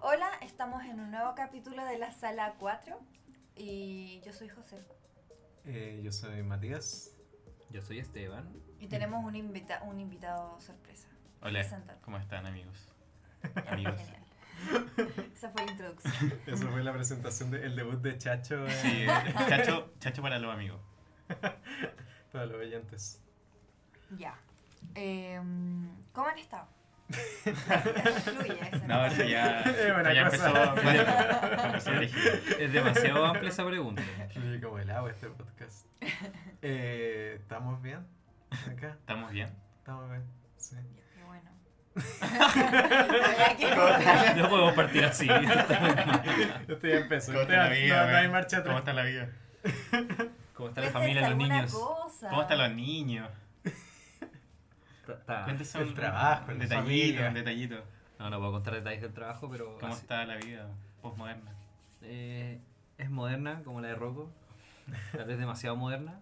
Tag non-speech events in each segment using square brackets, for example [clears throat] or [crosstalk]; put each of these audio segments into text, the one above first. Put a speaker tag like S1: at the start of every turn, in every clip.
S1: Hola, estamos en un nuevo capítulo de la sala 4 y yo soy José.
S2: Eh, yo soy [laughs] Matías.
S3: Yo soy Esteban.
S1: Y tenemos un, invita un invitado sorpresa.
S4: Hola,
S1: Preséntate.
S4: ¿cómo están amigos?
S1: [laughs] Genial.
S4: Amigos.
S1: Esa fue la introducción.
S2: Eso fue la presentación del debut de Chacho
S4: Sí, eh, chacho, chacho para los amigos.
S2: para los oyentes.
S1: Ya. Em, ¿Cómo han estado? Fluye esa
S4: No, eso
S2: [laughs]
S4: ya,
S2: Es
S4: esto
S2: una
S4: ya empezó,
S2: cosa.
S4: bueno,
S2: [laughs]
S4: empezó elegido.
S3: Es demasiado amplia esa
S4: [laughs]
S3: pregunta.
S2: Fluye como el agua este [laughs] podcast. Eh, ¿Estamos bien? [laughs] Acá,
S4: ¿Estamos bien?
S2: estamos bien. Sí.
S1: Ya, Qué bueno. [laughs] Ya, qué bueno.
S3: No podemos partir así.
S2: [laughs] Esto ya empezó.
S4: ¿Cómo
S2: Esto
S4: está la
S2: ya-
S4: vida?
S2: no, no
S4: man?
S2: hay marcha atrás.
S4: ¿Cómo está la vida?
S3: ¿Cómo está
S1: Cuéntense
S3: la familia, los
S1: alguna
S3: niños?
S1: cosa.
S4: ¿Cómo están los niños?
S3: Ta- ta.
S4: Cuéntese
S2: el trabajo,
S4: un
S2: la
S4: detallito,
S2: familia.
S4: un detallito.
S3: No, no puedo contar detalles del trabajo, pero
S4: ¿Cómo
S3: así-
S4: está la vida postmoderna?
S3: eh, es moderna, como la de Rocco. Tal vez demasiado moderna.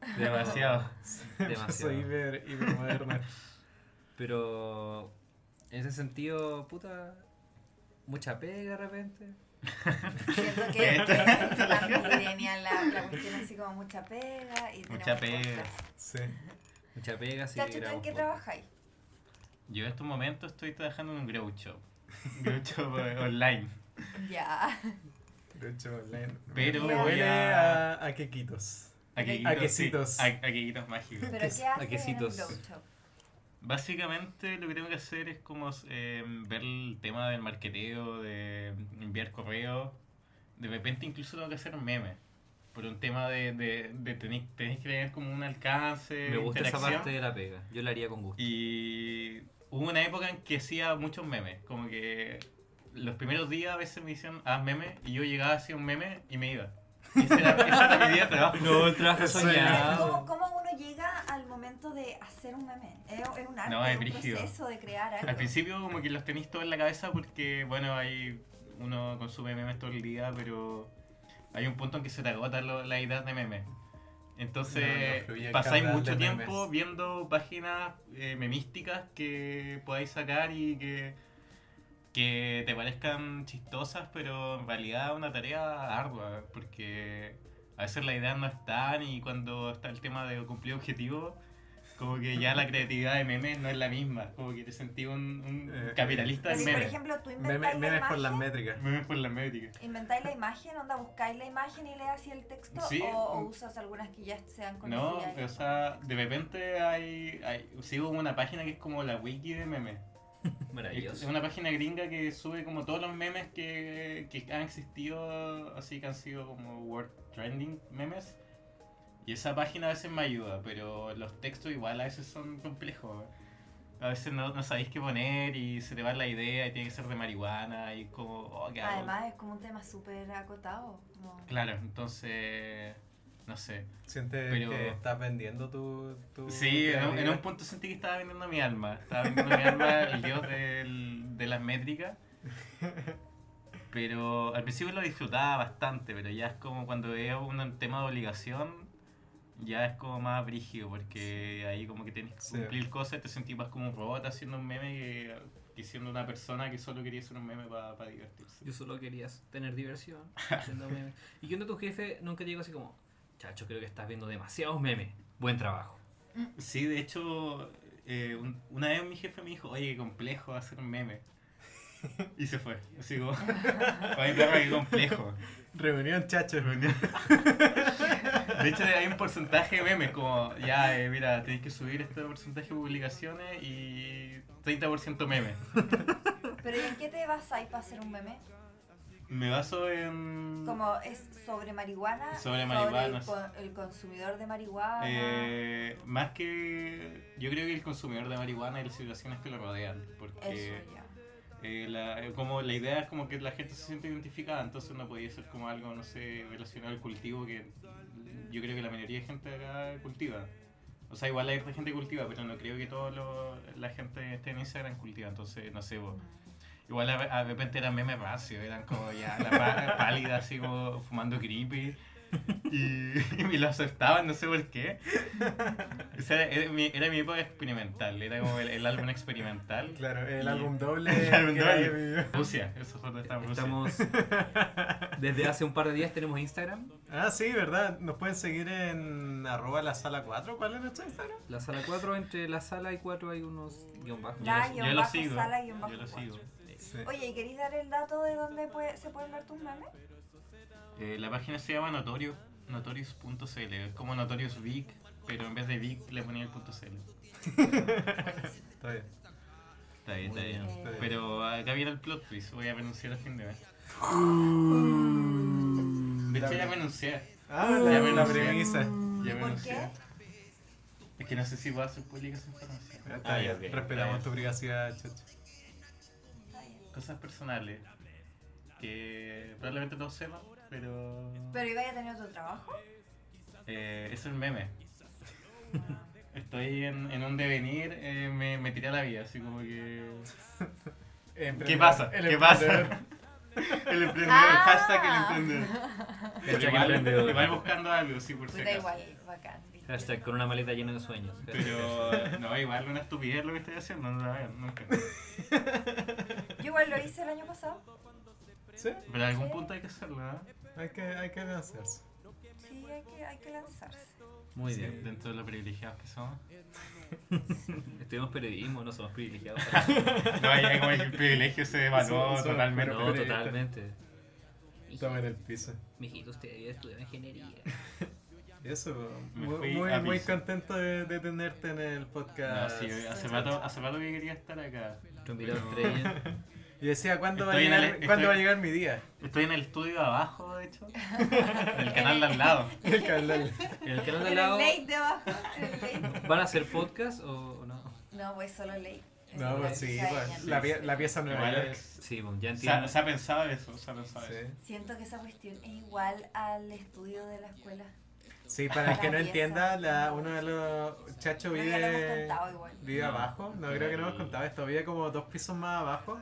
S3: Pero-
S4: Demasiado.
S2: Yo
S3: Demasiado.
S2: soy hiper, hipermoderno.
S3: Pero en ese sentido, puta, mucha pega de repente.
S1: Siento que
S4: [laughs] Esto- Este.
S1: tenían la, la cuestión así como mucha pega y tenemos
S4: Mucha pega.
S1: podcast.
S2: [laughs] Sí.
S3: Mucha pega, sí.
S1: Chacho, ¿tú en
S3: grabamos
S1: qué
S3: podcast.
S1: trabajáis?
S4: Yo en estos momentos estoy trabajando en un grow shop. Grow shop eh, online.
S1: [laughs]
S2: [laughs]
S1: Ya.
S2: De hecho, online.
S4: Pero
S2: me huele
S4: ya-
S2: a, a quequitos.
S4: A
S2: A quesitos.
S4: sí, a- a quequitos mágicos.
S1: ¿Pero qué haces en el
S3: Aquecitos.
S1: grow shop?
S4: Básicamente lo que tengo que hacer es como eh, ver el tema del marketeo, de enviar correos. De repente incluso tengo que hacer memes. Por un tema de, de, de tenéis tenéis que tener como un alcance,
S3: Me gusta esa
S4: interacción.
S3: parte de la pega. Yo la haría con gusto.
S4: Y hubo una época en que hacía muchos memes. Como que los primeros días a veces me decían, haz memes. Y yo llegaba, hacía un meme y me iba. Y ese era, ese era mi día de trabajo.
S3: [laughs] No, el
S4: [laughs]
S3: trabajo
S2: Sí.
S1: ¿Cómo,
S3: soñado.
S1: cómo uno llega al momento de hacer un meme? Es, es un arte,
S4: No, es
S1: un
S4: brígido.
S1: proceso de crear algo.
S4: Al principio como que los tenéis todos en la cabeza porque, bueno, hay, uno consume memes todo el día, pero hay un punto en que se te agotan lo- las ideas de memes.
S2: No, no,
S4: Entonces,
S2: fluye el
S4: pasáis
S2: caudal
S4: mucho
S2: de
S4: tiempo
S2: memes.
S4: viendo páginas eh, memísticas que podáis sacar y que, que te parezcan chistosas, pero en realidad es una tarea ardua, porque a veces las ideas no están y cuando está el tema de cumplir objetivos, como que ya la creatividad de memes no es la misma, como que te sentí un, un
S2: Eh,
S4: capitalista
S1: Pero
S4: en
S1: si, por
S4: memes.
S1: ejemplo, tú
S2: Meme-
S1: inventáis
S2: Memes,
S1: la
S2: por
S1: imagen,
S2: las métricas.
S4: Memes por la métrica.
S1: inventáis la imagen, onda, buscáis la imagen y le así el texto,
S4: Sí. mm.
S1: o, o usas algunas que ya sean
S4: No,
S1: conocidas.
S4: o sea, de repente hay, hay- sigo una página que es como la wiki de memes. Es
S3: Maravilloso.
S4: una página gringa que sube como todos los memes que, que han existido, así que han sido como World Trending memes. Y esa página a veces me ayuda, pero los textos igual a veces son complejos. A veces no, no sabéis qué poner y se te va la idea y tiene que ser de marihuana y es como, oh, ¿qué hago?
S1: Además, es como un tema súper acotado. como-
S4: Claro, entonces, no sé.
S2: Sientes
S4: Pero-
S2: que estás vendiendo tu. tu
S4: Sí, en un, en
S2: creatividad.
S4: un punto sentí que estaba vendiendo mi alma. Estaba vendiendo mi alma el dios del- de las métricas. Pero al principio lo disfrutaba bastante, pero ya es como cuando veo un tema de obligación, ya es como más brígido, porque ahí como que tienes que
S2: Sí.
S4: cumplir cosas y te sentís más como un robot haciendo un meme que, que siendo una persona que solo quería hacer un meme para divertirse.
S3: Yo solo quería tener diversión.
S2: [laughs]
S3: haciendo memes. ¿Y que onda tu jefe nunca llegó así como, chacho, creo que estás viendo demasiados memes? Buen trabajo.
S4: Sí, de hecho, eh, un- una vez mi jefe me dijo, oye, qué complejo hacer un meme. Y se fue. Así como, [laughs] oye, perro, qué complejo.
S2: Reunión, chacho.
S4: [laughs] De hecho, hay un porcentaje de memes, como, ya, eh, mira, tenéis que subir este porcentaje de publicaciones y 30% meme.
S1: Pero ¿y en qué te basáis para hacer un meme?
S4: Me baso en...
S1: Como es sobre marihuana,
S4: Sobre marihuana,
S1: el
S4: sí.
S1: con- el, consumidor de marihuana.
S4: eh, más que... Yo creo que el consumidor de marihuana y las situaciones que lo rodean. Porque...
S1: Eso ya.
S4: Eh, la, eh, como la idea es como que la gente se siente identificada, entonces no podía ser como algo, no sé, relacionado al cultivo que yo creo que la mayoría de gente acá cultiva. O sea, igual hay gente que cultiva, pero no creo que toda la gente que esté en Instagram cultiva, entonces no sé, po. igual a, a repente eran memes racios, eran como ya la pa- pálida, así como fumando creepy. Y, y lo aceptaban, no sé por qué. O sea, era, mi, era mi época experimental, era como el, el álbum experimental.
S2: Claro, el
S4: Y-
S2: álbum doble.
S4: El álbum
S2: que era
S4: doble.
S2: de video.
S4: Rusia, eso fue donde estaba en Rusia.
S3: Estamos. [laughs] Desde hace un par de días tenemos Instagram,
S2: Ah, sí, ¿verdad? Nos pueden seguir en arroba la sala 4. ¿Cuál es nuestro Instagram?
S3: la sala 4. Entre la sala y 4 hay unos guión bajo.
S4: Yo
S1: Ya,
S4: lo-
S1: guión
S4: yo lo
S1: bajo,
S4: sigo.
S1: sala, guión bajo
S4: Yo lo sigo.
S2: Sí.
S1: Oye, ¿y queréis dar el dato de dónde puede- se pueden ver tus memes?
S4: Eh, la página se llama Notorio, notorious.cl. Es como Notorious Big, pero en vez de Big le ponía el punto .cl.
S2: Está bien.
S3: Muy
S4: Está bien, está
S3: bien,
S4: bien.
S2: está bien.
S4: Pero acá viene el plot twist, voy a renunciar a fin de mes. De hecho, ya me anuncié.
S2: Ah,
S4: Ya
S2: la,
S4: me
S2: la
S4: lo sé.
S2: premisa.
S4: Ya me
S1: ¿Por
S4: anuncié.
S1: qué?
S4: Es que no sé si voy a hacer pública esa información.
S2: Está bien,
S4: Ah, ok, está
S2: Ah, respetamos
S4: bien.
S2: tu privacidad, Chocho.
S1: Está bien.
S4: Cosas personales que probablemente no sepan, pero.
S1: Pero iba a tener otro trabajo.
S4: Eh, es un meme. [laughs] Estoy en, en un devenir, eh, me, me tiré a la vida, así como que. ¿Qué
S2: Emprendedor.
S4: pasa?
S2: El
S4: ¿Qué
S2: emprendedor.
S4: pasa? [laughs] El emprendedor,
S1: Ah.
S4: hashtag el emprendedor. Pero
S3: Hashtag
S4: igual,
S3: emprendedor.
S4: igual buscando algo, sí, por si
S1: Pues da
S4: acaso.
S1: igual, bacán. ¿viste?
S3: Hashtag con una maleta llena de sueños.
S4: Pero eh, no, igual una estupidez lo que estoy haciendo, no la hagan nunca.
S1: Yo igual lo hice el año pasado.
S2: Sí,
S4: Pero a algún punto hay que hacerlo, ¿ah? ¿no?
S2: hay que, hay que lanzarse.
S1: Sí, hay que, hay que lanzarse.
S3: Muy
S2: Sí.
S3: bien.
S4: Dentro de lo privilegiados que somos.
S3: Estudiamos periodismo, no
S2: [laughs]
S3: somos privilegiados.
S4: No, ya como el privilegio se devaluó
S2: Sí, sí,
S4: totalmente.
S2: pero-
S3: No, totalmente.
S2: Toma en el piso.
S3: Mijito, usted debió
S2: [laughs]
S3: estudiar ingeniería.
S2: Eso,
S4: Me
S2: muy,
S4: fui
S2: muy,
S4: a
S2: muy
S4: piso.
S2: contento de, de tenerte en el
S4: No,
S2: podcast.
S4: sí, hace rato, hace rato que quería estar acá.
S3: Tu invitado
S4: Pero-
S3: estrella.
S2: [laughs] Y decía, ¿cuándo, va a,
S4: Estoy en
S2: llegar,
S4: el-
S2: mi- ¿cuándo
S4: estoy-
S2: va a llegar mi
S4: [laughs]
S2: día?
S4: Estoy en el estudio abajo,
S1: [laughs]
S4: de hecho. En el canal de al lado.
S2: El canal.
S3: En el canal de al
S1: Pero
S3: lado,
S1: el late debajo. el late.
S3: ¿van a hacer podcast o o no?
S1: No, pues solo late.
S2: No, pues sí, pues, la, pie- la pieza nueva.
S4: Igual,
S2: York.
S4: se,
S3: Sí, bueno, ya
S4: ha-
S3: entiendo.
S4: se ha pensado eso, se ha pensado eso.
S2: Sí.
S1: Siento que esa cuestión es igual al estudio de la escuela.
S2: Sí, para el que no
S1: La pieza.
S2: entienda, la, uno de los chachos
S1: Creo que lo hemos
S2: vive,
S1: contado igual.
S2: vive
S4: No,
S2: abajo. No
S4: pero
S2: creo que no
S4: el-
S2: hemos contado esto. Vive como dos pisos más abajo.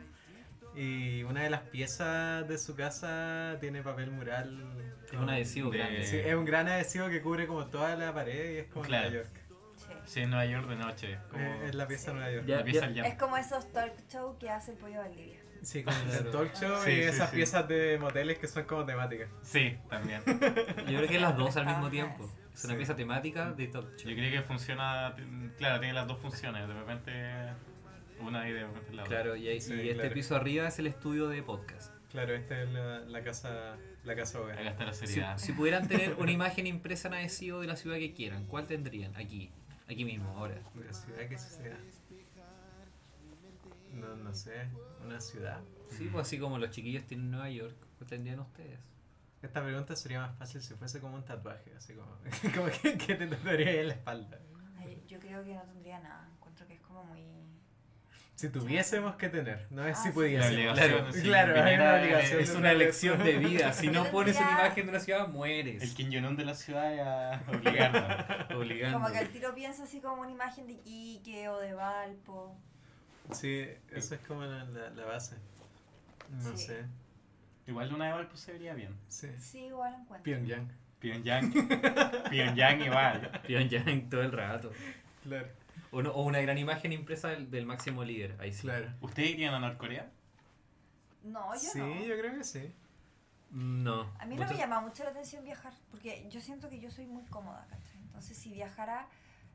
S2: Y una de las piezas de su casa tiene papel mural.
S3: Es un adhesivo
S4: De-
S3: grande.
S2: Sí, es un gran adhesivo que cubre como toda la pared y es como
S4: Claro.
S2: Nueva York.
S1: Sí.
S4: Sí, en Nueva York de noche. Como
S2: Eh, es la pieza de Nueva York.
S3: Ya.
S4: la pieza al
S1: Es
S4: llamo.
S1: como esos talk show que hace el pollo Valdivia.
S2: Sí, como el
S3: Claro.
S2: talk show
S4: Sí,
S2: y
S4: sí,
S2: esas
S4: sí.
S2: piezas de moteles que son como temáticas.
S4: Sí, [laughs] también.
S3: Yo creo que las dos al mismo
S1: Ajá.
S3: tiempo. Es una
S2: Sí.
S3: pieza temática de talk show.
S4: Yo creo que funciona, claro, tiene las dos funciones. De repente una y de repente la otra.
S3: Claro, y, ahí-
S2: Sí,
S3: y este
S2: claro.
S3: piso arriba es el estudio de podcast.
S2: Claro, esta es la, la casa la casa
S4: Acá
S2: hogar.
S4: está la
S3: Si,
S4: seriedad.
S3: si pudieran tener una imagen impresa en adhesivo de la ciudad que quieran, ¿cuál tendrían? Aquí, aquí mismo, ahora.
S2: Una ciudad que sea. No, no sé, una ciudad.
S3: Sí, pues así como los chiquillos tienen Nueva York, ¿cuál tendrían ustedes?
S2: Esta pregunta sería más fácil si fuese como un tatuaje, así como, [laughs] como que, que te tatuaría en la espalda.
S1: Ay, Yo creo que no tendría nada. Encuentro que es como muy.
S2: Si tuviésemos que tener, no es
S1: Ah, sí.
S2: si
S4: La
S2: pudiésemos.
S4: obligación,
S2: Claro,
S4: sí,
S2: claro, hay
S4: Piñera
S2: una obligación.
S4: es
S3: Es una elección de vida. Si no
S1: Yo
S3: pones una
S1: tendría-
S3: imagen de una ciudad, mueres.
S4: El Quiñonón de la ciudad [laughs] a obligarla.
S3: Obligando.
S1: Como que al tiro pienso así como una imagen de Iquique o de Valpo.
S2: Sí, eso es como la, la- la base. No
S1: Sí.
S2: sé,
S4: Igual de una de Valpo se vería bien.
S2: sí.
S1: Sí, igual lo encuentro.
S2: Pyongyang,
S4: Pyongyang.
S3: [laughs]
S4: Pyongyang igual.
S3: Pyongyang todo el rato.
S2: claro,
S3: O, no- o una gran imagen impresa del, del máximo líder. Ahí sí.
S2: claro.
S4: ¿Ustedes irían a Norcorea?
S1: No, Oh, yo
S2: sí,
S1: no.
S2: yo creo que sí.
S3: No.
S1: A mí no me
S3: Muchos-
S1: llama mucho la atención viajar, porque yo siento que yo soy muy cómoda, ¿cachai? Entonces, si viajara,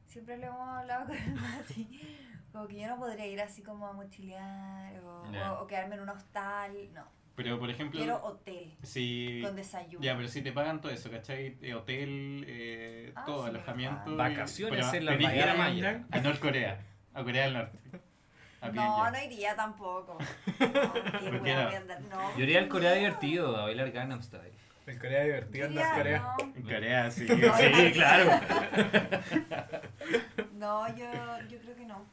S1: siempre lo hemos hablado con el Mati, como que yo no podría ir así como a mochilear o,
S4: Ya.
S1: o- o quedarme en un hostal, no.
S4: Pero, por ejemplo,
S1: Quiero hotel
S4: si...
S1: con desayuno.
S4: Ya, pero si te pagan todo eso, ¿cachai? Eh, Hotel, eh,
S1: Ah,
S4: todo,
S1: sí,
S4: alojamiento.
S1: me
S4: y-
S3: Vacaciones
S4: pero
S3: en la
S4: tenés que ir
S3: Riviera
S4: a-
S3: Maya.
S4: A Norcorea. A Corea del Norte. A
S1: no,
S4: Pyongyang.
S1: no iría tampoco. No, qué
S4: ¿Por qué
S1: hueá,
S4: no?
S1: voy a andar- no,
S3: Yo iría al
S1: no.
S3: Corea divertido a bailar Gangnam Style.
S2: El Corea divertido,
S1: Yo
S2: en
S1: iría-
S2: Corea.
S1: no,
S4: En Corea, [laughs] sí.
S1: Sí,
S4: claro.
S1: no, yo, yo creo que no.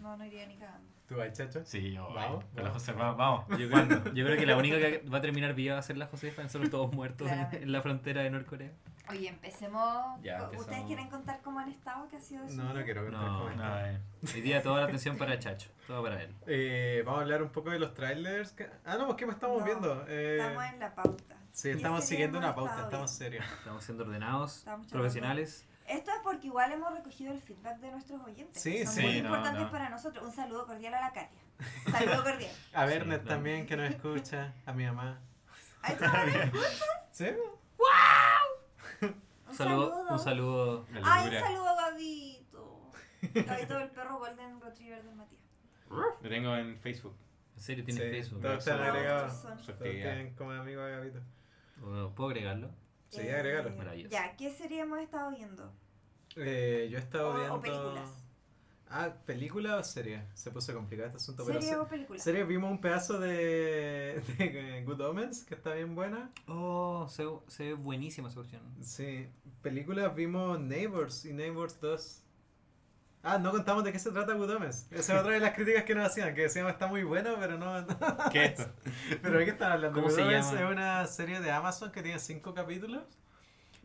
S1: No, no iría ni cagando.
S2: ¿Tú vas, chacho?
S4: Sí, yo.
S2: Vamos,
S4: Vamos. Con la
S2: vamos.
S4: José, vamos. vamos.
S3: Yo creo, yo creo que la única que va a terminar viva va a ser la Josefa, son todos muertos en,
S1: Claramente.
S3: en la frontera de Norcorea.
S1: Oye, empecemos.
S3: Ya,
S1: co- ¿Ustedes
S3: empezamos.
S1: quieren contar cómo han estado? ¿Qué ha sido eso?
S2: No, no quiero contar
S3: No,
S2: cómo está.
S4: No, eh.
S3: Hoy día toda la atención para Chacho, todo para él.
S2: Eh, vamos a hablar un poco de los trailers. que- Ah, no, ¿qué más estamos
S1: No,
S2: viendo? Eh,
S1: Estamos en la pauta.
S2: Sí, estamos
S1: serio
S2: siguiendo
S1: hemos
S2: una pauta,
S1: estado
S2: estamos
S1: bien.
S2: serios.
S3: Estamos siendo ordenados,
S1: Estamos tratando.
S3: profesionales.
S1: Esto es porque igual hemos recogido el feedback de nuestros oyentes.
S2: Sí,
S1: que son
S2: sí,
S1: muy
S4: no,
S1: importantes
S4: no.
S1: para nosotros. Un saludo cordial a la Katia. Saludo
S2: [laughs]
S1: cordial.
S2: A
S3: Sí,
S2: Bernet
S3: claro.
S2: también, que nos escucha, a mi mamá.
S1: Ahí está, ¿vale?
S2: ¿Sí?
S1: Un
S3: Saludo-
S1: saludo.
S3: Un saludo.
S4: La
S1: Ay, un
S4: locura.
S1: saludo a Gabito.
S2: [laughs]
S1: Gabito el perro Golden Retriever de Matías.
S4: Lo tengo en Facebook.
S3: En serio, tiene
S2: Sí,
S3: Facebook. ¿eh?
S2: todo está
S3: Solo-
S1: Los
S2: agregado.
S1: otros son-
S4: Su
S2: Todos
S4: actividad.
S2: tienen como amigo a Gabito.
S3: Oh, ¿Puedo agregarlo?
S2: Sí,
S1: eh,
S2: agrégalo.
S3: Maravilloso.
S1: Ya, ¿qué serie hemos estado viendo?
S2: Eh, yo he
S1: O,
S2: estado viendo.
S1: o películas.
S2: Ah, ¿película o serie? Se puso complicado este asunto. Pero
S1: ¿Serie
S2: se-
S1: o películas?
S2: serie, vimos un pedazo de, [laughs] de Good Omens, que está bien buena.
S3: Oh, se, se ve buenísima esa cuestión.
S2: Sí, películas vimos Neighbors y Neighbors 2. Ah, no contamos de qué se trata Good Omens. Esa es otra de las críticas que nos hacían, que decíamos está muy bueno, pero no. no". [laughs]
S4: ¿Qué es esto?
S2: Pero ¿de qué están hablando?
S3: ¿Cómo
S2: Good
S3: se
S2: Omens
S3: llama?
S2: es una serie de Amazon que tiene cinco capítulos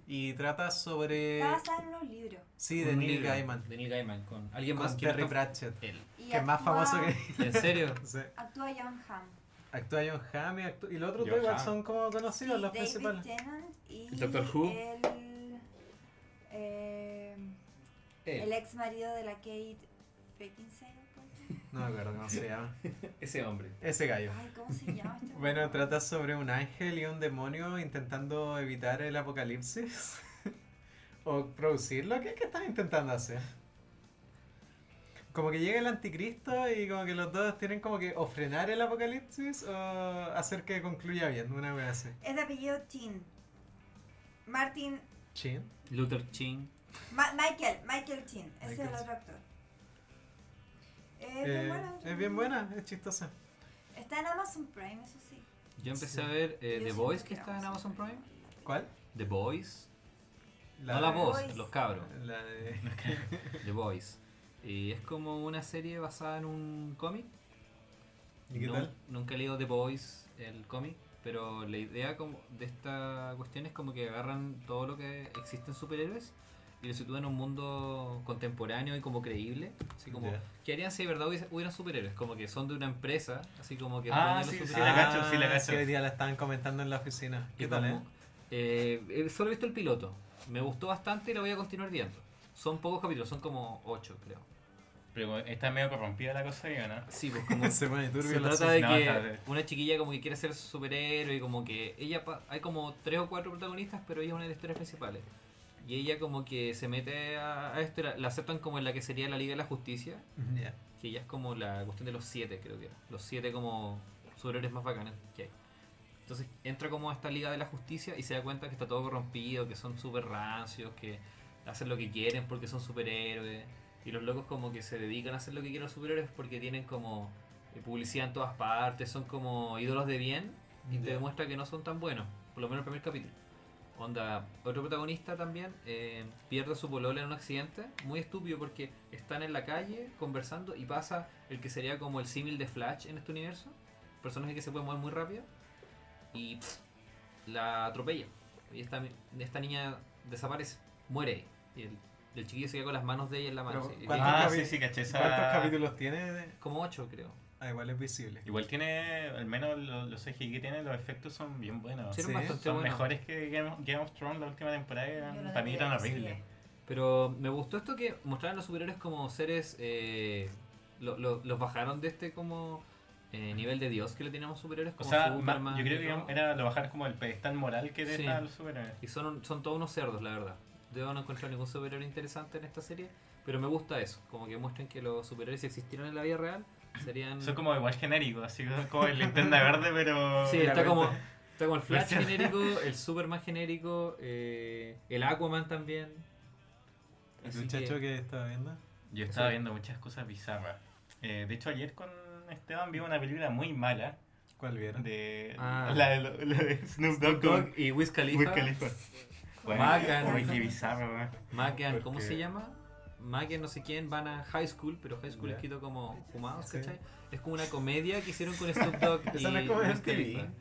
S2: y trata sobre.
S1: Está basada en unos libros.
S2: Sí, de
S3: Un
S2: Neil
S3: libro
S2: Gaiman.
S3: De Neil Gaiman, con alguien más
S2: Con
S3: que
S2: Terry
S3: no-
S2: Pratchett,
S3: Él.
S1: Y
S2: que es más
S1: actúa-
S2: famoso que.
S3: ¿En serio?
S2: [laughs] Sí.
S1: Actúa John Hamm.
S2: Actúa John Hamm y, actú- y los otros
S4: John
S2: dos igual
S4: Hamm.
S2: son como
S1: Sí,
S2: conocidos los
S1: David
S2: principales.
S1: Tennant y
S3: Doctor Who.
S1: el, eh, el ex marido de la Kate Beckinsale. ¿puede ser?
S2: No me acuerdo cómo se llama.
S3: Ese hombre.
S2: Ese gallo.
S1: Ay, ¿cómo se llama
S2: [laughs]
S1: este?
S2: Bueno,
S1: weón?
S2: trata sobre un ángel y un demonio intentando evitar el apocalipsis. [laughs] o producirlo. ¿Qué es que están intentando hacer? Como que llega el anticristo y como que los dos tienen como que o frenar el apocalipsis o hacer que concluya bien, una vez así.
S1: Es de apellido Chin. Martin.
S2: Chin.
S3: Luther Ching.
S1: Ma- Michael, Michael Chin. Ese es
S2: Michael
S1: el
S2: Chin.
S1: otro actor. Es bien
S2: Eh,
S1: buena.
S2: es bien buena, es chistosa.
S1: Está en Amazon Prime, eso sí.
S3: Yo empecé
S2: Sí.
S3: a ver eh,
S1: Yo
S3: The
S1: siento
S3: Voice que está en Amazon Prime.
S2: ¿Cuál?
S3: The Voice. no la
S2: de-
S3: voz,
S1: Boys.
S3: los [laughs] cabros.
S2: La de...
S3: The Voice. Y es como una serie basada en un cómic.
S2: ¿Y qué
S3: Nun-
S2: tal?
S3: Nunca he leído The Voice, el cómic, pero la idea como de esta cuestión es como que agarran todo lo que existe en superhéroes y lo sitúan en un mundo contemporáneo y como creíble. Así como,
S2: Ya.
S3: ¿qué harían si de verdad hubiese- hubieran superhéroes? Como que son de una empresa, así como que...
S4: Ah,
S3: dueños de los
S4: sí,
S3: superhéroes.
S4: la cacho, sí, la
S2: Ah,
S4: cacho.
S2: hoy día la estaban comentando en la oficina.
S3: Y
S2: ¿Qué tal, eh?
S3: como, eh, eh, solo he visto el piloto. Me gustó bastante y la voy a continuar viendo. Son pocos capítulos, son como 8 creo.
S4: Pero está medio corrompida la cosa, ¿ya no?
S3: Sí, pues como
S2: [laughs] Se pone turbio
S3: [laughs] Se
S2: el
S3: trata de
S4: No, está
S3: que
S4: bien.
S3: una chiquilla como que quiere ser superhéroe y como que ella pa- hay como tres o cuatro protagonistas, pero ella es una de las historias principales. Y ella como que se mete a, a esto, y la, la aceptan como en la que sería la Liga de la Justicia,
S2: asunto. Ya.
S3: que ella es como la cuestión de los siete, creo que era. Los siete como superhéroes más bacanes que hay. Entonces entra como a esta Liga de la Justicia y se da cuenta que está todo corrompido, que son súper rancios, que hacen lo que quieren porque son superhéroes. Y los locos como que se dedican a hacer lo que quieren los superhéroes porque tienen como eh, publicidad en todas partes, son como ídolos de bien y te
S2: Ya.
S3: demuestra que no son tan buenos, por lo menos el primer capítulo. Onda, otro protagonista también eh, pierde a su polola en un accidente, muy estúpido porque están en la calle conversando y pasa el que sería como el símil de Flash en este universo, personaje que se puede mover muy rápido y pff, la atropella. Y esta, esta niña desaparece, muere y el, el chiquillo se queda con las manos de ella en la mano.
S2: Pero,
S3: así, y
S2: ¿cuántos
S4: Ah,
S2: capi-
S4: sí, sí, caché esa-
S2: ¿Cuántos capítulos tiene?
S3: tiene Como ocho creo.
S2: Ah, igual es visible.
S4: Igual tiene, al menos lo- los CGI que tiene, los efectos son bien buenos.
S3: Sí,
S2: Sí,
S3: bastante
S4: Ah, Son
S3: bueno.
S4: mejores que Game of, Game of Thrones la última temporada,
S1: Yo no
S4: eran-
S1: la
S4: para mí
S1: tenía
S4: eran
S1: que
S4: horribles.
S1: seguir.
S3: Pero me gustó esto que mostraron los superhéroes como seres. eh, lo- lo- los bajaron de este como eh, nivel de Dios que le teníamos superhéroes
S4: O
S3: como
S4: sea,
S3: Superman
S4: ma- yo
S3: y
S4: creo
S3: todo.
S4: que era lo bajar como el pedestal moral que
S3: Sí.
S4: deja a los superhéroes.
S3: Y son, un- son todos unos cerdos, la verdad. Yo no encuentro ningún superhéroe interesante en esta serie, pero me gusta eso. Como que muestren que los superhéroes, si existieran en la vida real, serían.
S4: Son como igual genéricos, así como el linterna verde, pero.
S3: Sí,
S2: la
S3: está como,
S2: venta.
S3: está
S4: [laughs]
S3: como el Flash genérico, el Superman genérico, eh, el Aquaman también.
S2: El
S3: Así
S2: muchacho que...
S3: que-
S2: estaba viendo.
S4: Yo estaba
S3: Sí.
S4: viendo muchas cosas bizarras. Eh, de hecho, ayer con Esteban vi una película muy mala
S2: ¿Cuál vieron?
S4: de.
S3: Ah.
S4: La, de lo- la de Snoop Dogg
S3: Dog
S4: con
S3: y Wiz Khalifa.
S4: Wiz Khalifa. Bueno,
S3: Macan.
S4: uy, qué bizarro, ¿no?
S3: Macan, ¿cómo
S4: Porque-
S3: se llama? Macan, no sé quién, van a high school, pero high school
S2: Ya.
S3: es quito como fumados,
S2: Sí.
S3: ¿cachai? Es como una comedia que hicieron con Snoop
S4: [laughs]
S3: Dogg y
S2: Esa no es como de ¿eh?
S3: Wiz Khalifa.
S2: MTV.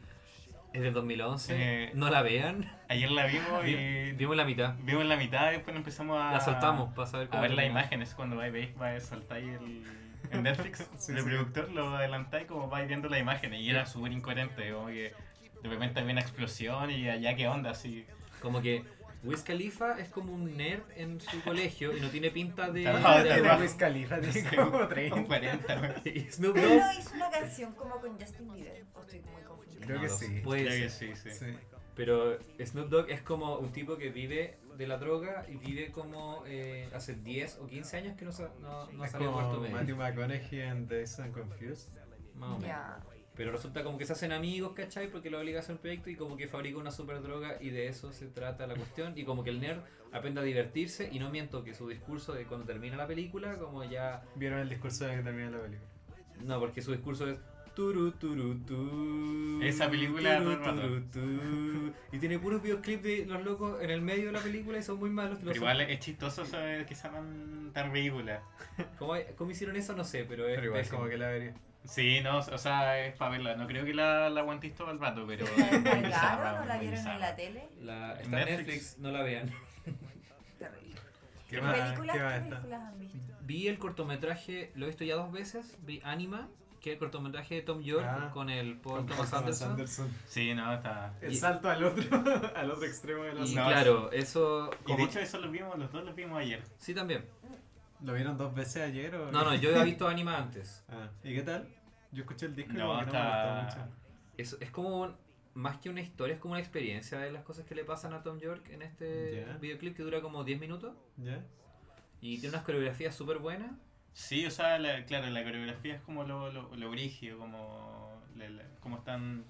S3: Es del 2011,
S4: Eh,
S3: no la vean.
S4: Ayer la vimos y.
S3: Vi- Vimos la mitad,
S4: Vimos la mitad y después empezamos a.
S3: la Ah, saltamos para saber
S4: Ah. A ver la
S3: termina.
S4: imagen, es cuando vais, veis, vais a saltar y el.
S3: [laughs]
S4: En Netflix,
S2: Sí,
S4: el
S2: sí.
S4: productor lo adelantáis como vais viendo la imagen y era súper incoherente, como que. De repente había una explosión y allá qué onda, así.
S3: Como que Wiz Khalifa es como un nerd en su colegio y no tiene pinta de.
S4: Claro, [laughs]
S3: de-
S4: tiene-
S5: Wiz
S4: [laughs]
S5: Khalifa, tiene
S4: Sí,
S5: como
S4: un
S5: 30.
S4: 40, güey.
S3: [laughs] y Snoop
S1: Él no
S3: Dogg.
S1: hizo una canción como con Justin Bieber. O estoy muy confundida.
S5: Creo
S3: No
S5: que
S3: lo
S5: sí.
S3: puede
S4: Creo que
S3: ser.
S4: sí, sí.
S5: Sí.
S3: Pero Snoop Dogg es como un tipo que vive de la droga y vive como eh, hace 10 o 15 años que no, sa- no, no ha
S2: es
S3: salido
S2: como
S3: Puerto Medio.
S2: Matthew McConaughey en Days and Confused.
S3: Más o menos.
S1: Ya.
S3: Pero resulta como que se hacen amigos, ¿cachai? Porque lo obliga a hacer un proyecto y como que fabrica una super droga y de eso se trata la cuestión. Y como que el nerd aprende a divertirse y no miento que su discurso de cuando termina la película, como ya...
S2: ¿Vieron el discurso de que termina la película?
S3: No, porque su discurso es... Turu, turu, tu,
S4: Esa película
S3: turu,
S4: todo el rato.
S3: turu, tu. Y tiene puros videoclips de los locos en el medio de la película y son muy malos.
S4: Pero igual es chistoso saber que se tan, tan ridícula.
S3: ¿Cómo, cómo hicieron eso? No sé, pero es...
S2: Pero igual,
S3: pésimo.
S2: como que la vería.
S4: Sí, no, o sea, es para verla. No creo que la, la aguantéis todo el rato, pero. es muy
S1: [laughs]
S4: [laughs] bizarra,
S1: ¿Claro? ¿No la
S4: muy
S1: vieron en
S4: bizarra.
S1: la tele?
S3: La, está en
S4: Netflix.
S3: Netflix, no la vean.
S1: Terrible.
S2: ¿Qué más?
S1: ¿Películas?
S2: ¿Qué más
S1: ¿Qué
S2: está?
S1: películas han visto?
S3: Vi el cortometraje, lo he visto ya dos veces, vi Anima, que es el cortometraje de Tom York
S2: Ah.
S3: con el Paul
S2: Con
S3: Thomas Anderson.
S4: Sí, no, está.
S2: El
S3: Y-
S2: salto al otro, [laughs] al otro extremo de la
S3: Y
S4: No,
S3: claro, eso...
S4: Y de
S3: como-
S4: hecho, eso lo vimos, los dos los vimos ayer.
S3: Sí, también.
S2: ¿Lo vieron dos veces ayer o...?
S3: No, no, yo había visto Anima antes.
S2: Ah, ¿Y qué tal? Yo escuché el disco y
S4: No,
S2: como que no me
S4: está-
S2: gustó mucho.
S3: Es, es como, un- más que una historia, es como una experiencia de las cosas que le pasan a Tom York en este
S2: Ya.
S3: videoclip que dura como 10 minutos.
S2: ¿Ya?
S3: Y tiene unas coreografías súper buenas.
S4: Sí, o sea, la- claro, la coreografía es como lo, lo, lo brígido, como, la- la- como están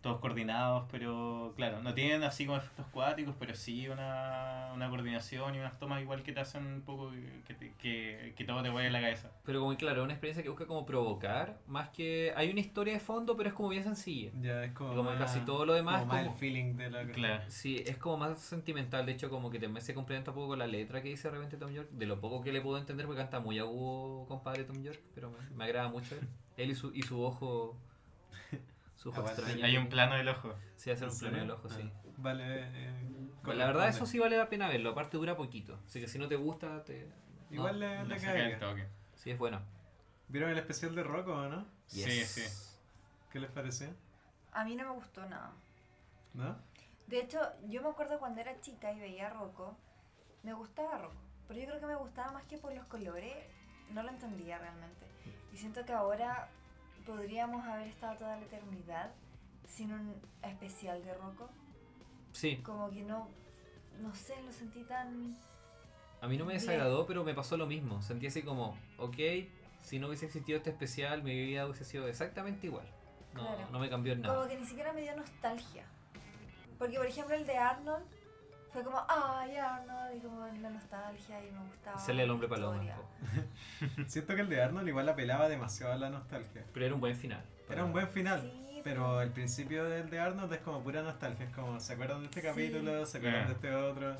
S4: todos coordinados, pero claro, no tienen así como efectos cuáticos, pero sí una, una coordinación y unas tomas igual que te hacen un poco que- que, te- que, que todo te vaya en la cabeza.
S3: Pero como que, claro, es una experiencia que busca como provocar, más que... Hay una historia de fondo, pero es como bien sencilla.
S2: Ya, es
S3: Y
S2: como
S3: Como
S2: más-
S3: casi todo lo demás,
S2: como más
S3: como-
S2: el feeling de la...
S4: Claro.
S3: Sí, es como más sentimental, de hecho como que también se complementa un poco con la letra que dice de repente Tom York, de lo poco que le puedo entender porque canta muy agudo compadre Tom York, pero me, me agrada mucho él, Él y su, y su ojo, su ojo
S2: Aguante.
S3: extraño.
S4: Hay un plano del ojo.
S3: Sí, hacer un
S2: ¿En
S3: plano del
S2: serio?
S3: ojo,
S2: Ah,
S3: sí.
S2: Vale, eh,
S3: Pero la verdad eso
S2: corresponde.
S3: sí vale la pena verlo, aparte dura poquito, así que si no te gusta, te... no,
S2: Igual le,
S4: Le
S2: le
S4: saca
S2: cae
S4: el toque.
S3: Sí, es bueno.
S2: ¿Vieron el especial de Rocco o no?
S4: Sí, sí.
S2: ¿Qué les pareció?
S1: A mí no me gustó nada.
S3: [laughs]
S2: ¿No?
S1: De hecho, yo me acuerdo cuando era chica y veía a Rocco, me gustaba Rocco, pero yo creo que me gustaba más que por los colores, no lo entendía realmente. Y siento que ahora podríamos haber estado toda la eternidad sin un especial de Rocco,
S3: Sí,
S1: como que no, no sé, lo sentí tan...
S3: a mí no me
S1: Bien.
S3: desagradó, pero me pasó lo mismo. Sentí así como, ok, si no hubiese existido este especial, mi vida hubiese sido exactamente igual. No,
S1: Claro.
S3: no me cambió en nada.
S1: Como que ni siquiera me dio nostalgia. Porque, por ejemplo, el de Arnold fue como, ay, Arnold, y como la nostalgia y me gustaba.
S3: Sale el hombre
S1: la
S3: paloma.
S1: historia.
S2: Siento que el de Arnold igual apelaba demasiado a la nostalgia.
S3: Pero era un buen final.
S2: Era un buen final.
S1: Sí,
S2: Pero el principio del de Arnold es como pura nostalgia, es como, ¿se acuerdan de este
S1: Sí.
S2: capítulo? ¿Se acuerdan
S4: Ah.
S2: de este otro?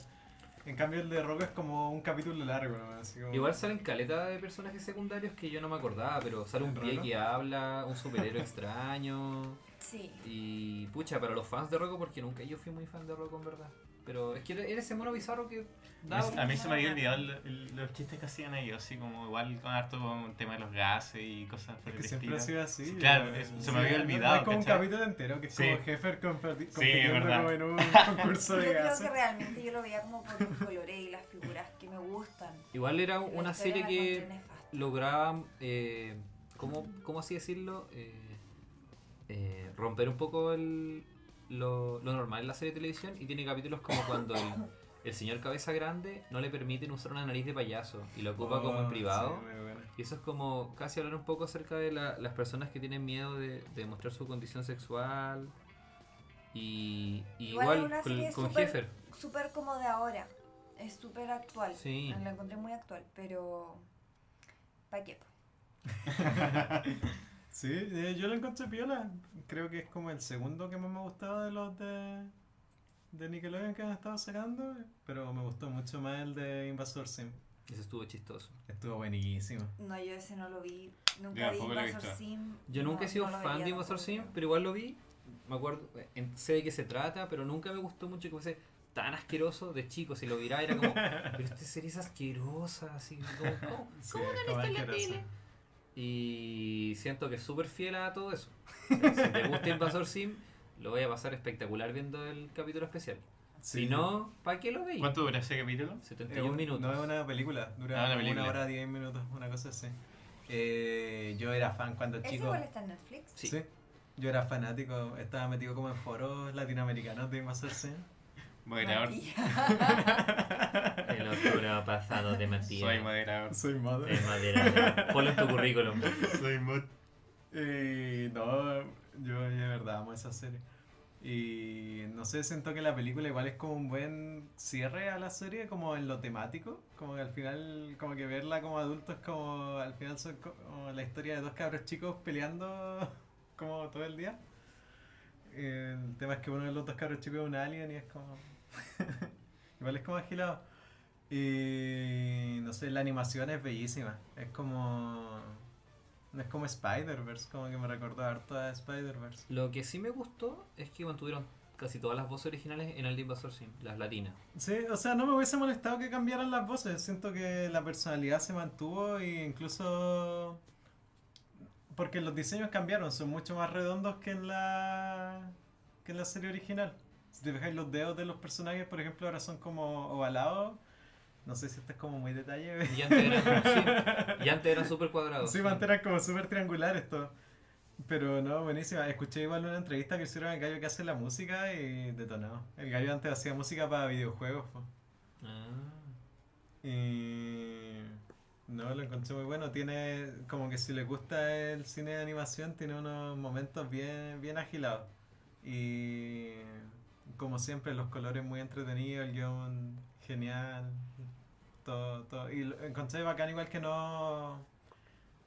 S2: En cambio el de Rocco es como un capítulo largo, ¿no? así como...
S3: Igual salen caleta de personajes secundarios que yo no me acordaba, pero sale un
S2: ¿En
S3: pie
S2: Rocco?
S3: que habla, un superhéroe [laughs] extraño.
S1: Sí.
S3: Y pucha, para los fans de Rocco, porque nunca yo fui muy fan de Rocco en verdad. Pero es que era, era ese mono bizarro que
S4: A mí-
S3: daba.
S4: A mí se me había olvidado el- el- los chistes que hacían ellos, así como igual con harto con el tema de los gases y cosas por
S2: Es
S4: el
S2: que siempre
S4: estilo.
S2: ha sido así.
S4: Sí, claro,
S2: eh,
S4: es- se me había
S2: no- no
S4: olvidado,
S2: Es como un
S4: ¿cachai?
S2: capítulo entero, que es
S4: Sí.
S2: como Heffer comparti-
S4: es
S2: compitiendo
S4: verdad.
S2: como en
S4: [laughs]
S2: un concurso
S1: Yo
S2: de
S1: creo
S2: gases.
S1: que realmente yo lo veía como por los colores y las figuras que me gustan.
S3: Igual era
S1: La
S3: una
S1: historia
S3: serie
S1: la
S3: que
S1: encontré nefasta.
S3: lograban, eh, ¿cómo, cómo así decirlo? Eh, eh, romper un poco el- lo, lo normal en la serie de televisión y tiene capítulos como cuando el, el señor cabeza grande no le permiten usar una nariz de payaso y lo ocupa como en
S2: Oh,
S3: privado.
S2: sí, muy bueno.
S3: Y eso es como casi hablar un poco acerca de la- las personas que tienen miedo de, de mostrar su condición sexual. Y, y
S1: Igual
S3: igual,
S1: es una
S3: con,
S1: serie
S3: con
S1: súper-
S3: Heffer.
S1: Súper como de ahora. Es súper actual.
S3: Sí.
S1: La encontré muy actual, pero... ¿Para qué? po?
S2: [laughs] Sí, eh, yo lo encontré piola. Creo que es como el segundo que más me gustaba de los de, de Nickelodeon que han estado sacando. Pero me gustó mucho más el de Invasor Sim.
S3: Eso estuvo chistoso.
S2: Estuvo buenísimo.
S1: No, yo ese no lo vi. Nunca
S4: Yo
S1: vi
S4: tampoco lo he
S1: Invasor
S4: visto.
S1: Sim.
S3: Yo nunca
S1: no-
S3: he
S1: no
S3: sido
S1: lo
S3: fan
S1: veía
S3: de Invasor
S1: tampoco.
S3: Sim, pero igual lo vi. Me acuerdo, en- sé de qué se trata, pero nunca me gustó mucho que fuese tan asqueroso de chico. Si lo viera era como, pero esta serie es asquerosa, así como... ¿cómo?".
S2: Sí, ¿Cómo no la tele?
S3: Y siento que es súper fiel a todo eso. Si te gusta Invasor Sim, Lo voy a pasar espectacular viendo el capítulo especial.
S2: Sí.
S3: Si no, ¿para qué lo veis?
S4: ¿Cuánto dura ese capítulo?
S3: 71
S2: Eh, un-
S3: minutos.
S2: No es una película, dura
S4: Ah, una
S2: como una,
S4: película.
S2: hora, 10 minutos, una cosa así. Eh, yo era fan cuando
S1: ¿Ese
S2: chico.
S1: igual está en Netflix?
S3: Sí.
S2: Yo era fanático, estaba metido como en foros latinoamericanos de Masterchef.
S4: Moderador.
S2: [laughs]
S3: El octubre pasado de Matías.
S4: Soy
S2: [laughs]
S4: moderador.
S2: Soy madre.
S3: Eh,
S2: [laughs]
S3: Matías, Ponlo en tu currículum.
S4: Soy mod.
S2: Eh, no, yo de verdad amo esa serie. Y no sé, siento que la película igual es como un buen cierre a la serie, como en lo temático. Como que al final, como que verla como adulto es como, al final son como la historia de dos cabros chicos peleando [laughs] como todo el día. Eh, El tema es que uno de los dos cabros chicos es un alien y es como... [laughs] igual es como agilado. Y no sé, la animación es bellísima. Es como... No es como Spider-Verse, como que me recordó harto a Spider-Verse.
S3: Lo que sí me gustó es que mantuvieron casi todas las voces originales en el de Invasor Sim, las latinas.
S2: Sí, o sea, no me hubiese molestado que cambiaran las voces. Siento que la personalidad se mantuvo e incluso... Porque los diseños cambiaron, son mucho más redondos que en la, que en la serie original. Si te fijáis, los dedos de los personajes, por ejemplo, ahora son como ovalados. No sé si este es como muy detalle. [laughs]
S3: Y antes eran, sí, y antes eran super cuadrados.
S2: Sí, antes era como súper triangular esto. Pero no, buenísima. Escuché igual una entrevista que hicieron al gallo que hace la música y detonado. El gallo antes hacía música para videojuegos. po.
S3: Ah.
S2: Y... No, lo encontré muy bueno. Tiene, como que si le gusta el cine de animación, tiene unos momentos bien, bien agilados. Y como siempre, los colores muy entretenidos, el guión genial. Todo, todo. Y lo encontré bacán igual que no,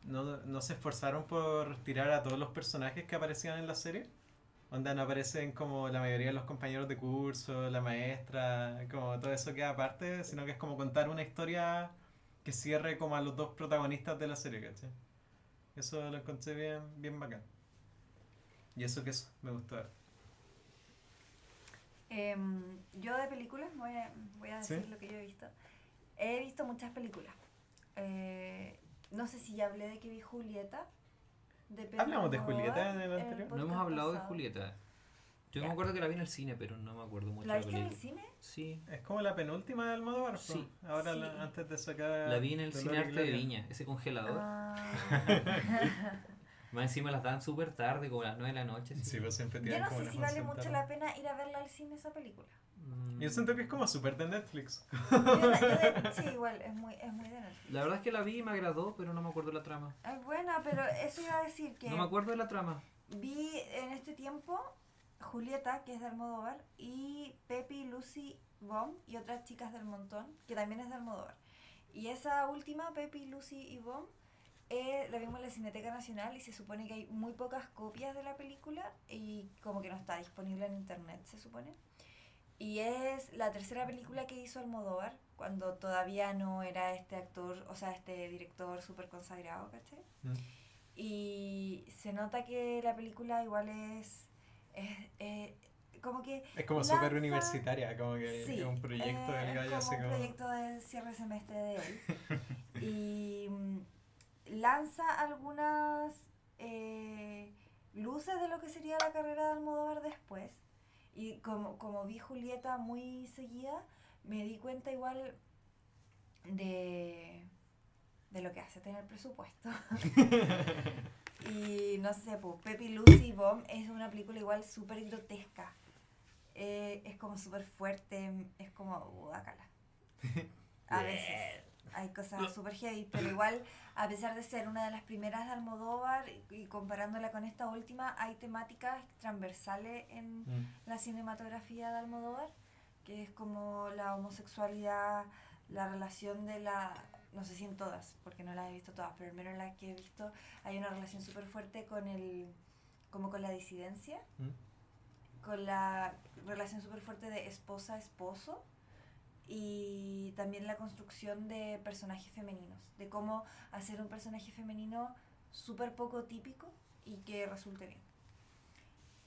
S2: no, no se esforzaron por tirar a todos los personajes que aparecían en la serie. Onda no aparecen como la mayoría de los compañeros de curso, la maestra, como todo eso queda aparte, sino que es como contar una historia que cierre como a los dos protagonistas de la serie, ¿cachai? Eso lo encontré bien, bien bacán. Y eso que eso, me gustó. harto.
S1: Em, yo de películas, voy a, voy a
S2: ¿Sí?
S1: decir lo que yo he visto. He visto muchas películas. Eh, no sé si ya hablé de que vi Julieta. de Pedro
S2: Hablamos de
S1: Almodóvar
S2: Julieta en el anterior.
S3: No hemos
S1: podcast
S3: hablado de
S1: pasado.
S3: Julieta. Yo
S1: Ya.
S3: me acuerdo que la vi en el cine, pero no me acuerdo mucho
S1: ¿La
S3: de la
S1: viste en
S3: película.
S1: el cine?
S3: Sí,
S2: Es como la penúltima del modo barco.
S3: Sí,
S2: Ahora
S1: sí.
S2: la- antes de sacar...
S3: la vi en el
S2: Dolor
S3: cine
S2: y
S3: arte de
S2: Gloria.
S3: Viña, ese congelador.
S2: [laughs]
S1: Ah.
S3: Más encima las dan súper tarde, como a las 9 de la noche. así.
S2: Sí, pues siempre
S1: yo
S2: tienen
S1: no
S2: como
S1: sé
S2: las
S1: si vale
S2: 11
S1: mucho
S2: tarde.
S1: la pena ir a verla al cine esa
S2: [laughs]
S1: película.
S3: Mm.
S2: Yo siento que es como súper de Netflix.
S1: Yo la- yo de- sí, igual, es muy, es muy de Netflix.
S3: La verdad es que la vi y me agradó, pero no me acuerdo la trama.
S1: Es buena, pero eso iba a decir que
S3: No me acuerdo de la trama.
S1: vi en este tiempo Julieta, que es de Almodóvar, y Pepi, Lucy, Bomb y otras chicas del montón, que también es de Almodóvar. Y esa última, Pepi, Lucy y Bomb, eh, la vimos en la Cineteca Nacional y se supone que hay muy pocas copias de la película y como que no está disponible en internet, se supone. Y es la tercera película que hizo Almodóvar cuando todavía no era este actor, o sea, este director súper consagrado, ¿cachai?
S2: Mm.
S1: Y se nota que la película igual es... es, eh, como que...
S2: Es como
S1: Lanza-
S2: súper universitaria, como que
S1: Sí,
S2: es un proyecto
S1: eh,
S2: del
S1: es
S2: gallo así
S1: como un
S2: como...
S1: proyecto de cierre de semestre de él.
S2: [laughs]
S1: y mm, lanza algunas eh, luces de lo que sería la carrera de Almodóvar después. Y como, como vi Julieta muy seguida, me di cuenta igual de, de lo que hace tener presupuesto. y no sé, pues, Pepi Lucy Bomb es una película igual súper grotesca. Eh, es como súper fuerte, es como guácala. A veces hay cosas súper heavy, pero igual, a pesar de ser una de las primeras de Almodóvar y- y comparándola con esta última, hay temáticas transversales en,
S2: Mm.
S1: la cinematografía de Almodóvar, que es como la homosexualidad, la relación de la, no sé si en todas, porque no las he visto todas, pero al menos en las que he visto hay una relación súper fuerte con el, como con la disidencia,
S2: Mm.
S1: con la relación súper fuerte de esposa-esposo y también la construcción de personajes femeninos, de cómo hacer un personaje femenino súper poco típico y que resulte bien.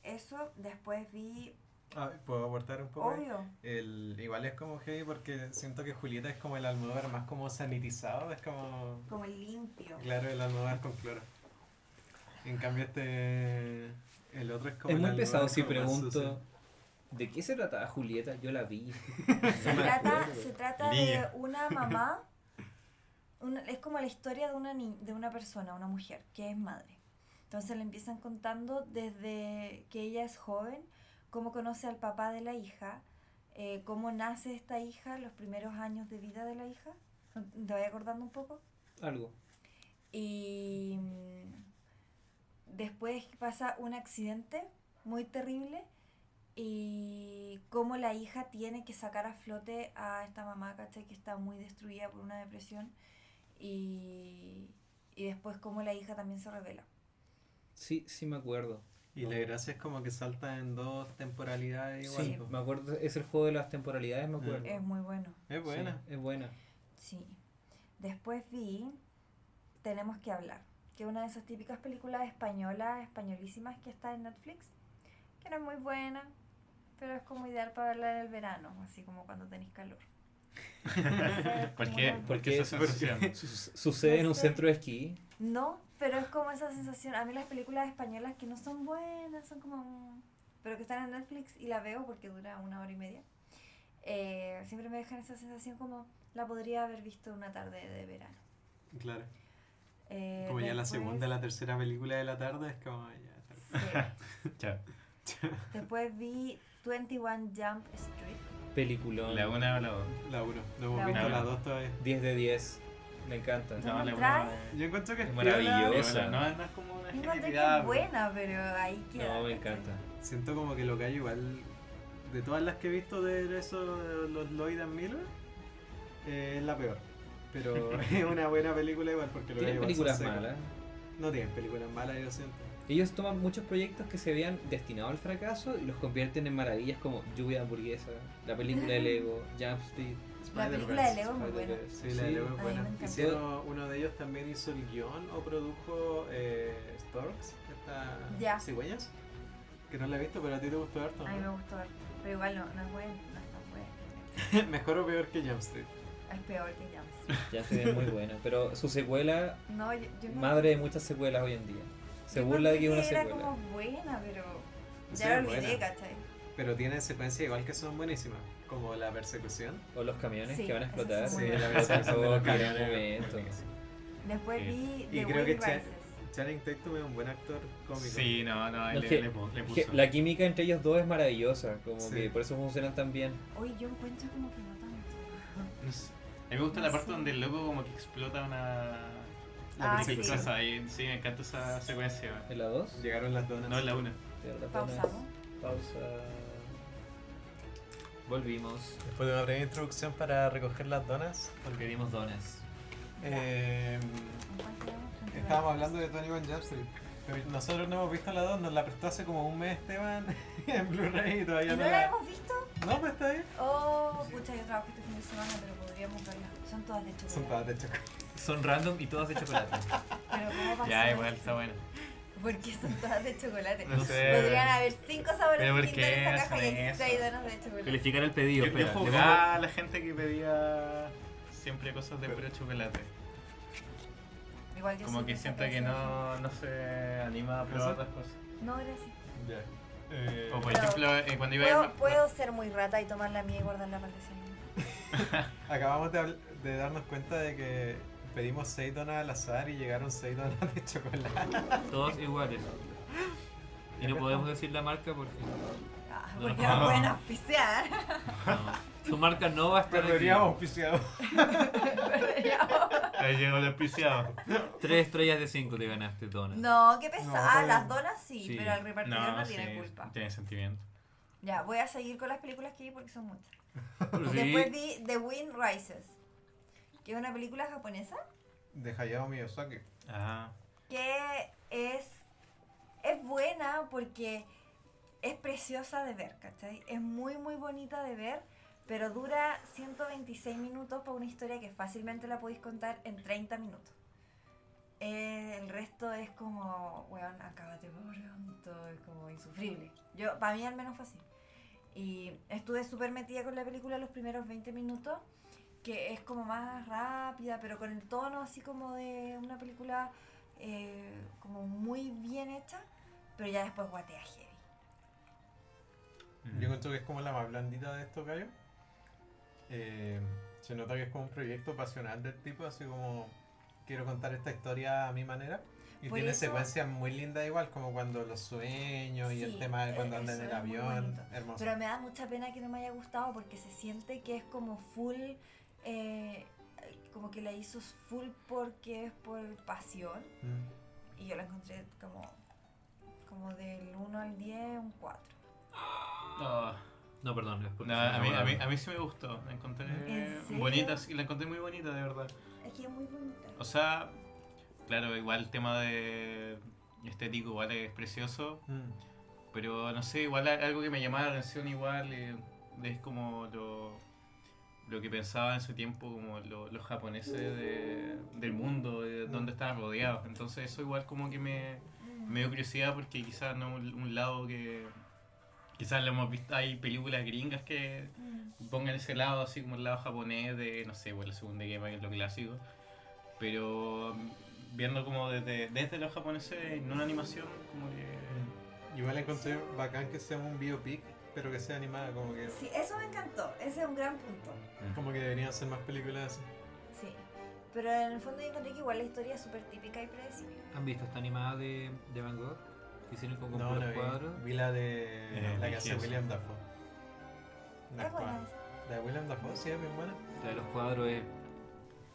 S1: Eso, después vi
S2: Ah, ¿Puedo aportar un poco? ahí?
S1: Obvio.
S2: El, igual es como heavy porque siento que Julieta es como el almodóvar más como sanitizado, es como,
S1: Como el limpio.
S2: claro, el almodóvar con cloro. En cambio este, El otro es como.
S5: Es
S2: el
S5: muy
S2: algodón
S5: pesado si
S2: como más
S5: pregunto.
S2: sucio.
S5: ¿De qué se trataba Julieta? Yo la vi.
S1: Se trata, se trata de
S4: Niña.
S1: una mamá. una- es como la historia de una, ni- de una persona, una mujer, que es madre. Entonces le empiezan contando desde que ella es joven, cómo conoce al papá de la hija, eh, cómo nace esta hija, los primeros años de vida de la hija. ¿Te voy acordando un poco?
S5: Algo.
S1: Y mm, después pasa un accidente muy terrible y cómo la hija tiene que sacar a flote a esta mamá, ¿cachai? Que está muy destruida por una depresión y, y después cómo la hija también se revela.
S5: Sí, sí me acuerdo.
S2: Y la gracia es como que salta en dos temporalidades igual.
S5: Sí,
S2: po.
S5: me acuerdo. Es el juego de las temporalidades, me acuerdo.
S1: Es muy bueno,
S2: Es buena.
S5: Sí, es buena.
S1: sí. Después vi Tenemos que hablar, que es una de esas típicas películas españolas, españolísimas que está en Netflix, que no es muy buena, pero es como ideal para verla en el verano, así como cuando tenéis calor.
S4: [laughs] ¿Por qué?
S1: Como-
S4: ¿Por qué esa sensación?
S5: [laughs] su- sucede en un
S1: No sé.
S5: centro de esquí.
S1: No, pero es como esa sensación. A mí las películas españolas que no son buenas, son como... mm, Pero que están en Netflix y la veo porque dura una hora y media. eh, siempre me dejan esa sensación como la podría haber visto una tarde de verano.
S2: Claro.
S1: Eh,
S2: Como ya la
S1: después-
S2: segunda, la tercera película de la tarde es como ya. está bien.
S1: sí.
S4: Chao.
S1: Después vi 21 Jump
S5: [laughs]
S1: Street.
S5: Peliculón.
S4: La una o la dos.
S2: La 1. No hemos
S1: La
S2: visto
S4: uno.
S2: la 2 todavía.
S5: 10 de 10. Me encanta.
S1: No,
S4: la
S1: trae.
S4: una.
S2: Yo encuentro que
S5: Es
S2: es
S5: maravilloso.
S2: piola.
S5: Diosa.
S4: No, no es como una
S1: Yo encontré que
S4: genialidad,
S1: es buena, pero ahí queda.
S5: No, me
S1: ¿cachai?
S5: encanta.
S2: Siento como que lo que hay igual. De todas las que he visto de esos, de los Lloyd and Miller, eh, es la peor. Pero
S5: [laughs]
S2: es una buena película igual porque lo que hay
S5: Tienen
S2: igual son
S5: películas
S2: secas.
S5: malas.
S2: No tienen películas malas, yo siento.
S5: Ellos toman muchos proyectos que se vean destinados al fracaso y los convierten en maravillas como Lluvia de hamburguesa, la película de Lego, Jump Street,
S1: La
S2: Spider-Verse.
S1: película de Lego es muy buena.
S5: Spider-Verse.
S2: Sí, la de Leo es
S1: me
S2: buena.
S1: encantó.
S2: Hicieron, uno de ellos también hizo el guión o produjo eh, Storks, esta
S1: Ya.
S2: cigüeñas, que no la he visto, pero a ti te gustó harto.
S1: A mí me
S2: ¿no?
S1: gustó harto. Pero igual no, no es buena. No es tan buena.
S2: [laughs] Mejor o peor que Jump Street.
S1: Es peor que Jump
S5: [laughs]
S1: Street.
S5: Jump
S1: [laughs]
S5: Street es muy buena, pero su secuela,
S1: No, yo, yo no-
S5: madre de muchas secuelas hoy en día. Se
S1: yo
S5: burla de que es una
S1: pensé era
S5: secuela.
S1: como buena, pero
S2: Sí,
S1: ya lo
S2: es buena.
S1: olvidé, ¿cachai?
S2: Pero tiene secuencias igual que son buenísimas, como la persecución.
S5: O los camiones
S1: Sí,
S5: que van a
S1: esas
S5: explotar.
S1: son Sí, buenas.
S2: la
S3: [laughs]
S4: [laughs]
S2: persecución de los
S5: Oh, qué
S2: camiones.
S5: momento.
S1: Después
S4: Sí.
S1: vi
S2: Y
S1: The
S2: creo que
S1: Wind
S2: Cha-
S1: Rises.
S2: Channing Tatum es un buen actor cómico.
S4: Sí, no, no,
S5: No,
S4: le,
S5: es que-
S4: le pu- le
S5: Que
S4: puso.
S5: La química entre ellos dos es maravillosa, como
S2: Sí.
S5: que por eso funcionan tan bien.
S1: Hoy yo encuentro como que no tanto.
S4: No sé. A mí me gusta
S1: No
S4: la parte
S1: sé.
S4: donde el loco como que explota una...
S1: Ah,
S4: una
S1: sí.
S4: cosa ahí. Sí, me encanta esa secuencia.
S5: ¿En la 2?
S2: Llegaron las donas.
S4: No es la una.
S1: Pausamos.
S5: Pausa.
S3: Volvimos.
S2: Después de una breve introducción para recoger las donas,
S3: Porque dimos dones.
S2: eh,
S1: Encontramos gente
S2: estábamos
S1: de-
S2: hablando de Tony One Jump Street. Pero Nosotros no hemos visto la 2, nos la prestó hace como un mes Esteban [laughs] en Blu-ray y
S1: ¿Y
S2: todavía
S1: no
S2: no
S1: la
S2: la...
S1: hemos visto?
S2: No, pues está bien.
S1: Oh, pucha, yo trabajo este fin de semana, pero podríamos verla. Son todas de chocolate.
S2: Son todas de chocolate.
S3: Son random y todas de chocolate.
S1: Pero ¿cómo pasó
S4: Ya,
S1: esto?
S4: igual, está bueno.
S1: ¿Por qué son todas de
S4: [laughs]
S1: chocolate?
S4: No sé.
S1: Podrían haber cinco sabores
S4: Pero ¿por
S1: distintos en
S4: qué
S1: esa caja y
S4: hacen
S1: hay
S4: eso?
S1: seis donas de chocolate.
S3: Calificar el pedido.
S4: Yo, yo
S3: espera. Le pongo-
S4: juzgaba a la gente que pedía siempre cosas de puro chocolate.
S1: Igual yo
S4: Como
S1: soy
S4: que
S1: de esa
S4: siento que
S1: persona.
S4: no, no se anima a probar
S2: ¿Eso?
S4: otras cosas.
S1: No, gracias.
S2: Ya.
S4: O por
S1: Pero-
S4: ejemplo, eh, cuando iba a
S1: Puedo,
S4: ir...
S1: puedo ser muy rata y tomar la mía y guardarla para el desayuno.
S2: Acabamos de, habl- de darnos cuenta de que pedimos 6 donas al azar y llegaron 6 donas de chocolate.
S3: Todos iguales. Y no podemos decir la marca porque
S1: Ah,
S3: No.
S1: porque no pueden
S4: [laughs]
S1: auspiciar. [laughs]
S3: no. su marca no va a estar aquí.
S2: Perderíamos auspiciado.
S4: Ahí llegó el auspiciado.
S3: Tres estrellas de cinco te ganaste, Dona.
S1: no, qué
S2: No,
S1: pesado.
S2: está
S1: ah,
S2: bien.
S1: las donas sí,
S3: Sí.
S1: pero el repartidor no,
S4: No, sí,
S1: tiene culpa.
S4: tiene sentimiento.
S1: Ya, voy a seguir con las películas que vi porque son muchas.
S3: [laughs] Pero sí,
S1: Después vi The Wind Rises, que es una película japonesa
S2: De Hayao Miyazaki.
S4: Ah,
S1: que es, es buena porque es preciosa de ver, ¿cachai? Es muy, muy bonita de ver, pero dura 126 minutos para una historia que fácilmente la podéis contar en 30 minutos. Eh, el resto es como, weón, acábate pronto, es como insufrible. Yo, para mí al menos fue así. Y estuve súper metida con la película los primeros 20 minutos, que es como más rápida, pero con el tono así como de una película eh, como muy bien hecha, pero ya después guatea heavy.
S4: mm.
S2: Yo encuentro que es como la más blandita de estos gallos. Eh, se nota que es como un proyecto pasional del tipo, así como quiero contar esta historia a mi manera. Y
S1: Por
S2: tiene
S1: eso-
S2: secuencias muy lindas igual, como cuando los sueños y el
S1: Sí,
S2: tema de cuando
S1: eh,
S2: andan en
S1: eso
S2: el
S1: es muy
S2: avión.
S1: bonito.
S2: Hermoso.
S1: Pero me da mucha pena que no me haya gustado porque se siente que es como full, eh, como que la hizo full porque es por pasión.
S2: Mm.
S1: Y yo la encontré como, como del 1 al 10, un 4.
S4: Oh,
S3: No, perdón, es porque
S4: no,
S3: se me
S4: a, mí,
S3: acabó la-
S4: a, mí, a mí sí me gustó. La encontré
S1: ¿En serio?
S4: bonita, sí, la encontré muy bonita, de verdad.
S1: Es que es muy bonita.
S4: O sea, claro, igual el tema de estético igual es precioso,
S2: Mm.
S4: pero no sé, igual a- algo que me llamaba la atención igual eh, es como lo, lo que pensaba en su tiempo como lo- los japoneses de- del mundo, de donde estaban rodeados. Entonces eso igual como que me,
S1: Mm.
S4: me dio curiosidad porque quizás no un, un lado que... Quizás lo hemos visto, hay películas gringas que
S1: Mm.
S4: pongan ese lado, así como el lado japonés de, no sé, bueno, la Segunda Guerra, que es lo clásico. Pero mm, viendo como desde, desde los japoneses en una animación, como que...
S2: Igual encontré bacán que sea un biopic, pero que sea animada, como que,
S1: Sí, eso me encantó. Ese es un gran punto.
S2: como que deberían ser más películas así.
S1: Sí. Pero en el fondo yo encontré que igual la historia es súper típica y predecible.
S3: ¿Han visto esta animada de, de Van Gogh? Que hicieron con, con
S2: No,
S3: puros
S2: no
S3: cuadros.
S2: vi, vi la de
S4: Eh,
S2: la que hace
S4: Vigilance.
S2: William Dafoe. La
S1: Es buena
S2: actual.
S1: esa.
S2: La de William Dafoe, sí, es bien buena.
S3: La de los cuadros es.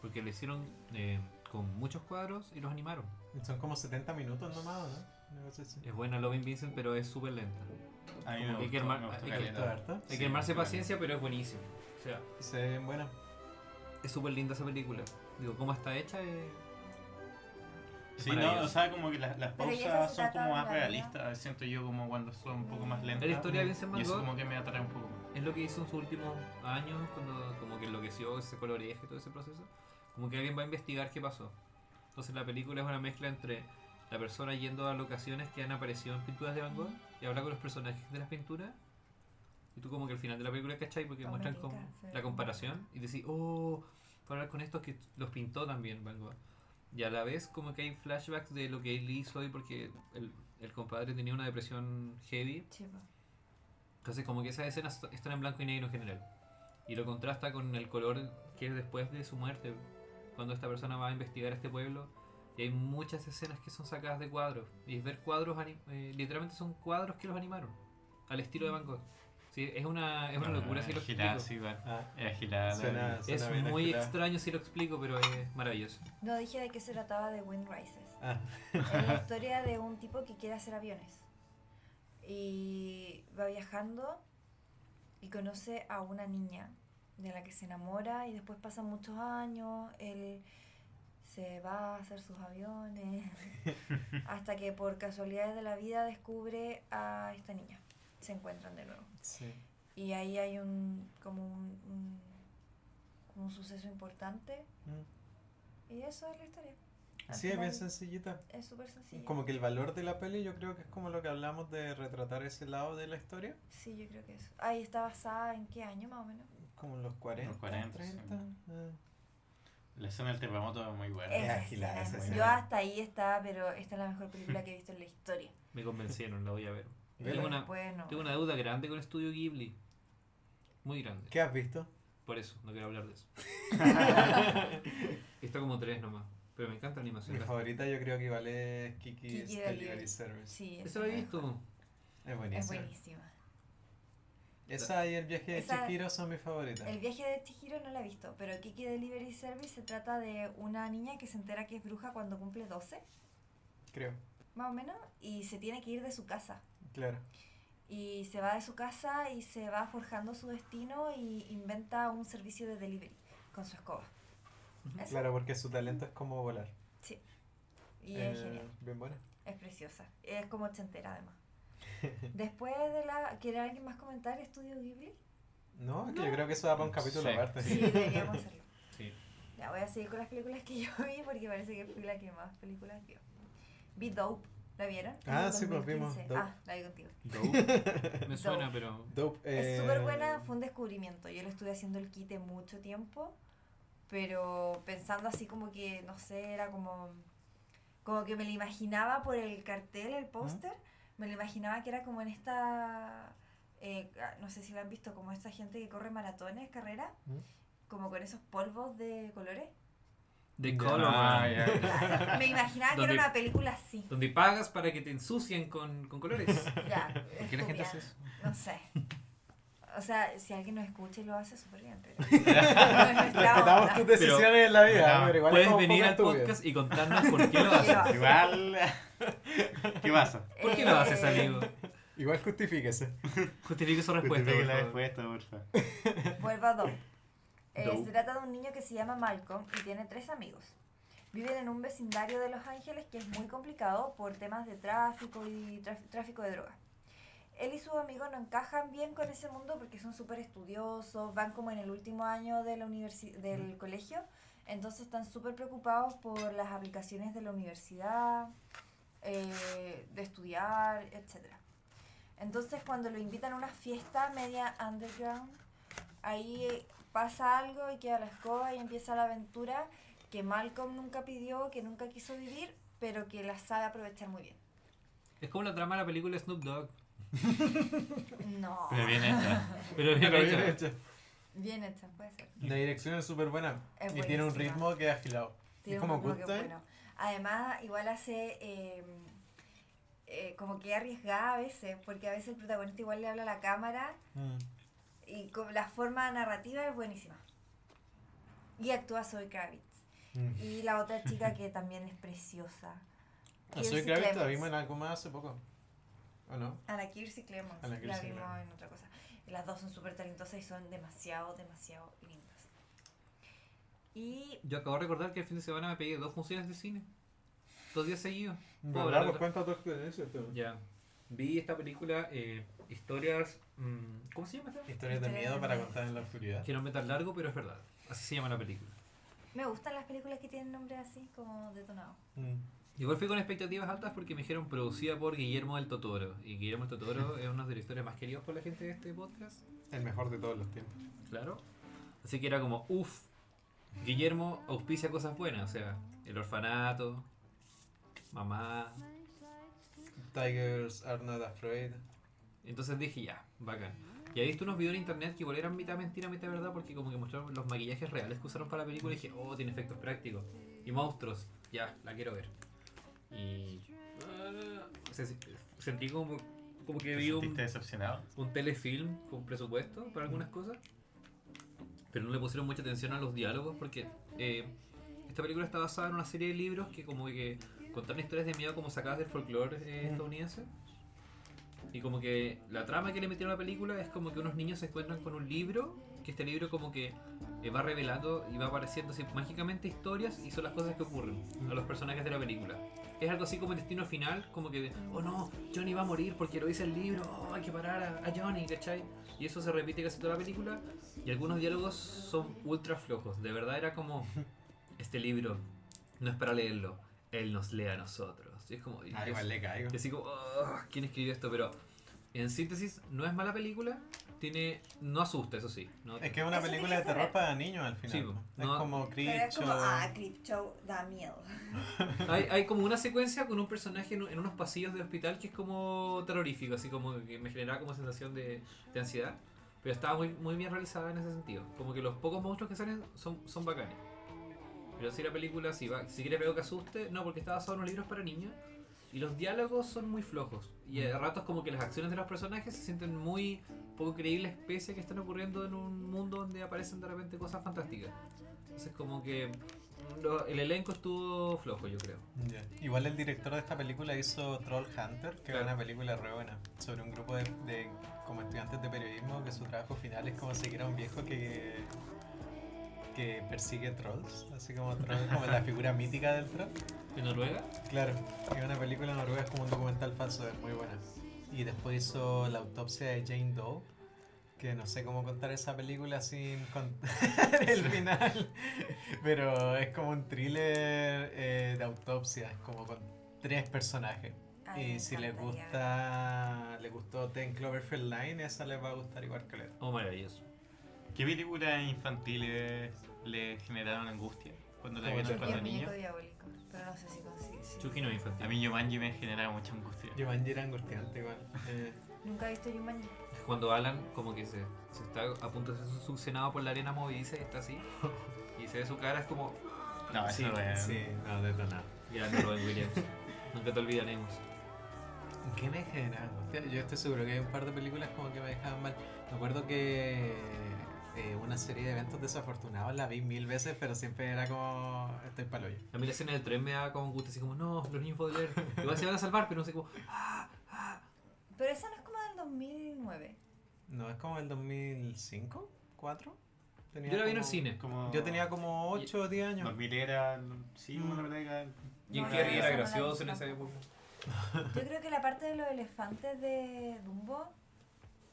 S3: Porque lo hicieron eh, con muchos cuadros y los animaron.
S2: Son como 70 minutos nomás, ¿o ¿no? Una cosa así.
S3: Es buena Loving Vincent, pero es súper lenta.
S4: A mí
S3: Como que hay que armar- hay que-
S4: caleta.
S2: ¿Esto, harto?
S3: Hay
S4: Sí,
S3: que armarse
S4: claro.
S3: paciencia, pero es buenísimo. O sea,
S2: Se ve bien buena.
S3: es súper linda esa película. Digo, cómo está hecha es.
S4: Sí, no, o sea, como que las, las
S1: Pero ya esas
S4: pausas son
S1: etapas
S4: como más
S1: de la vida.
S4: realistas, siento yo como cuando son un poco más lentas.
S3: La historia de Vincent Van
S4: Y eso
S3: Gogh
S4: como que me atrae un poco más.
S3: es lo que hizo en sus últimos años, cuando como que enloqueció, se coloreje y todo ese proceso. Como que alguien va a investigar qué pasó. Entonces la película es una mezcla entre la persona yendo a locaciones que han aparecido en pinturas de Van Gogh y habla con los personajes de las pinturas. Y tú como que al final de la película, ¿cachai? Porque
S1: Ah,
S3: muestran
S1: marica,
S3: como
S1: sí.
S3: la comparación y decís, oh, para hablar con estos que los pintó también Van Gogh. Y a la vez como que hay flashbacks de lo que él hizo y porque el, el compadre tenía una depresión heavy
S1: Chivo.
S3: entonces como que esas escenas est- están en blanco y negro en general. Y lo contrasta con el color que es después de su muerte, cuando esta persona va a investigar este pueblo. Y hay muchas escenas que son sacadas de cuadros. Y es ver cuadros, ani- eh, literalmente son cuadros que los animaron, al estilo de Van Gogh. Sí, es una, es una locura si lo explico.
S4: Gilada, sí, va.
S2: Ah,
S4: Era gilada.
S2: suena, suena
S3: Es
S2: bien
S3: muy
S2: agilada.
S3: extraño si lo explico, pero es maravilloso.
S1: No dije de qué se trataba de Wind Rises.
S2: Ah,
S1: Es la historia de un tipo que quiere hacer aviones. Y va viajando y conoce a una niña de la que se enamora y después pasan muchos años, él se va a hacer sus aviones, hasta que por casualidades de la vida descubre a esta niña. Se encuentran de nuevo.
S2: sí.
S1: Y ahí hay un como un, un- como un suceso importante Ah,
S2: Mm.
S1: y eso es la historia. Al
S2: Sí, es
S1: final
S2: bien sencillita.
S1: Es súper sencillo.
S2: Como que el valor de la peli yo creo que es como lo que hablamos de retratar ese lado de la historia.
S1: Sí, yo creo que eso. Ahí está basada en qué año más o menos.
S2: Como los 40,
S4: Los 40, sí.
S2: 30. ah.
S4: La escena del terremoto es muy buena.
S2: Es
S1: Esa
S2: ágil,
S1: escena,
S2: esa
S1: yo
S2: escena.
S1: hasta ahí estaba, pero esta es la mejor película que he visto en la historia.
S3: Me convencieron, la voy a ver.
S2: Vela.
S3: [laughs] Tengo una,
S1: Bueno,
S3: tengo una deuda grande con el estudio Ghibli. Muy grande.
S2: ¿Qué has visto?
S3: Por eso, no quiero hablar de eso. Está como tres nomás. Pero me encanta la animación.
S2: Mi favorita yo creo que igual es Kiki's
S1: Kiki
S2: Delivery
S1: Delivery.
S2: Service.
S1: sí,
S3: Eso lo he
S1: es-
S3: visto.
S2: Es buenísimo.
S1: Es buenísima.
S2: Esa y el viaje de
S1: Esa-
S2: Chihiro son mis favoritas.
S1: El viaje de Chihiro no la he visto, pero Kiki Delivery Service se trata de una niña que se entera que es bruja cuando cumple 12,
S2: Creo,
S1: más o menos, y se tiene que ir de su casa.
S2: claro.
S1: Y se va de su casa y se va forjando su destino y inventa un servicio de delivery con su escoba.
S3: Ujú.
S1: Eso.
S2: Claro, porque su talento es como volar.
S1: Y
S2: Eh,
S1: es genial.
S2: Bien buena.
S1: Es preciosa. Es como ochentera además. [laughs] Después de la... ¿Quiere alguien más comentar Estudio Ghibli?
S2: No, es que yo creo que eso da para un capítulo
S4: Sí.
S2: aparte.
S1: Sí,
S2: [laughs]
S1: deberíamos hacerlo.
S3: Sí.
S1: Ya voy a seguir con las películas que yo vi porque parece que fui la que más películas vio. Vi Dope. ¿La vieron? Es
S2: Ah,
S1: del
S2: sí, pues,
S1: 2015.
S2: vimos Dope.
S1: Ah, la vi contigo.
S3: Me suena, pero.
S2: Dope. eh,
S1: Es súper buena, fue un descubrimiento. Yo le estuve haciendo el quite mucho tiempo, pero pensando así como que, no sé, era como... Como que me la imaginaba por el cartel, el póster, me lo imaginaba que era como en esta, eh, ah, no sé si lo han visto, como esta gente que corre maratones, carrera,
S2: ¿Mm?
S1: como con esos polvos de colores.
S3: The
S2: Ya.
S3: Color
S4: Ah,
S3: Run.
S4: ya.
S1: Me imaginaba que era
S3: Donde-
S1: una película así.
S3: Donde pagas para que te ensucien con, con colores.
S1: Ya,
S3: ¿Por qué la gente
S1: estúpida,
S3: hace eso?
S1: No sé. O sea, si alguien nos escucha y lo hace, súper bien. Pero no es nuestra
S2: Respetamos
S1: onda.
S2: tus decisiones en la vida,
S4: Pero-
S2: pero igual
S3: Puedes
S2: somos un
S3: venir
S2: poco
S3: al
S2: estúpidos.
S3: podcast y contarnos por qué lo
S1: ¿Por qué
S3: haces.
S1: lo haces?
S4: [laughs] Igual. ¿Qué pasa?
S3: ¿Por qué lo haces,
S1: Eh,
S3: amigo?
S2: Igual justifíquese.
S3: [laughs] Justifique su respuesta,
S4: Justifique
S3: por
S4: la
S3: favor.
S4: respuesta, porfa.
S1: Vuelvo a Dom. Eh,
S3: Dom.
S1: se trata de un niño que se llama Malcolm y tiene tres amigos. Viven en un vecindario de Los Ángeles que es muy complicado por temas de tráfico y traf- tráfico de drogas. Él y sus amigos no encajan bien con ese mundo porque son súper estudiosos, van como en el último año de la universi- del colegio, entonces están súper preocupados por las aplicaciones de la universidad, eh, de estudiar, etc. Entonces cuando lo invitan a una fiesta media underground, ahí eh, pasa algo y queda la escoba y empieza la aventura que Malcolm nunca pidió, que nunca quiso vivir, pero que la sabe aprovechar muy bien.
S3: Es como la trama de la película Snoop Dogg.
S1: No.
S4: Pero bien hecha.
S3: Pero bien
S2: Pero
S3: hecha.
S2: bien hecho.
S1: Bien hecha, puede ser.
S2: La dirección es súper buena.
S1: Es
S2: y tiene un
S1: buenísima.
S2: ritmo que es agilado.
S1: Tiene
S2: es
S1: un
S2: como
S1: ritmo que es
S2: Good Time.
S1: bueno. Además, igual hace eh, eh, como que arriesgada a veces, porque a veces el protagonista igual le habla a la cámara
S2: Mm.
S1: y con la forma narrativa es buenísima. Y actúa Zoe Kravitz.
S2: Mm.
S1: Y la otra chica que también es preciosa.
S2: A Zoe
S1: Kelsey
S2: Kravitz la
S1: Clemons.
S2: vimos en algo más hace poco. ¿O no?
S1: A la Kirsi Clemons.
S2: A la
S1: la
S2: Kiersey
S1: vimos
S2: Clemons.
S1: en otra cosa. Y Las dos son súper talentosas y son demasiado, demasiado lindas. Y
S3: Yo acabo de recordar que el fin de semana me pegué dos funciones de cine. Dos días seguidos.
S2: Pero
S3: hablar
S2: Carlos,
S3: otra-
S2: cuenta tu experiencia. tú.
S3: Ya. Vi esta película, eh, historias... mm, ¿Cómo se llama esta?
S2: Historias de miedo para contar en la oscuridad.
S3: Quiero meter largo, pero es verdad. Así se llama la película.
S1: me gustan las películas que tienen nombres así, como detonado.
S2: Mm.
S3: Igual fui con expectativas altas porque me dijeron producida por Guillermo del Totoro. Y Guillermo del Totoro es uno de los directores más queridos por la gente de este podcast.
S2: El mejor de todos los tiempos.
S3: Claro. Así que era como, uff, Guillermo auspicia cosas buenas. O sea, el orfanato, mamá.
S2: Tigers are not afraid.
S3: Entonces dije, ya, bacán. Y ahí visto unos videos en internet que igual eran mitad mentira, mitad verdad, porque como que mostraron los maquillajes reales que usaron para la película y dije, oh, tiene efectos prácticos. Y monstruos, ya, la quiero ver. Y... ah, se- sentí como, como [laughs] que
S4: ¿Te
S3: vi un...
S4: sentiste Mm. decepcionado?
S3: un telefilm con presupuesto para algunas cosas, pero no le pusieron mucha atención a los diálogos porque eh, esta película está basada en una serie de libros que como que contaron historias de miedo como sacadas del folclore eh,
S2: Mm.
S3: estadounidense. Y como que la trama que le metieron a la película es como que unos niños se encuentran con un libro, que este libro como que eh, va revelando y va apareciendo así mágicamente historias y son las cosas que ocurren a los personajes de la película. Es algo así como el destino final, como que, oh no, Johnny va a morir porque lo dice el libro, oh, hay que parar a, a Johnny, ¿cachai? Y eso se repite casi toda la película y algunos diálogos son ultra flojos. De verdad era como, este libro no es para leerlo, él nos lee a nosotros. Y es como, y
S2: Ah,
S3: yo-
S2: igual le caigo.
S3: y así como, "Ugh, ¿quién escribió esto? Pero en síntesis, no es mala película. Tiene. No asusta, eso sí. No,
S2: Es que es una
S1: Eso
S2: película de
S1: quería saber.
S2: terror para niños al final.
S3: Sí,
S2: po.
S3: no-
S2: Es como
S1: Pero es
S2: Creepshow.
S1: como, ah, Creepshow da miedo.
S3: hay, hay como una secuencia con un personaje en, en unos pasillos de hospital que es como terrorífico, así como que me generaba como sensación de, de ansiedad. Pero estaba muy, muy bien realizada en ese sentido. Como que los pocos monstruos que salen son, son bacanes. Pero si la película, si, va, si quieres ver algo que asuste, no, porque está basado en unos libros para niños. Y los diálogos son muy flojos. Y a ratos como que las acciones de los personajes se sienten muy poco creíbles pese a que están ocurriendo en un mundo donde aparecen de repente cosas fantásticas. Entonces como que lo- el elenco estuvo flojo, yo creo.
S2: Ya. Igual el director de esta película hizo Troll Hunter, que
S3: Claro.
S2: es una película re buena, sobre un grupo de, de- como estudiantes de periodismo que su trabajo final es como seguir a un viejo que, que persigue trolls, así como troll, como la figura mítica del troll.
S3: ¿En Noruega?
S2: Claro, es una película noruega, es como un documental falso, es muy buena. Y después hizo la autopsia de Jane Doe, que no sé cómo contar esa película sin contar [laughs] el final, pero es como un thriller eh, de autopsia, es como con tres personajes.
S1: Ay, Ah, me
S2: Y si les
S1: encantaría.
S2: gusta, les gustó Ten Cloverfield Line, esa les va a gustar igual que
S3: Oh, maravilloso.
S4: ¿Qué películas infantiles le generaron angustia? cuando la
S5: Como
S4: vi
S5: Jordan.
S1: Y
S4: cuando
S1: es muñeco
S4: niño.
S1: diabólico, pero no sé si consigue. si-
S3: Chucky no es
S4: A
S3: infantil.
S4: mí Jumanji me generaba mucha angustia.
S2: Giovanni era angustiante igual. Eh,
S1: Nunca he visto Yumanji.
S3: Es cuando Alan como que se, se está a punto de ser succionado por la arena movediza y está [laughs] así. Y se ve su cara, es como...
S4: No, eso weón.
S2: Eh, sí, no, detonado.
S3: Grande Robin Williams. Nunca te olvidaremos.
S2: ¿Qué me genera angustia? Yo estoy seguro que hay un par de películas como que me dejaban mal. Me acuerdo que eh, una serie de eventos desafortunados la vi mil veces, pero siempre era como estoy palo yo.
S3: A mí la escena del tren me da como angustia, así como, no, los niños poder. Igual se van a salvar, pero no sé cómo...
S1: Pero esa no es como del 2009.
S2: No, es como el 2005, 4. Tenía
S3: Yo la vi en el
S2: como-
S3: cine.
S4: Como...
S2: Yo tenía como 8 o 10 años.
S4: 2000 era. Sí,
S2: Mm.
S4: una verdad que-
S3: Jim
S1: No,
S3: Carrey
S1: no,
S3: era
S1: esa no la
S3: gracioso
S1: vi
S3: en esa
S1: tampoco.
S3: época.
S1: Yo creo que la parte de los elefantes de Dumbo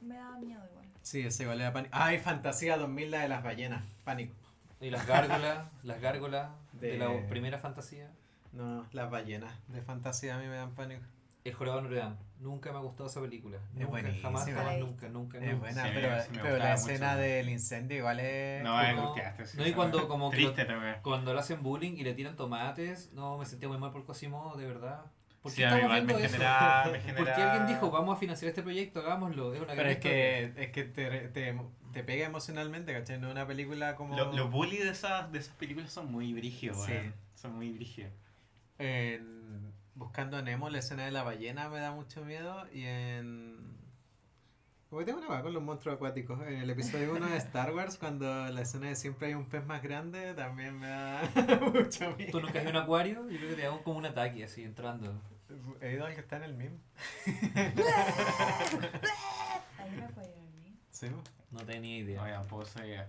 S1: me daba miedo igual.
S2: Sí, ese igual era pánico. Ay, Fantasía 2000, la de las ballenas. Pánico.
S3: Y las gárgolas, las gárgolas de...
S2: De-
S3: la primera fantasía.
S2: No, las ballenas de fantasía a mí me dan pánico.
S3: El Jorobado de Notre Dame. Nunca me ha gustado esa película.
S2: Es
S3: Nunca, jamás,
S2: buenísima.
S3: jamás, nunca, nunca.
S2: Es
S3: nunca.
S2: buena,
S4: sí,
S2: pero,
S4: sí me
S2: pero la
S4: gustaba mucho.
S2: escena del incendio igual es...
S4: No, me
S3: no.
S4: angustiaste. sí,
S3: No, y
S4: esa
S3: cuando
S4: weá.
S3: como que-
S4: Triste también.
S3: Cuando le hacen bullying y le tiran tomates, no, me sentía muy mal por Cosimo, de verdad. ¿Por qué
S4: Sí, a mí
S3: estamos
S4: igual
S3: haciendo
S4: me
S3: eso?
S4: genera,
S3: [laughs]
S4: me
S3: ¿Por
S4: genera.
S3: qué alguien dijo, vamos a financiar este proyecto, hagámoslo? Es una
S2: Pero
S3: gran
S2: es que, es que te, te, te pega emocionalmente, ¿cachai? No es una película como...
S4: Lo- los bullies de esas, de esas películas son muy brígidos,
S2: Sí.
S4: weón. Son muy brígidos.
S2: En Buscando a Nemo, la escena de la ballena me da mucho miedo. Y en. Como tengo una vaga con los monstruos acuáticos. En el episodio 1 de Star Wars, cuando la escena de siempre hay un pez más grande, también me da [laughs] mucho
S3: Tú
S2: miedo.
S3: nunca has ido a un acuario, yo creo que te hago como un ataque así, entrando.
S2: He ido al que está en el meme.
S1: A mí me puede ir a mí.
S2: Sí.
S3: No tenía
S4: No,
S3: idea.
S4: ya, puedo seguir.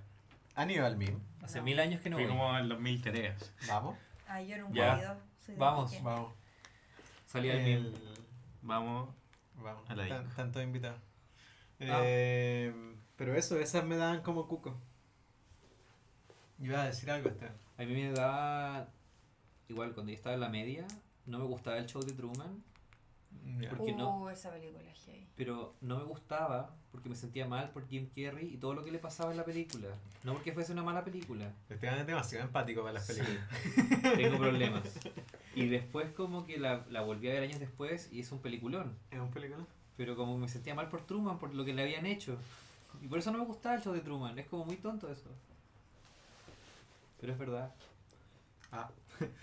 S2: Han ido al meme.
S3: Hace
S1: No.
S3: mil años que no
S4: Fui
S3: voy.
S4: como en el 2003.
S2: Vamos.
S1: Ah, yo nunca
S3: Ya.
S1: he ido. soy de
S3: Vamos,
S1: Iquique.
S2: Vamos.
S3: Salí al
S2: El-
S3: mil. [laughs]
S4: Vamos.
S2: Vamos.
S4: A la
S2: Tan-
S4: disco.
S2: tantos invitados.
S3: Ah.
S2: Eh, pero eso, esas me dan como cuco. Iba a decir algo, Esteban.
S3: A mí me da... Igual, cuando yo estaba en la media, no me gustaba el show de Truman, ¿Por qué no?
S1: Uh, esa película es [laughs] heavy.
S3: pero no me gustaba porque me sentía mal por Jim Carrey y todo lo que le pasaba en la película. No porque fuese una mala película.
S2: Esteban es demasiado empático para las películas.
S3: Tengo problemas. Y después como que la, la volví a ver años después y es un peliculón.
S2: ¿Es un película?
S3: Pero como me sentía mal por Truman, por lo que le habían hecho. Y por eso no me gustaba el show de Truman. Es como muy tonto eso. Pero es verdad.
S2: Ah.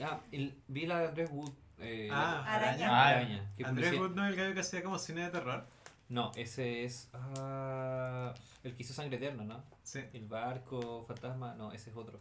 S3: Ah, el- vi la de Andrés Wood. eh,
S2: Ah,
S1: Araña.
S3: la
S4: Ah,
S3: araña, que
S2: Andrés
S3: publici-
S2: Wood no es el gallo que hacía como cine de terror.
S3: No, ese es... ah, el que hizo Sangre Eterna, ¿no?
S2: Sí.
S3: El barco, fantasma... No, ese es otro.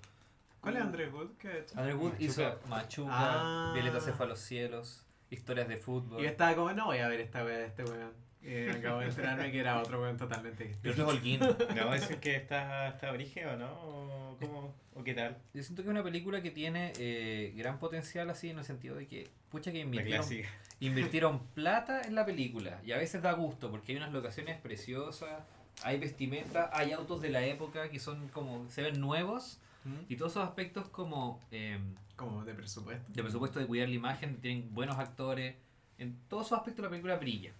S2: ¿Cuál es Andrés Wood que ha hecho?
S3: Andrés Wood
S2: Machuca.
S3: hizo Machuca,
S2: Ah.
S3: Violeta se fue a los cielos, historias de fútbol.
S2: Y este yo estaba como, no voy a ver esta wea de este weón. Y acabo de enterarme que era otro weón totalmente
S3: El
S2: distinto.
S3: otro es Holguín.
S4: No, eso es que está, está origen o no, o, cómo, o qué tal.
S3: Yo siento que es una película que tiene eh, gran potencial así en el sentido de que, pucha que
S4: La
S3: invirtieron,
S4: clásica.
S3: invirtieron plata en la película y a veces da gusto porque hay unas locaciones preciosas, hay vestimenta, hay autos de la época que son como, se ven nuevos
S2: ¿Mm?
S3: y todos esos aspectos como eh,
S2: Como de presupuesto.
S3: de presupuesto de cuidar la imagen, tienen buenos actores, en todos esos aspectos la película brilla.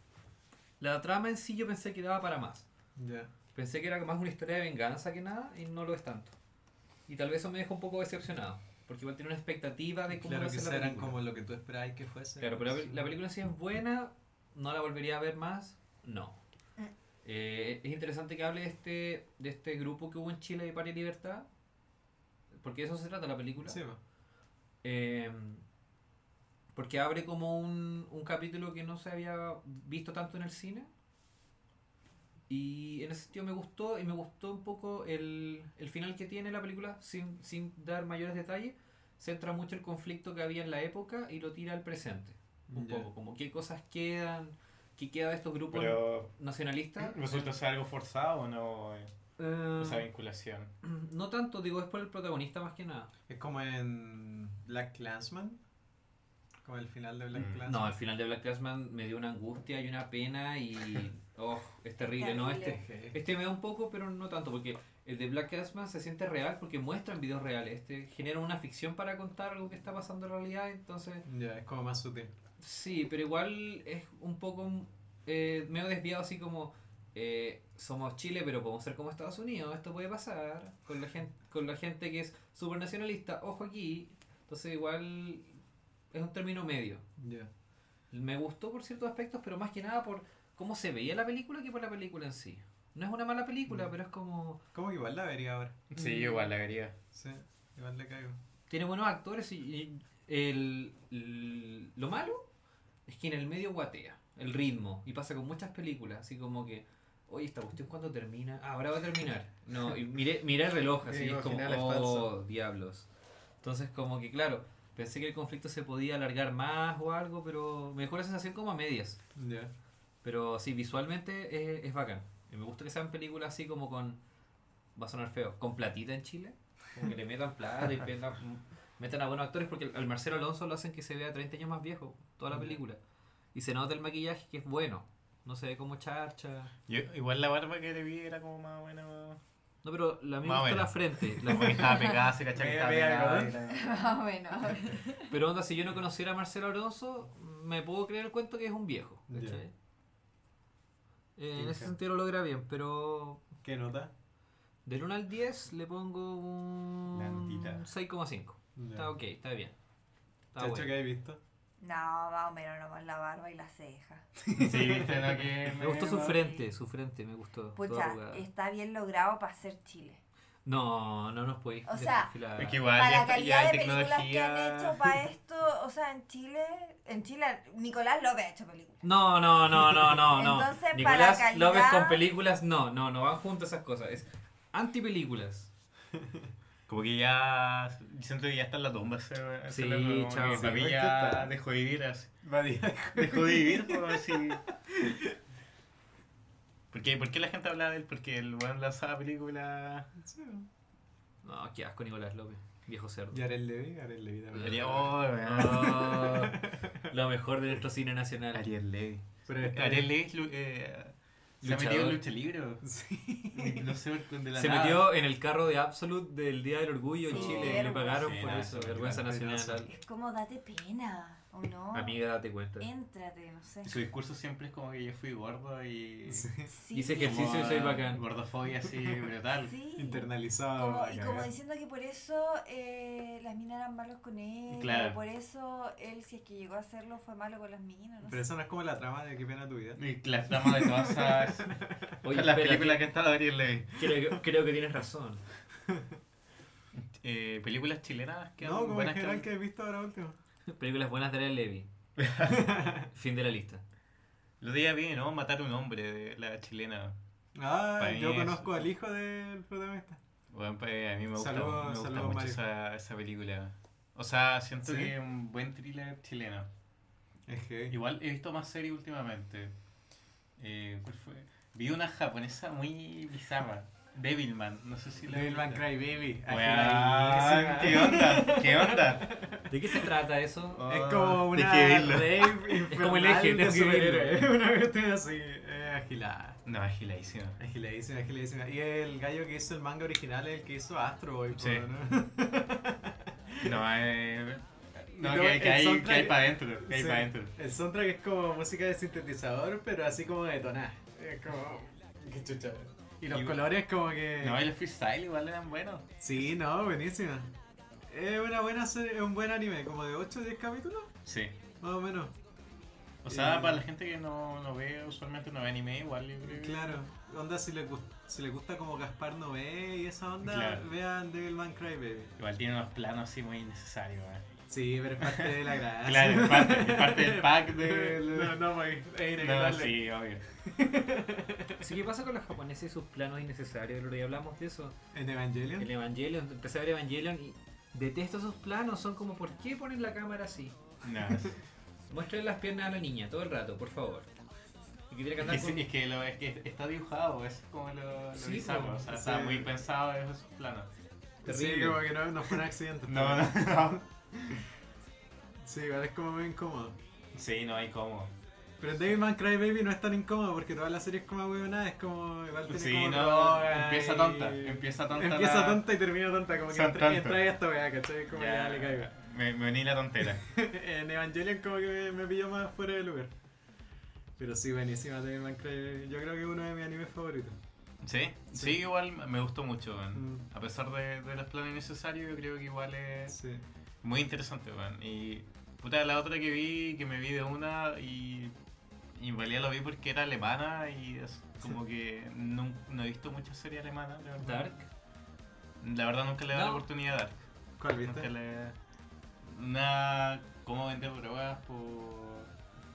S3: La trama en sí yo pensé que daba para más.
S2: Ya.
S3: Pensé que era más una historia de venganza que nada y no lo es tanto. Y tal vez eso me deja un poco decepcionado, porque igual tiene una expectativa de cómo
S2: Claro,
S3: va a ser
S2: quizás
S3: la
S2: eran
S3: película.
S2: como lo que tú esperabas que fuese.
S3: Claro, pero la, pel- la película sí es buena, no la volvería a ver más, no.
S1: Mm.
S3: Eh, es interesante que hable de este, de este grupo que hubo en Chile de Patria y Libertad, porque de eso se trata la película.
S2: Sí, po.
S3: Eh, porque abre como un, un capítulo que no se había visto tanto en el cine. Y en ese sentido me gustó y me gustó un poco el, el final que tiene la película, sin, sin dar mayores detalles. Centra mucho el conflicto que había en la época y lo tira al presente. Un
S2: Ya.
S3: poco, como qué cosas quedan, qué queda de estos grupos
S4: Pero
S3: nacionalistas.
S4: resulta ser algo forzado o [clears throat] no eh,
S3: Eh,
S4: esa vinculación.
S3: Em, [clears throat] no tanto, digo, es por el protagonista más que nada.
S2: Es como en Black Clansman. Como el final de Black
S4: Mm.
S2: Clansman.
S3: No, al final de Black Classman me dio una angustia y una pena y. ¡Oh! Es terrible, ¿no? Este,
S2: Este...
S3: este me da un poco, pero no tanto, porque el de Black Classman se siente real porque muestran videos reales. Este genera una ficción para contar algo que está pasando en realidad, entonces.
S2: Ya, es como más sutil.
S3: Sí, pero igual es un poco. eh, medio desviado, así como. eh, somos Chile, pero podemos ser como Estados Unidos, esto puede pasar. Con la gente, con la gente que es super nacionalista, ojo aquí. Entonces igual es un término medio.
S2: Ya.
S3: Me gustó por ciertos aspectos, pero más que nada por cómo se veía la película que por la película en sí. No es una mala película,
S2: Mm.
S3: pero es como...
S2: Como que igual la vería ahora.
S4: Sí, igual la vería.
S2: Sí, igual le caigo.
S3: Tiene buenos actores y, y el, el- lo malo es que en el medio guatea el ritmo y pasa con muchas películas, así como que, oye, esta cuestión cuando termina, ah, ahora va a terminar. No, y miré, miré el reloj,
S2: Y
S3: así
S2: digo,
S3: es como,
S2: final es falso".
S3: oh, diablos. Entonces como que, claro, pensé que el conflicto se podía alargar más o algo, pero me dejó la sensación como a medias.
S2: Ya.
S3: Pero sí, visualmente es, es bacán. Y me gusta que sean películas así como con. Va a sonar feo. Con platita en Chile. Como que le metan plata y metan, metan a buenos actores. Porque al Marcelo Alonso lo hacen que se vea 30 años más viejo. Toda la
S2: Ya.
S3: película. Y se nota el maquillaje que es bueno. No se ve como charcha.
S4: Yo, igual la barba que le vi era como más buena.
S3: No, pero la
S4: Más
S3: misma está
S4: bueno.
S3: la frente. la
S4: Como que
S3: frente.
S4: estaba pegada, se cachaba que
S2: Mira,
S4: estaba
S2: mira,
S4: pegada.
S2: algodón.
S4: era-
S1: Más o [laughs] menos.
S3: pero onda, si yo no conociera a Marcelo Alonso, me puedo creer el cuento que es un viejo.
S2: Ya.
S3: ¿cachai? Eh, en
S2: Tinca.
S3: ese sentido lo logra bien, pero
S2: ¿Qué nota?
S3: Del 1 al 10 le pongo
S4: La
S3: un
S4: notita.
S3: 6,5.
S2: Ya.
S3: Está ok, está bien. Está
S2: Chacho,
S3: bueno.
S2: que hay visto?
S1: No, más o menos nomás la barba y la ceja.
S4: Sí, viste lo que.
S3: [laughs] Me gustó su
S4: va?
S3: frente, su frente me gustó. toda
S1: Pucha,
S3: arrugada.
S1: está bien logrado para ser Chile.
S3: No, no nos podéis
S1: O sea,
S3: desperfilar.
S4: Es que igual
S1: Para
S4: ya,
S1: la
S4: está- ya
S1: calidad
S4: hay
S1: de películas que
S4: tecnología.
S1: han hecho
S3: [laughs]
S1: para esto, o sea, en Chile, en Chile, Nicolás López ha hecho películas.
S3: No, no, no, no, no, no.
S1: Entonces, para
S3: Nicolás
S1: la calidad-
S3: López con películas, no, no, no van juntas esas cosas. Es anti-películas.
S4: Como que ya. Siento que ya está en la tumba ese ese
S3: Sí,
S4: loco, como que
S3: chao.
S4: Para mí
S2: Sí,
S4: ya
S2: está.
S4: dejó de vivir así.
S2: María.
S4: Dejó de vivir por así. ¿Por qué, ¿Por qué la gente hablaba de él? Porque el weón lanzaba películas.
S3: No, qué asco Nicolás López, viejo cerdo.
S2: Jared Levy, Jared Levy también.
S4: Ariel, oh, weón.
S3: Oh, lo mejor de nuestro cine nacional.
S4: Ariel Levy.
S2: Pero es que-
S4: Ariel Levy es lu- eh, se ha metido en
S3: Luchador.
S4: lucha libre. weón.
S2: [laughs] Sí.
S4: No sé por qué de la
S3: Se
S4: nada.
S3: metió en el carro de Absolute del Día del Orgullo en
S1: Sí,
S3: Chile. Le
S1: vergüenza.
S3: pagaron
S4: Sí,
S3: por
S4: no,
S3: eso.
S4: sí,
S3: Vergüenza
S2: vergüenza.
S3: nacional.
S1: Es como date pena, ¿o no?
S3: Amiga, date cuenta.
S1: Éntrate, no [laughs] sé.
S4: Su discurso siempre es como que yo fui gordo y.
S1: Sí.
S3: Dice que
S4: como,
S3: ejercicio y soy
S4: eh,
S3: bacán.
S2: [laughs]
S4: Gordofobia así brutal.
S1: Sí.
S2: Internalizado.
S1: Como-
S2: la
S1: y como
S2: cagada.
S1: diciendo que por eso eh, las minas eran malos con él,
S4: Claro.
S1: o por eso él, si es que llegó a hacerlo, fue malo con las minas. No
S2: Pero
S1: sé.
S2: eso no es como la trama de qué pena tu vida.
S4: Y la trama de
S2: [laughs]
S4: todas esas.
S3: Oye,
S4: las
S3: espera,
S4: películas que ha estado Ariel Levy.
S3: que- creo, que- creo que tienes razón.
S4: Eh, películas chilenas que
S2: No,
S4: han-
S2: como en
S4: buenas que
S2: general
S4: han-
S2: que he visto ahora último.
S3: [laughs] Películas buenas de Ariel [laughs] Levy. fin de la lista.
S4: Lo día vi, ¿no? Matar a un hombre de la chilena.
S2: Ah,
S4: Pa' mí
S2: yo
S4: es-
S2: conozco al hijo del protagonista.
S4: Bueno, pues, a mí me gusta,
S2: Saludos-
S4: me gusta
S2: saludos,
S4: mucho
S2: Mario.
S4: esa, esa película. O sea, siento
S2: ¿Sí?
S4: que es un buen thriller chileno.
S2: Es que.
S4: Igual he visto más series últimamente. Eh, ¿cuál fue? Vi una japonesa muy bizarra. Devilman, no sé si la
S2: Devilman
S4: viste.
S2: Cry Baby.
S4: Weón, ¿Qué onda? ¿Qué onda?
S3: ¿De qué se trata eso?
S4: Oh,
S2: Es como
S4: te
S2: una
S4: quiero verlo.
S2: rave infernal
S3: como el eje,
S2: de
S3: tengo que verlo.
S4: [laughs]
S2: superhéroes. [laughs] Una cuestión así, eh, agilada.
S4: No, agiladísimo.
S2: Agiladísima, agiladísima. Y el gallo que hizo el manga original es el que hizo Astro Boy. po,
S4: Sí.
S2: ¿no? [laughs]
S4: No, eh, no,
S2: No,
S4: que,
S2: el
S4: que hay, que
S2: soundtrack-
S4: hay para adentro. Que hay
S2: Sí.
S4: para adentro.
S2: El soundtrack es como música de sintetizador, pero así como detonada. Es como... Qué chucha. Y los
S4: Y-
S2: colores como que...
S4: No, y los freestyle igual eran buenos.
S2: Sí, no, buenísima. Es una buena serie, es un buen anime, como de 8 o 10 capítulos,
S4: Sí.
S2: más o menos.
S4: O sea,
S2: Eh,
S4: para la gente que no, no ve, usualmente no ve anime, igual. yo creo que-
S2: Claro. Eh, Onda, si les, gust- si les gusta como Gaspar Noé y esa onda,
S4: Claro.
S2: vean Devilman Crybaby.
S4: Igual tiene unos planos así muy innecesarios, eh.
S2: Sí, pero es parte
S4: [laughs]
S2: de la gracia.
S4: Claro, es parte, es
S2: [laughs]
S4: parte del pack de.
S2: Ah, No, no, pues, es
S4: No,
S2: inevitable.
S4: sí, obvio.
S3: Sí, ¿qué pasa con los japoneses y sus planos innecesarios? El otro día hablamos de eso.
S2: En
S4: ¿Eh?
S2: Evangelion.
S3: El Evangelion, empecé a ver Evangelion y detesto esos planos. Son como, ¿por qué ponen la cámara así?
S4: No, sí.
S3: Muéstrale las piernas a la niña todo el rato, por favor. Y que tiene que andar
S4: es,
S3: con-
S4: que, es, que lo- es que está dibujado, es como lo, lo
S3: Sí,
S4: bizarro,
S3: po.
S4: o sea,
S2: Sí.
S4: está muy pensado en esos planos.
S2: Sí,
S3: terrible.
S2: como que no, no fue un accidente.
S4: No, no, no.
S2: Sí, igual es como muy incómodo.
S4: Sí, no hay cómo.
S2: Pero Devilman Crybaby no es tan incómodo porque toda la serie es como huevonada, es como igual tiene
S4: Sí,
S2: como
S4: no,
S2: droga
S4: empieza
S2: y-
S4: tonta, empieza tonta.
S2: Empieza
S4: la-
S2: tonta y termina tonta, como que
S4: Son
S2: entra,
S4: tontos.
S2: entra ahí esta weá, ¿cachai? Como ya,
S4: Ya,
S2: le caigo.
S4: Me, me uní la tontera.
S2: [laughs] en Evangelion como que me, me pilló más fuera de lugar. Pero sí, buenísima Devil May Cry. Yo creo que es uno de mis animes favoritos.
S4: [laughs] ¿Sí?
S2: Sí.
S4: sí, igual me gustó mucho, weón.
S2: Mm.
S4: A pesar de, de los planes necesarios, yo creo que igual es
S2: Sí.
S4: muy interesante, weón. Y puta, la otra que vi, que me vi de una y, y en realidad lo vi porque era alemana y es como que no, no he visto muchas series alemanas, de verdad.
S3: Dark.
S4: [laughs] La verdad nunca le he dado
S3: No.
S4: la oportunidad a Dark.
S2: ¿Cuál
S4: Nunca
S2: viste?
S4: le... Una... ¿Cómo vender drogas por...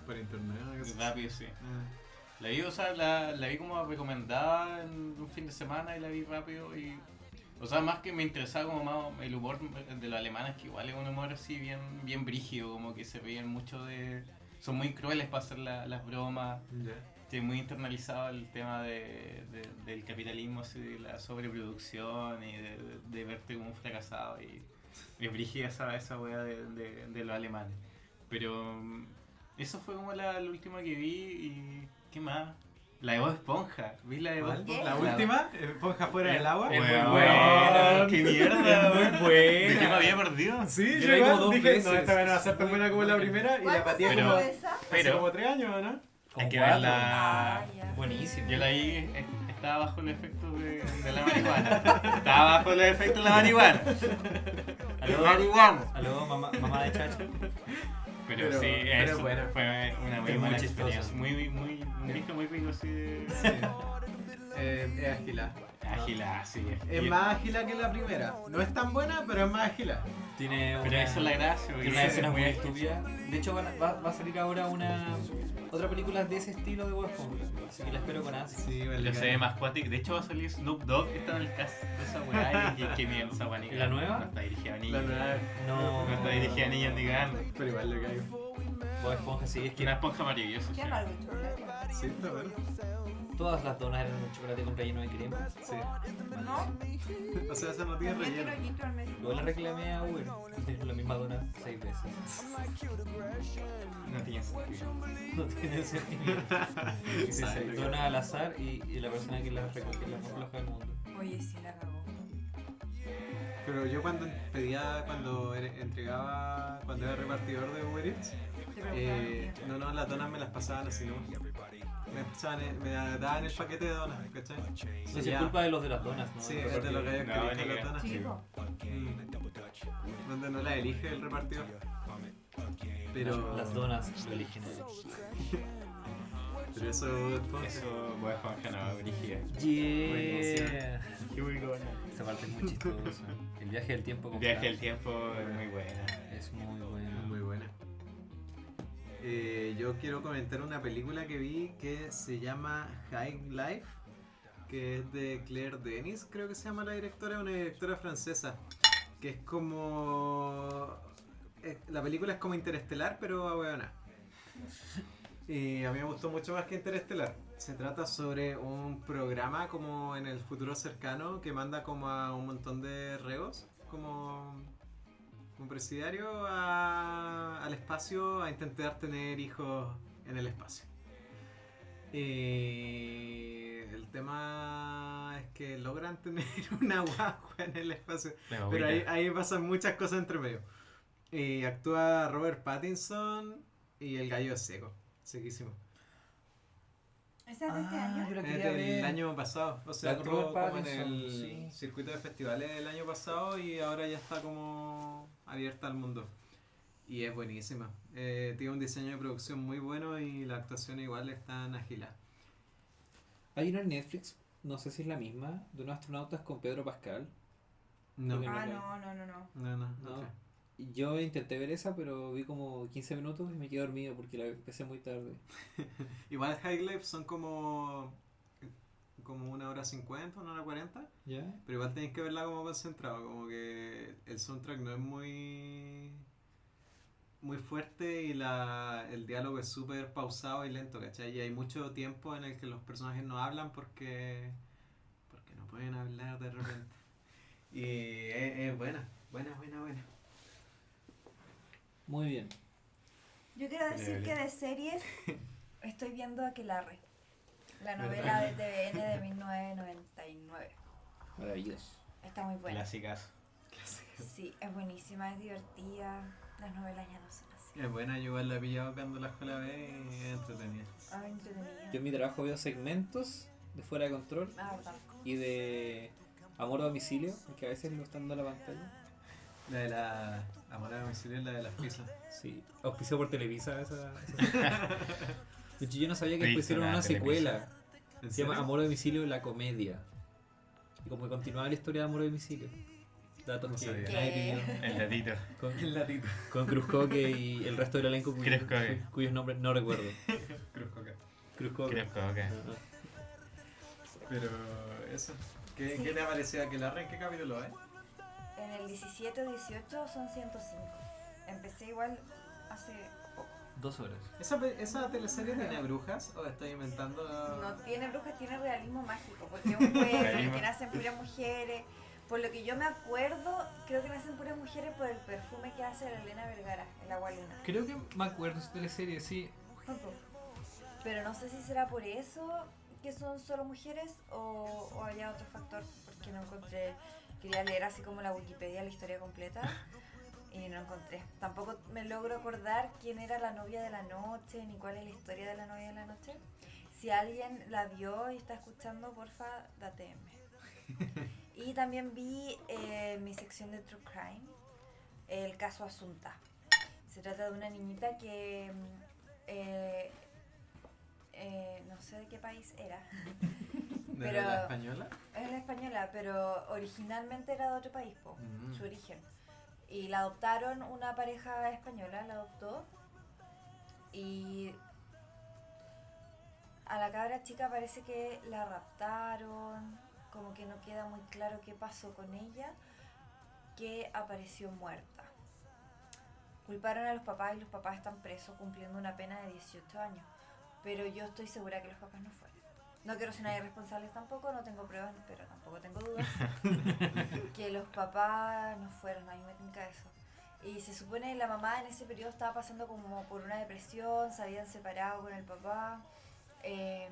S2: Por internet. algo así.
S4: Rápido, sí.
S2: Ah.
S4: La vi, o sea, la, la vi como recomendada en un fin de semana y la vi rápido y... O sea, más que me interesaba como más el humor de los alemanes, que igual es un humor así bien, bien brígido, como que se ríen mucho de... Son muy crueles para hacer la- las bromas,
S2: Ya.
S4: tienen muy internalizado el tema de, de- del capitalismo, así, de la sobreproducción y de, de- de verte como un fracasado y... Es brígida esa, esa wea de, de- de los alemanes. Pero mm, eso fue como la, la última que vi y... ¿Qué más? La de Bob Esponja. ¿Vi la de Bob
S2: ¿Cuál?
S4: Esponja?
S2: ¿La última? ¿Esponja fuera del agua?
S4: Es muy
S5: Weón,
S4: buena. ¡Qué mierda!
S5: es muy
S4: weón.
S5: buena.
S4: ¿De qué me había perdido?
S2: Ah, Sí,
S5: Yo
S2: yo,
S5: la vi
S2: igual
S5: como dos
S2: dije,
S5: veces.
S2: no, esta vez no va a ser tan buena como la primera y
S1: ¿Cuál
S2: la pateé
S1: pasó
S4: pero-
S1: como
S2: como
S1: esa?
S2: hace
S4: Pero
S2: como tres años, ¿no?
S4: hay que
S5: Como
S4: verla...
S1: Ah, ya.
S5: Buenísimo.
S4: Yo la vi, eh, estaba bajo el efecto de, de la marihuana. Estaba bajo el efecto de la marihuana.
S5: Aló.
S4: marihuana.
S5: Aló, mamá, mamá de
S4: [laughs]
S5: Chacho.
S4: Pero,
S2: Pero-
S4: sí,
S2: pero
S4: eso
S2: bueno.
S4: fue una muy
S5: Es muy
S4: buena
S5: chistoso.
S4: experiencia. Muy, muy, muy, un visto muy rico así de...
S2: Sí. Eh, es ágila.
S4: Ágila, ah, sí.
S2: Es
S4: Y-
S2: más ágila que la primera. No es tan buena, pero es más ágila.
S5: Tiene
S4: Pero
S5: una-
S4: eso es la gracia, porque
S5: tiene una
S4: es
S5: escena muy
S4: muy-
S5: estúpida. De hecho, van a- va, va a salir ahora una otra película de ese estilo de Bob Esponja. Así que la espero con ansia.
S2: Sí,
S4: Yo sé de más cuático. De hecho va a salir Snoop Dogg que está en el cast de esa weá y que, que mierda esa weá. ni-
S5: ¿La nueva?
S4: No está dirigida a
S2: La
S4: niños.
S2: nueva,
S5: No,
S4: No está dirigida a niños ni cagando.
S2: pero igual le caigo.
S5: Bob Esponja, sí, es
S4: Que una
S5: que
S4: esponja maravillosa.
S1: Qué
S4: sí.
S1: amargo el chocolate.
S2: Sí, está bueno.
S5: todas las donas eran de chocolate con relleno de crema.
S2: Sí. [laughs]
S1: ¿No?
S2: O sea, esa no
S1: También
S2: tiene
S1: te lo
S2: relleno.
S1: quito al mes.
S5: Luego la reclamé a Uber. La misma dona seis veces. [laughs]
S4: No tiene sentido.
S5: No
S4: [laughs]
S5: tiene sentido. Sí, sí,
S4: Exacto.
S5: dona al azar y, y la persona que la recogió es la más floja del mundo.
S1: Oye, sí, la cagó.
S2: Pero yo cuando pedía, cuando er- entregaba, cuando era repartidor de Uber Eats,
S1: Te preguntaba
S2: eh,
S1: bien.
S2: no, no, las donas me las pasaban así, ¿no? Me, pasaban, eh, me daban el paquete de donas, ¿cachai?
S5: No
S2: Sí,
S5: es
S2: ya.
S5: culpa de los de las donas, ¿no?
S2: Sí, es de lo que hay
S4: No,
S2: escrito
S4: ni
S2: en las
S4: idea.
S2: donas.
S1: Chico,
S2: Mm. Donde no la elige el repartidor. Pero,
S5: Pero las donas lo eligen a ellos.
S2: pero eso es todo.
S4: Eso Bob Esponja [laughs] no, dirigida.
S5: Yeah.
S4: Qué bueno.
S5: Esa parte es muy chistosa. El viaje del tiempo
S4: El
S5: con
S4: viaje del
S5: Flash
S4: tiempo es muy buena.
S5: Es muy bueno.
S2: Muy buena. Eh, yo quiero comentar una película que vi que se llama High Life, que es de Claire Denis, creo que se llama la directora, una directora francesa, que es como... eh, La película es como interestelar, pero ahueona. Y a mí me gustó mucho más que Interestelar. Se trata sobre un programa como en el futuro cercano que manda como a un montón de reos, como un presidiario a- al espacio a intentar tener hijos en el espacio. Y el tema es que logran [laughs] tener una guagua en el espacio. Pero ahí, ahí pasan muchas cosas entre medio. Y actúa Robert Pattinson y el gallo seco. Sequísimo.
S1: ¿esa es de
S2: Ah,
S1: este año?
S5: yo la
S2: Es
S5: quería
S2: del
S5: ver.
S2: año pasado. O sea,
S5: La con
S2: estuvo
S5: Robert
S2: como en el
S5: Pattinson, sí.
S2: circuito de festivales del año pasado y ahora ya está como abierta al mundo. Y es buenísima. Eh, tiene un diseño de producción muy bueno y la actuación igual está en agilada.
S5: Hay una en Netflix, no sé si es la misma, de unos astronautas con Pedro Pascal.
S2: No,
S5: Porque
S2: no,
S1: Ah, no, no, no, no.
S2: no. no,
S5: No.
S2: creo.
S5: Y Yo intenté ver esa, pero vi como 15 minutos y me quedé dormido porque la empecé muy tarde.
S2: Igual High Life son como, como una hora cincuenta, una hora cuarenta.
S5: ¿Ya?
S2: Pero igual tenéis que verla como concentrado, como que el soundtrack no es muy muy fuerte y la, el diálogo es súper pausado y lento, ¿cachai? Y hay mucho tiempo en el que los personajes no hablan porque porque no pueden hablar de repente. Y es, es buena, buena, buena, buena.
S5: Muy bien.
S1: Yo quiero
S4: Dale,
S1: decir
S4: dale.
S1: que de series estoy viendo Aquelarre, la novela de
S4: ¿Verdad?
S1: TVN de 1999.
S5: Maravilloso.
S1: Está muy buena.
S4: Clásicas.
S1: Sí, es buenísima, es divertida. Las novelas ya no son así.
S2: Es buena, yo igual la he pillado cuando la escuela ve y es entretenida.
S1: Ah, entretenida.
S5: Yo en mi trabajo veo segmentos de fuera de control
S1: Ah, verdad.
S5: y de amor a domicilio, que a veces lo están dando a la pantalla.
S2: La de la. Amor a domicilio es la de las pizzas.
S5: Sí, auspicio por Televisa esa. [laughs] De hecho, yo no sabía que
S4: Triste,
S5: después hicieron
S4: nada,
S5: una
S4: Televisa.
S5: secuela.
S2: ¿En
S5: Se llama
S2: serio?
S5: Amor a domicilio, la comedia. Y como que continuaba la historia de Amor a domicilio. Datos
S2: No
S5: que
S2: sabía.
S5: nadie
S1: ¿Qué?
S5: pidió.
S4: El latito.
S2: [laughs]
S5: Con,
S2: El latito.
S5: con Cruzcoque y el resto del elenco cuyo-
S4: Cruzcoque.
S5: cu- [laughs] cuyos nombres no recuerdo.
S2: Cruz Coca.
S5: Cruzcoque.
S4: Creo que ok.
S5: Ajá.
S2: Pero eso. ¿Qué,
S1: Sí.
S2: ¿qué te ha parecido Aquelarre? ¿En qué capítulo eh? es?
S1: En el 17 o 18 son 105. Empecé igual hace poco.
S3: Dos horas.
S2: ¿Esa, pe- ¿Esa teleserie tiene brujas o está inventando.?
S1: No tiene brujas, tiene realismo mágico, porque es un pueblo
S4: Realismo.
S1: que nacen puras mujeres. Por lo que yo me acuerdo, creo que nacen puras mujeres por el perfume que hace la Elena Vergara, el agua luna.
S3: Creo que me acuerdo de esa teleserie, sí.
S1: Pero no sé si será por eso que son solo mujeres o, o haya otro factor, porque no encontré, quería leer así como la Wikipedia, la historia completa, y no encontré. Tampoco me logro acordar quién era la novia de la noche, ni cuál es la historia de la novia de la noche. Si alguien la vio y está escuchando, porfa, dateme. Y también vi eh, mi sección de True Crime, el caso Asunta. Se trata de una niñita que mm, eh, eh, no sé de qué país era.
S2: ¿De
S1: Pero-
S2: la española?
S1: Es la española, pero originalmente era de otro país, po,
S2: Mm.
S1: su origen. Y la adoptaron una pareja española, la adoptó. Y a la cabra chica parece que la raptaron, como que no queda muy claro qué pasó con ella, que apareció muerta. Culparon a los papás y los papás están presos cumpliendo una pena de 18 años. Pero yo estoy segura que los papás no fueron. No quiero ser nadie responsable tampoco, no tengo pruebas, pero tampoco tengo dudas. [laughs] que los papás no fueron, a mí me tinca eso. Y se supone que la mamá en ese periodo estaba pasando como por una depresión, se habían separado con el papá. eh,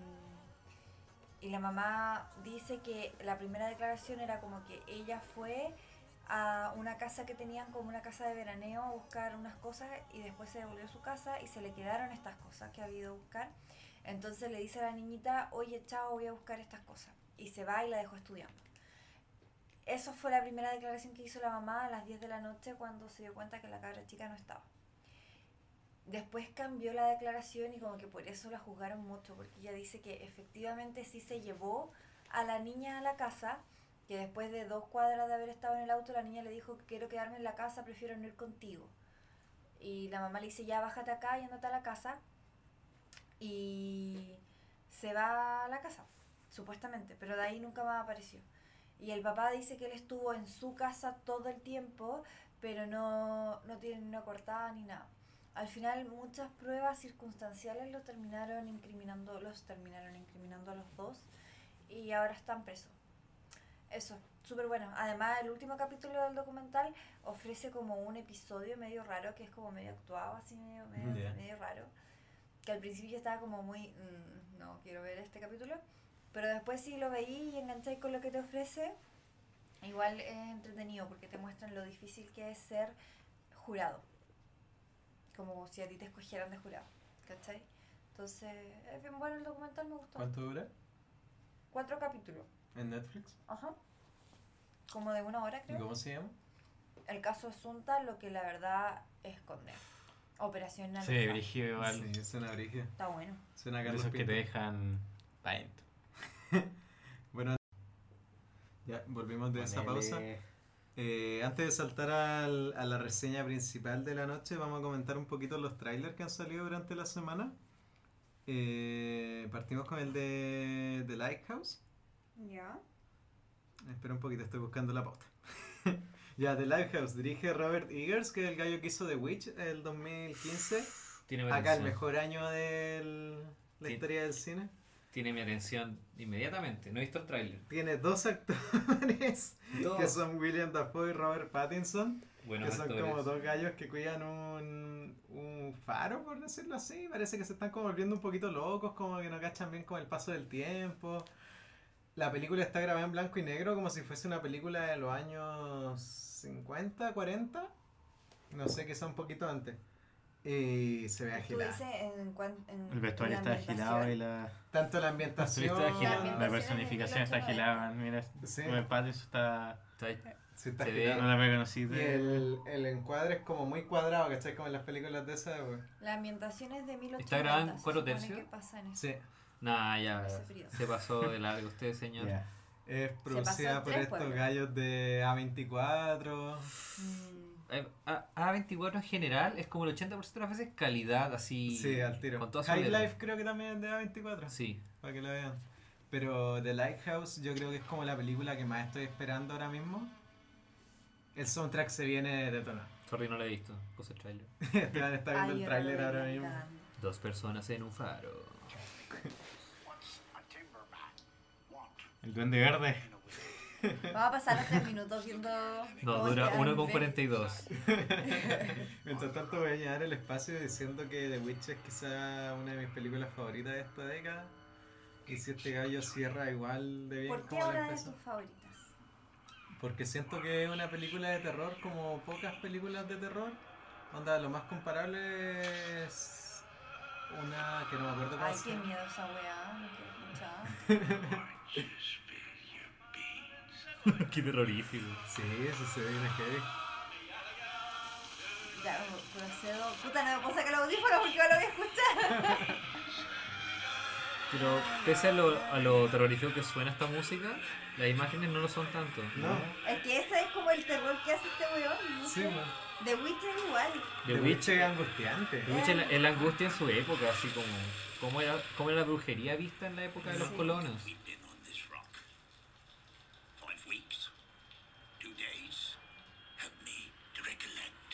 S1: y la mamá dice que la primera declaración era como que ella fue a una casa que tenían como una casa de veraneo a buscar unas cosas y después se devolvió a su casa y se le quedaron estas cosas que había ido a buscar. Entonces le dice a la niñita, oye, chao, voy a buscar estas cosas. Y se va y la dejó estudiando. Eso fue la primera declaración que hizo la mamá a las 10 de la noche cuando se dio cuenta que la cabra chica no estaba. Después cambió la declaración y como que por eso la juzgaron mucho, porque ella dice que efectivamente sí se llevó a la niña a la casa, que después de dos cuadras de haber estado en el auto, la niña le dijo, quiero quedarme en la casa, prefiero no ir contigo. Y la mamá le dice, ya bájate acá y andate a la casa, y se va a la casa, supuestamente, pero de ahí nunca más apareció. Y el papá dice que él estuvo en su casa todo el tiempo, pero no, no tiene ni una cortada ni nada. Al final muchas pruebas circunstanciales los terminaron incriminando, los terminaron incriminando a los dos y ahora están presos. Eso, súper bueno. Además, el último capítulo del documental ofrece como un episodio medio raro, que es como medio actuado, así medio, medio,
S2: Ya.
S1: medio raro. Que al principio yo estaba como muy, "Mm, no quiero ver este capítulo. Pero después sí lo veí y enganché con lo que te ofrece. Igual es entretenido porque te muestran lo difícil que es ser jurado. Como si a ti te escogieran de jurado. ¿Cachai? Entonces, es bien bueno el documental, me gustó.
S2: ¿Cuánto dura?
S1: Cuatro capítulos.
S2: ¿En Netflix?
S1: Ajá. Como de una hora,
S2: ¿Y
S1: creo.
S2: cómo se llama?
S1: El caso Asunta, lo que la verdad esconde. Operación
S4: Sí,
S1: Naranja.
S4: brígido igual.
S2: Sí, suena brígida.
S1: Está bueno.
S2: Suena a
S4: De
S2: Carlos
S4: esos que
S2: Pinto.
S4: te dejan pa' dentro.
S2: Bueno, ya volvimos de esa
S5: Ponele.
S2: pausa. Eh, antes de saltar al- a la reseña principal de la noche, vamos a comentar un poquito los trailers que han salido durante la semana. Eh, partimos con el de, de Lighthouse.
S1: Ya.
S2: Espera un poquito, estoy buscando la pauta. [laughs] ya, The Lighthouse dirige Robert Eggers, que es el gallo que hizo The Witch el 2015.
S3: Tiene mi
S2: Acá el
S3: atención.
S2: mejor año de la
S3: Sí.
S2: historia del cine.
S3: Tiene mi atención inmediatamente. No he visto el tráiler.
S2: Tiene dos actores, [laughs]
S5: Dos.
S2: que son William Dafoe y Robert Pattinson.
S3: Bueno,
S2: que son
S3: actores.
S2: como dos gallos que cuidan un, un faro, por decirlo así. Parece que se están como volviendo un poquito locos, como que no cachan bien con el paso del tiempo. La película está grabada en blanco y negro como si fuese una película de los años 50, 40. No sé, quizá un poquito antes. Y se ve
S1: Tú dices
S2: agilado.
S1: en, cuan- en
S4: El vestuario
S1: la
S4: está agilado y
S1: ambientación.
S4: la,
S2: Tanto la
S4: la
S2: ambientación.
S4: está
S1: La
S4: agilada, la
S1: ambientación es
S4: personificación
S1: del
S4: está
S1: 8-9.
S4: agilada. Mira,
S2: Sí.
S4: el padre eso está.
S3: Está ahí.
S2: Sí, está
S3: Se ve-
S2: agilado.
S4: No la reconocí
S2: Y
S4: de.
S2: el, el encuadre es como muy cuadrado, ¿cachai? Como en las películas de esas, güey.
S1: La ambientación es de 1800.
S3: Está grabada en
S1: se
S3: cuatro
S1: supone
S3: tercios. Ah.
S1: que pasa en eso.
S2: Sí.
S3: Nah, ya.
S1: Hace frío.
S3: Se pasó de largo usted, señor.
S4: Ya.
S2: Es
S1: pasó en
S2: producida por
S1: tres pues.
S2: estos
S1: pueblos.
S2: gallos de A24.
S1: Mm,
S3: Eh, A- A24 en general es como el 80% de las veces calidad, así.
S2: Sí, al tiro.
S3: Con toda su
S2: High
S3: letra.
S2: Life creo que también es de A24.
S3: Sí.
S2: para que lo vean. Pero The Lighthouse yo creo que es como la película que más estoy esperando ahora mismo. El soundtrack se viene de [laughs] detonar.
S3: Sorry, no lo he visto. Puse el trailer.
S2: Esteban está
S1: ay, yo no
S2: viendo el
S1: lo
S2: tráiler
S1: veía
S2: ahora
S1: ni
S2: mismo.
S1: cagando.
S3: Dos personas en un faro.
S4: El duende verde.
S1: Vamos a pasar los tres minutos viendo.
S3: No,
S1: cómo
S3: dura
S1: llegan
S3: 1 con
S1: ve-
S3: 42.
S2: [laughs] Mientras tanto voy a llenar el espacio diciendo que The Witch es quizá una de mis películas favoritas de esta década. Y si este gallo cierra igual de bien
S1: ¿Por qué
S2: como la
S1: ahora de
S2: empezó.
S1: tus favoritas?
S2: Porque siento que es una película de terror como pocas películas de terror. Onda, lo más comparable es una que no me acuerdo cómo
S1: Ay,
S2: se
S1: qué
S2: llama.
S1: miedo esa weá. No quiero escuchar.
S3: Qué terrorífico.
S2: Sí, eso se ve bien heavy.
S1: Ya, procedo. Puta, no me puedo sacar los audífonos porque ahora lo voy a escuchar.
S3: Pero pese a lo, a lo terrorífico que suena esta música, las imágenes no lo son tanto.
S2: No,
S1: Es que ese es como el terror que hace este weón. No
S2: sí,
S1: sé.
S2: man.
S1: The Witch es igual.
S3: The Witch,
S2: es angustiante.
S3: The Witch es, la, es la angustia en su época, así como. ¿Cómo era, cómo era la brujería vista en la época de los
S1: Sí.
S3: colonos?
S6: We've been on this rock. Five weeks. Two days. Help me to recollect.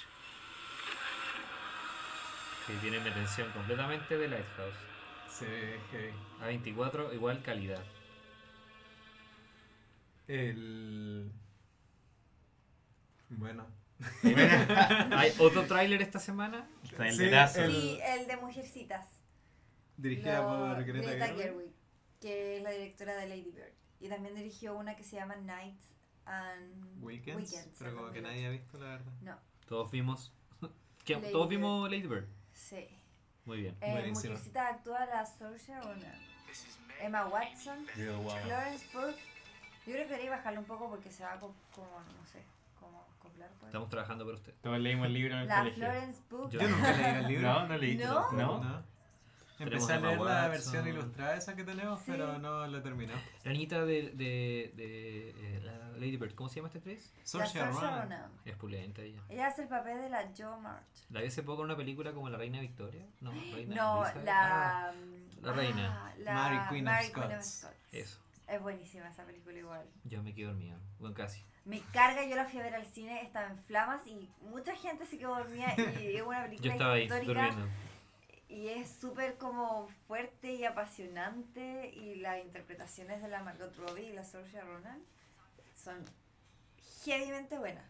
S3: Que tiene mi atención completamente de Lighthouse.
S2: Se ve heavy.
S3: A24 igual calidad. [laughs]
S2: El. Bueno.
S3: Hay otro tráiler esta semana.
S4: Está el
S2: Sí,
S4: dedazo.
S2: El-
S1: Y el de Mujercitas.
S2: Dirigida
S1: Lo-
S2: por Greta, Gerwig.
S1: que es la directora de Lady Bird. Y también dirigió una que se llama Nights and
S2: Weekends. pero como que nadie ha visto, la verdad.
S1: No,
S3: Todos vimos. [laughs] ¿Qué?
S1: Lady
S3: Todos
S1: Bird.
S3: vimos Lady Bird.
S1: sí.
S3: Muy bien.
S1: En
S2: Buenísima.
S1: Mujercitas Eh, actúa la Saoirse Ronan, Emma Watson, Florence Pugh. Yo creo que debería bajarlo un poco porque se va co- como, no sé, como coplar. pues.
S3: Estamos trabajando para usted.
S4: Todos leímos el libro en el
S1: La
S4: colegio.
S1: Florence Pugh.
S3: Yo
S2: Yo nunca leí el libro.
S4: [laughs] No, no leí.
S1: ¿No?
S2: No. Empecé a
S3: Emma
S2: leer la
S3: Watson.
S2: versión ilustrada esa que tenemos,
S1: Sí.
S2: pero no la terminé.
S3: La niñita de, de, de, eh, la Lady Bird, ¿cómo se llama esta actriz?
S1: La
S2: Saoirse
S1: Saoirse
S2: Ronan.
S1: Ronan.
S3: Es pulenta ella.
S1: Ella hace el papel de la Jo March.
S3: ¿La vi hace poco en una película como La Reina Victoria?
S1: [gasps]
S3: No, Reina
S1: No,
S3: Elizabeth. Ah,
S1: la.
S3: la reina.
S1: ah, la
S2: Mary Queen of Scots.
S3: eso,
S1: Es buenísima esa película igual.
S3: yo me quedé dormida. Bueno, casi.
S1: Me carga, yo la fui a ver al cine, estaba en flamas y mucha gente se quedó dormida y es una película
S3: Yo estaba ahí,
S1: histórica
S3: durmiendo.
S1: y es súper como fuerte y apasionante y las interpretaciones de la Margot Robbie y la Saoirse Ronan son heavymente buenas,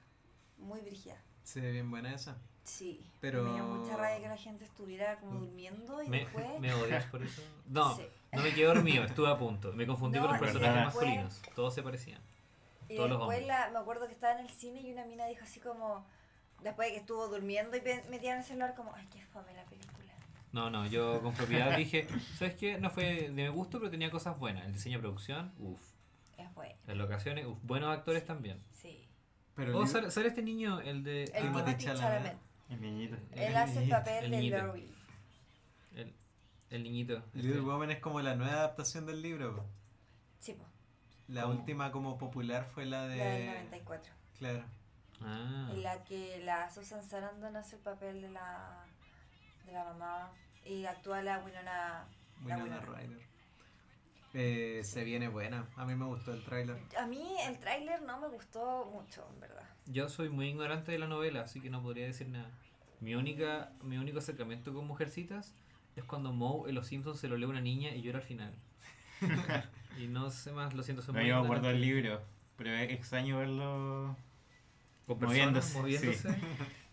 S1: muy brígidas.
S2: Se ve bien buena esa.
S1: Sí,
S2: Pero-
S1: me dio mucha rabia que la gente estuviera como durmiendo y
S3: Mm. Me,
S1: después...
S3: ¿Me odias
S1: [laughs]
S3: por eso? No,
S1: Sí.
S3: no me quedé dormido, estuve a punto. Me confundí
S1: No,
S3: con los
S1: y
S3: personajes
S1: después-
S3: masculinos. Todos se parecían.
S1: Y
S3: Todos los
S1: después
S3: hombres.
S1: la, me acuerdo que estaba en el cine y una mina dijo así como, después de que estuvo durmiendo y pe- metía en el celular como, ay, qué fome la película.
S3: No, no, yo con
S2: [laughs]
S3: propiedad dije, ¿sabes qué? No fue de mi gusto, pero tenía cosas buenas. El diseño de producción, uff.
S1: Es buena,
S3: Las locaciones, uff. Buenos actores también.
S1: sí.
S2: Pero
S3: Oh,
S2: el
S3: sale, sale este niño, el de...
S1: El
S2: Timothée
S1: Timothée Chalamet.
S2: Chalamet.
S4: El niñito.
S1: Él hace el papel
S3: el
S1: de
S3: niñito.
S1: Laurie.
S3: El, el niñito.
S2: libro- Little
S3: este.
S2: Women es como la nueva adaptación del libro. po.
S1: Sí, po,
S2: La
S3: ¿Cómo?
S2: última como popular fue la de...
S1: la
S3: Eh,
S1: del 94.
S2: Claro.
S3: Ah.
S1: En la que la Susan Sarandon hace el papel de la, de la mamá y actúa la Winona. la
S2: Winona
S1: Winona.
S2: Ryder. Eh, se viene buena. A mí me gustó el tráiler.
S1: A mí el tráiler no me gustó mucho, en verdad.
S3: Yo soy muy ignorante de la novela, así que no podría decir nada. Mi única, mi único acercamiento con mujercitas es cuando Moe en Los Simpsons se lo lee a una niña y llora al
S4: [laughs]
S3: final. y no sé más, lo siento, soy
S4: No,
S3: muy
S4: yo me
S3: ignorante.
S4: acuerdo del libro. Pero es extraño verlo.
S3: Con
S4: moviéndose,
S3: moviéndose.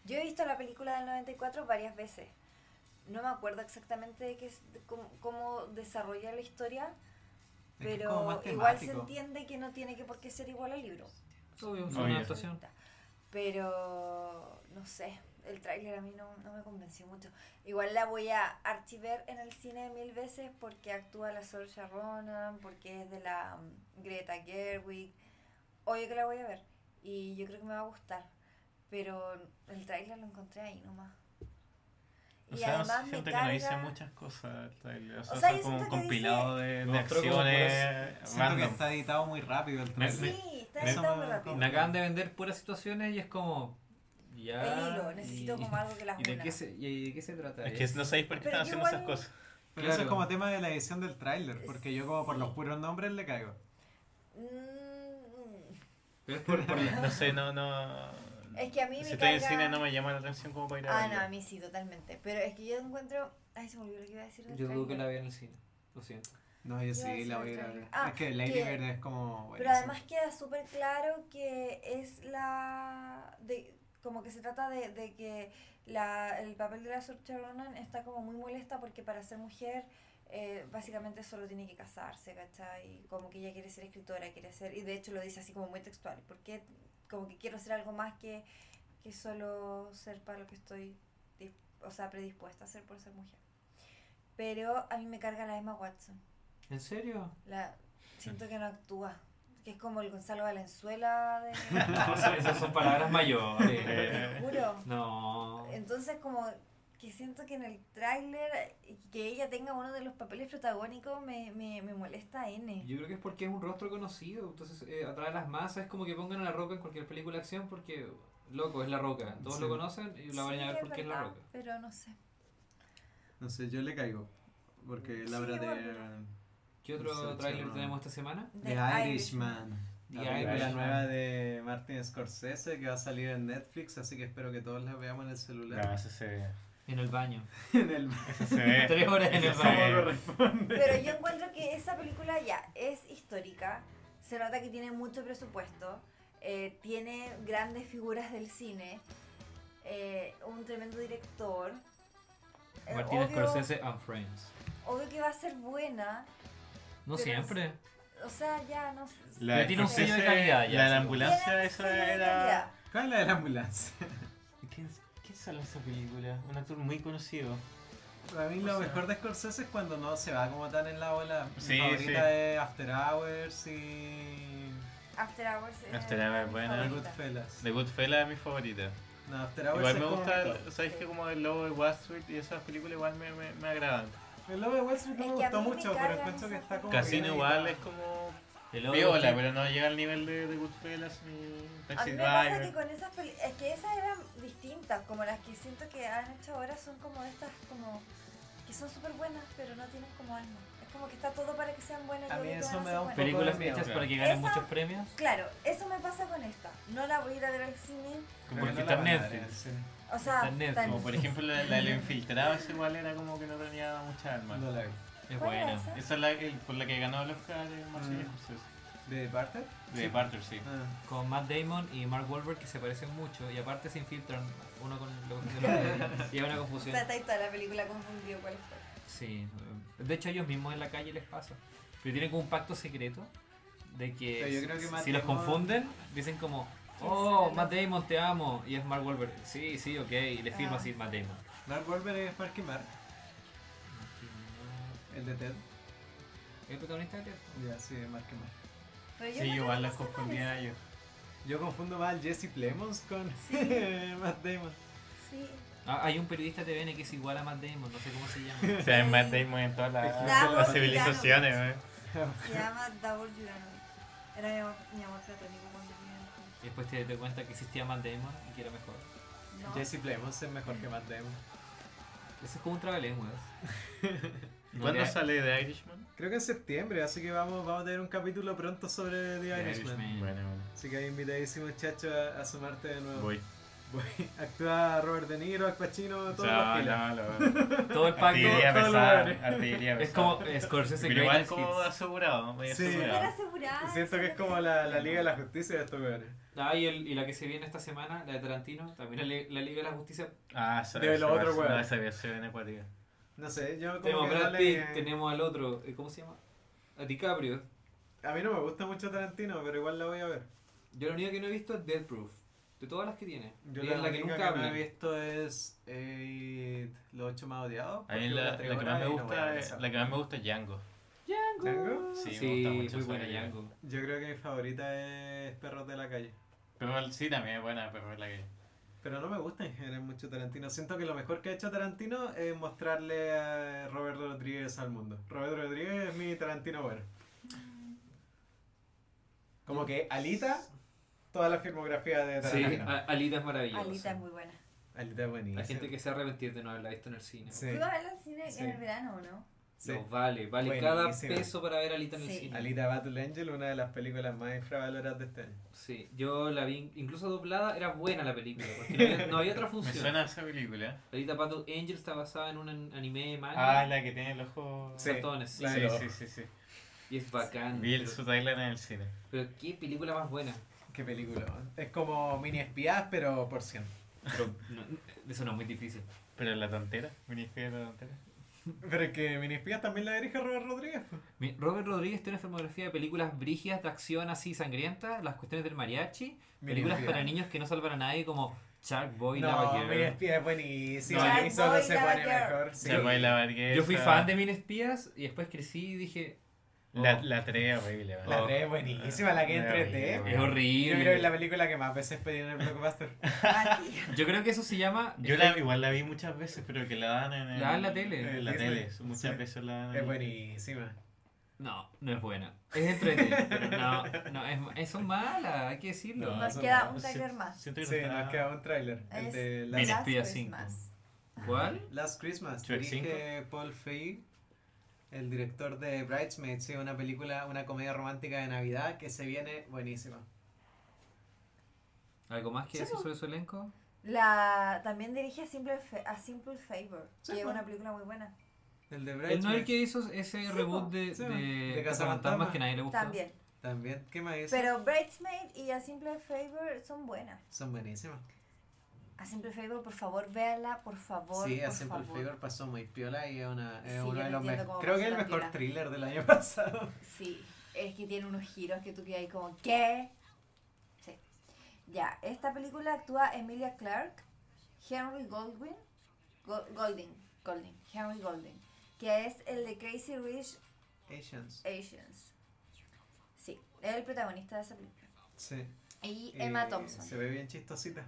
S1: Yo he visto la película del 94 varias veces. No me acuerdo exactamente de qué, es- de cómo, cómo desarrolla la historia,
S2: Es que es como
S1: pero
S2: más
S1: igual se
S2: temático.
S1: entiende que no tiene que por qué ser igual al libro.
S3: [laughs] Obvio, es
S4: Obvio.
S3: una actuación.
S1: Pero no sé, el tráiler a mí no, no me convenció mucho. Igual la voy a archiver en el cine mil veces porque actúa la Saoirse Ronan, porque es de la mm, Greta Gerwig. Obvio que la voy a ver y yo creo que me va a gustar. Pero el tráiler lo encontré ahí nomás.
S4: O sea, siento que no dice muchas cosas. el trailer. O sea,
S1: O sea,
S4: son
S1: yo
S4: como un
S1: siento que
S4: compilado de, de
S5: Mostró como por
S4: acciones
S2: Siento que
S4: random.
S2: está editado muy rápido el
S4: Me-
S2: trailer.
S1: Sí, está
S2: me-
S1: editado
S2: me-
S1: muy rápido.
S5: Me acaban de vender puras situaciones y es como. Ya.
S1: El hilo, necesito
S3: [laughs]
S5: y-
S1: como algo que las
S5: ¿Y de
S1: una.
S5: qué se, y de qué se trata?
S4: Es que no sabéis por qué
S1: Pero
S4: están
S1: yo
S4: haciendo
S1: igual- [laughs]
S4: esas cosas.
S2: Pero eso es
S5: Claro.
S2: como tema de la edición del tráiler, porque yo como por los puros nombres le caigo.
S1: Mm,
S5: Pero es
S4: [laughs]
S5: por, por la-
S4: No sé, no, no.
S1: es que a mí
S4: Si
S1: me
S4: estoy en
S1: carga-
S4: cine no me llama la atención como para ir a
S1: Ah, no, a
S4: verlo.
S1: mí sí, totalmente. Pero es que yo encuentro... Ay, se me olvidó lo que iba a decir del
S5: Yo dudo que
S1: tráiler.
S5: la vi en el cine. Lo siento.
S2: No, yo
S1: Iba a
S2: sí
S1: decir
S2: la
S1: el
S2: voy a ir a
S1: tráiler.
S2: ver.
S1: Ah,
S2: es que Lady
S1: que-
S2: Bird es como...
S1: Pero además queda súper claro que es la... De, como que se trata de, de que la, el papel de la Saoirse Ronan está como muy molesta porque para ser mujer eh, básicamente solo tiene que casarse, ¿cachai? Y como que ella quiere ser escritora, quiere ser... Y de hecho lo dice así como muy textual, porque como que quiero ser algo más que, que solo ser para lo que estoy, dis- o sea, predispuesta a ser por ser mujer. Pero a mí me carga la Emma Watson.
S3: [laughs]
S5: ¿En serio?
S1: La, siento que no actúa. Que es como el Gonzalo Valenzuela de.
S2: [laughs]
S5: esas son palabras
S4: [laughs]
S5: mayores.
S1: Te juro.
S5: No.
S1: Entonces, como que siento que en el tráiler eh, que ella tenga uno de los papeles protagónicos me, me, me molesta a N.
S5: Yo creo que es porque es un rostro conocido, entonces eh, atrae a las masas, es como que pongan a La Roca en cualquier película de acción porque, loco, es La Roca, todos
S2: Sí.
S5: lo conocen y la van
S1: Sí,
S5: a
S1: es
S5: ver porque es La
S1: verdad,
S5: Roca.
S1: Pero no sé.
S2: No sé, yo le caigo. Porque
S1: Sí,
S2: la obra de...
S1: igual.
S5: ¿Qué otro
S2: Sí, sí,
S5: tráiler
S2: no.
S5: tenemos esta semana?
S2: The Irishman.
S5: The
S2: La película
S5: Irishman.
S2: nueva de Martin Scorsese que va a salir en Netflix, así que espero que todos la veamos en el
S4: No,
S2: celular.
S4: eso se ve.
S5: En el baño.
S2: en el...
S4: Eso se
S2: Eh,
S4: ve.
S5: Tres horas en el
S4: Eso se ve.
S5: baño.
S1: Pero yo encuentro que esa película ya es histórica, se nota que tiene mucho presupuesto, eh, tiene grandes figuras del cine, eh, un tremendo director. Eh,
S5: Martin
S1: obvio-
S5: Scorsese and Friends.
S1: Obvio que va a ser buena,
S5: No
S1: Pero
S5: siempre.
S1: o sea, ya no sé.
S4: La
S5: Ya tiene un sello de
S4: Scorsese,
S5: calidad, ya,
S4: La de la
S5: sí.
S4: ambulancia,
S1: Tiene
S4: eso
S1: sello de
S4: era.
S1: calidad.
S2: ¿Cuál es la de la ambulancia? [laughs]
S4: ¿Quién, ¿Quién sale en esa película? Un actor muy conocido.
S2: Para mí
S4: O
S2: lo
S4: sea-
S2: mejor de Scorsese es cuando no se va como tan en la ola. Mi
S4: Sí,
S2: favorita
S4: sí.
S2: es After Hours y...
S1: After Hours. es
S4: After Hours,
S1: mi
S4: buena.
S2: The
S1: favorita.
S2: Goodfellas.
S4: The Goodfellas es mi favorita.
S2: No, After Hours
S4: Igual
S2: es
S4: me
S2: como-
S4: gusta, ¿sabes que Como el lobo de Wall Street y esas películas igual me, me, me agradan.
S2: El lobo de Wall Street no
S1: Es
S2: me
S1: que a
S2: gustó
S1: mí me
S2: mucho, pero
S1: cargan
S2: encuentro que
S1: esas
S2: está como...
S4: Casino
S2: bien
S4: igual
S2: editado.
S4: es como
S5: Ah, El otro-
S4: viola, pero no llega al nivel de, de Goodfellas ni
S1: A
S4: Taxi
S1: mí me pasa que
S4: Driver.
S1: con esas peli- es que esas eran distintas, como las que siento que han hecho ahora son como estas, como que son súper buenas, pero no tienen como alma. Es como que está todo para que sean buenas.
S2: A
S1: yo
S2: mí
S1: vi que
S2: eso
S1: van a
S2: me
S1: ser
S2: da un
S1: buenas.
S2: poco-
S5: Películas
S2: Miedo,
S5: hechas
S4: claro.
S5: para que ganen
S1: Esa-
S5: muchos premios.
S1: Claro, eso me pasa con esta. No la voy a ir a ver al cine.
S2: Pero
S4: Como porque
S2: no la
S4: está
S2: van a dar,
S4: Netflix.
S2: sí.
S1: O sea,
S5: Está en Netflix,
S1: tan-
S4: Como por ejemplo la,
S1: [laughs]
S4: la del infiltrado, esa igual era como que no tenía mucha alma.
S2: No la vi.
S5: Es
S1: ¿cuál era
S5: buena.
S1: esa?
S4: Esa es la el- por la que ganó el Oscar eh, Martin
S2: Mm.
S4: Scorsese.
S2: ¿De Departed?
S4: De Parter, sí.
S2: Ah.
S5: Con Matt Damon y Mark Wahlberg que se parecen mucho y aparte se infiltran uno con
S1: [laughs]
S5: lo que se lo otro y hay una
S1: O
S5: confusión.
S1: sea, está ahí toda la película confundido cuál fue.
S5: Sí, eh, de hecho ellos mismos en la calle les pasa. Pero tienen como un pacto secreto de que
S2: Pero Ah, yo
S5: si-
S2: creo que
S5: si,
S2: Matt
S5: los
S2: Damon-
S5: confunden, dicen como,
S1: ¿Quién
S5: oh,
S1: sabe?
S5: Matt Damon, te amo. Y es Mark Wahlberg. Sí, sí, ok. Y le firma
S1: Ah.
S5: así Matt Damon.
S2: Mark Wahlberg es Marky Mark, el de Ted.
S5: ¿El protagonista de Ted?
S2: Ya, sí, es Marky Mark.
S1: Pero yo
S4: Sí,
S1: no creo
S4: igual
S1: que
S4: las
S1: sea
S4: confundía
S1: parecido.
S4: a ellos. [laughs]
S2: Yo confundo más al Jesse Plemons con [laughs]
S1: Sí.
S2: Matt Damon.
S1: Sí.
S5: Ah, hay un periodista de TVN que es igual a Matt Damon, no sé cómo se [laughs] llama.
S4: O sea, en Matt Damon en todas las,
S1: Damos
S4: las
S1: y
S4: civilizaciones, eh.
S1: Se llama Double Juranovic. Era mi amor, mi amor platónico cuando vivía en el colegio.
S5: Y después te das cuenta que existía Matt Damon y que era mejor.
S1: No.
S2: Jesse Plemons es mejor que Matt Damon.
S5: Eso es como un trabalenguas.
S4: ¿Y
S5: No
S4: ¿Cuándo
S5: te-
S4: sale The Irishman?
S2: Creo que en septiembre, así que vamos, vamos a tener un capítulo pronto sobre The
S5: The
S2: Irishman.
S5: Irishman.
S4: Bueno, bueno.
S2: Así que ahí invitadísimo chacho a, a sumarte de nuevo.
S4: Voy.
S2: Voy. Actúa Robert De Niro, Al Pacino, todos los
S4: No,
S2: pilas.
S4: no, [laughs] no.
S5: Todo el pacto.
S4: Artillería
S2: todo lo
S4: pesada.
S2: abre.
S4: Artillería pesada.
S5: Es como Scorsese
S4: Pero igual
S5: Greatest
S4: como
S5: Hits.
S4: asegurado, medio
S2: Sí. ah,
S1: Súper
S4: asegurado.
S1: asegurada,
S2: Siento que es
S1: eso
S2: como la, la Liga de la Justicia de estos weones.
S5: Ah, y, el- y la que se viene esta semana, la de Tarantino, también la, li- la Liga de la Justicia.
S4: Ah, esa
S2: De lo
S4: esa-
S2: otro,
S4: esa-
S2: weón.
S4: no, Esa había sido en acuática.
S2: No sé, yo como
S5: Tenemos a
S2: que no
S5: Brad
S2: le-
S5: Pitt, tenemos al otro, eh, ¿cómo se llama? A DiCaprio.
S2: A mí no me gusta mucho Tarantino, pero igual la voy a ver.
S5: Yo lo único que no he visto es Death Proof. De todas las que tiene.
S2: Yo
S5: es
S2: la,
S5: la que
S2: única
S5: nunca
S2: que, no
S5: habla.
S2: he visto es eh, Los ocho más odiados.
S4: A
S2: porque
S4: mí la,
S2: dura tres
S4: la que
S2: horas
S4: más me
S2: y no voy a
S4: gusta
S2: ver
S4: es,
S2: esa.
S4: la que más me gusta es Django.
S2: ¿Django?
S4: Sí,
S5: Sí,
S4: me gusta mucho
S5: muy
S4: esa
S5: buena
S4: película.
S5: Django.
S2: Yo creo que mi favorita es Perros de la calle.
S4: Pero sí, también es buena, pero es la que...
S2: Pero no me gusta en general mucho Tarantino. Siento que lo mejor que ha hecho Tarantino es mostrarle a Robert Rodríguez al mundo. Robert Rodríguez es mi Tarantino bueno. Como que Alita, toda la filmografía de
S5: Sí,
S2: Tarantino.
S5: A- Alita es maravillosa.
S1: Alita es muy buena.
S2: Alita es buenísima.
S5: La gente que se arrepentir de no haberla visto en el cine.
S2: Sí,
S1: Fuimos a verla al cine
S2: Sí.
S1: en el verano,
S2: [laughs]
S1: ¿no?
S2: sí.
S5: Lo vale, vale
S2: Buenísima.
S5: cada peso para ver Alita en el
S1: Sí.
S5: cine.
S2: Alita Battle Angel, una de las películas más infravaloradas de este año.
S5: Sí, yo la vi incluso doblada, era buena la película, porque no había, no había otra
S4: [laughs] Me
S5: función.
S4: suena esa película.
S5: Alita Battle Angel está basada en un an- anime manga.
S4: Ah, la que tiene el ojo...
S2: Sí.
S5: Saltones, sí.
S2: la
S4: sí,
S2: del ojo.
S4: sí, sí, sí.
S5: Y es bacán.
S4: Vi el
S5: pero,
S4: su tráiler en el cine.
S5: pero qué película más buena.
S2: Qué película. ¿no? Es como mini espías, pero por
S5: [laughs]
S2: cien.
S5: Pero no, eso no es muy difícil.
S4: Pero la tontera, Ministerio de la tontera.
S2: Pero es que mini espías también la dirige Robert Rodríguez.
S5: Mi- Robert Rodríguez tiene una filmografía de películas brígidas de acción así sangrientas, las cuestiones del mariachi,
S2: Mini
S5: películas
S2: espías.
S5: para niños que no salvan a nadie como Shark Boy,
S2: No,
S5: Lava
S2: mini
S5: Girl.
S2: espías es buenísimo.
S1: No,
S2: y
S1: yo-
S2: solo se
S1: Boy, Lava
S2: pone
S1: Girl.
S2: mejor. sí.
S4: Se fue la barqueta.
S5: Yo fui fan de Min Espías y después crecí y dije,
S4: La,
S5: Oh.
S4: la 3 horrible,
S2: La
S4: ¿verdad?
S2: 3 es buenísima, la que en
S4: Es
S2: 3D.
S4: horrible.
S5: es
S2: Yo creo que es
S5: horrible.
S2: la película que más veces pedí en el Blockbuster.
S1: Aquí.
S5: Yo creo que eso se llama...
S4: Yo la, igual la vi muchas veces, pero que la dan en el-
S5: La dan en la tele.
S4: En la
S2: Sí.
S4: tele, muchas
S2: Sí.
S4: veces la dan. en
S2: Es
S4: el-
S2: buenísima.
S5: No, no es buena. Es entretenida, pero no, no, es, es- son malas, hay que decirlo.
S4: No,
S1: Nos
S4: eso
S1: queda
S4: no.
S1: un tráiler más.
S4: Siento que
S2: Sí,
S4: no
S2: nos
S4: está-
S2: queda un tráiler. El
S1: Es
S2: de
S1: Last
S2: Last,
S5: Mira. Espía
S1: Christmas.
S5: ¿Cuál?
S2: Last Christmas.
S4: Shrek
S2: Dirige Paul Feig, el director de Bridesmaids. Sí, una película, una comedia romántica de Navidad que se viene buenísima.
S5: ¿Algo más que
S1: Sí,
S5: decir
S1: po.
S5: sobre su elenco?
S1: La, también dirige a Simple, Fa- a Simple Favor,
S2: Sí,
S1: que es
S2: po.
S1: una película muy buena.
S2: El de
S5: Él
S2: Bridesmaids.
S5: no es el que hizo ese
S1: Sí,
S5: reboot
S1: po.
S5: de,
S2: Sí,
S5: de,
S2: de
S5: Cazafantasmas
S2: Cazafantasmas.
S5: que nadie le gustó.
S1: También.
S2: También, ¿qué más hizo?
S1: Pero Bridesmaid y A Simple Favor son buenas.
S2: Son buenísimas.
S1: A Simple Favor, por favor, véanla, por favor.
S2: Sí, a
S1: por
S2: Simple
S1: favor.
S2: Favor pasó muy piola y es, una, es
S1: Sí, yo
S2: uno de
S1: no entiendo
S2: los mejores.
S1: cómo
S2: Creo que es
S1: pasó
S2: el
S1: tan
S2: mejor
S1: piola.
S2: thriller del año [laughs] pasado.
S1: Sí, es que tiene unos giros que tú quedas ahí como, ¿qué? Sí. Ya, esta película actúa Emilia Clarke, Henry Goldwyn, Go- Golding, Golding, Henry Golding, que es el de Crazy Rich
S2: Asians.
S1: Asians. Sí, es el protagonista de esa película.
S2: Sí.
S1: Y Emma
S2: Eh, Se
S1: Thompson.
S2: ve bien chistosita.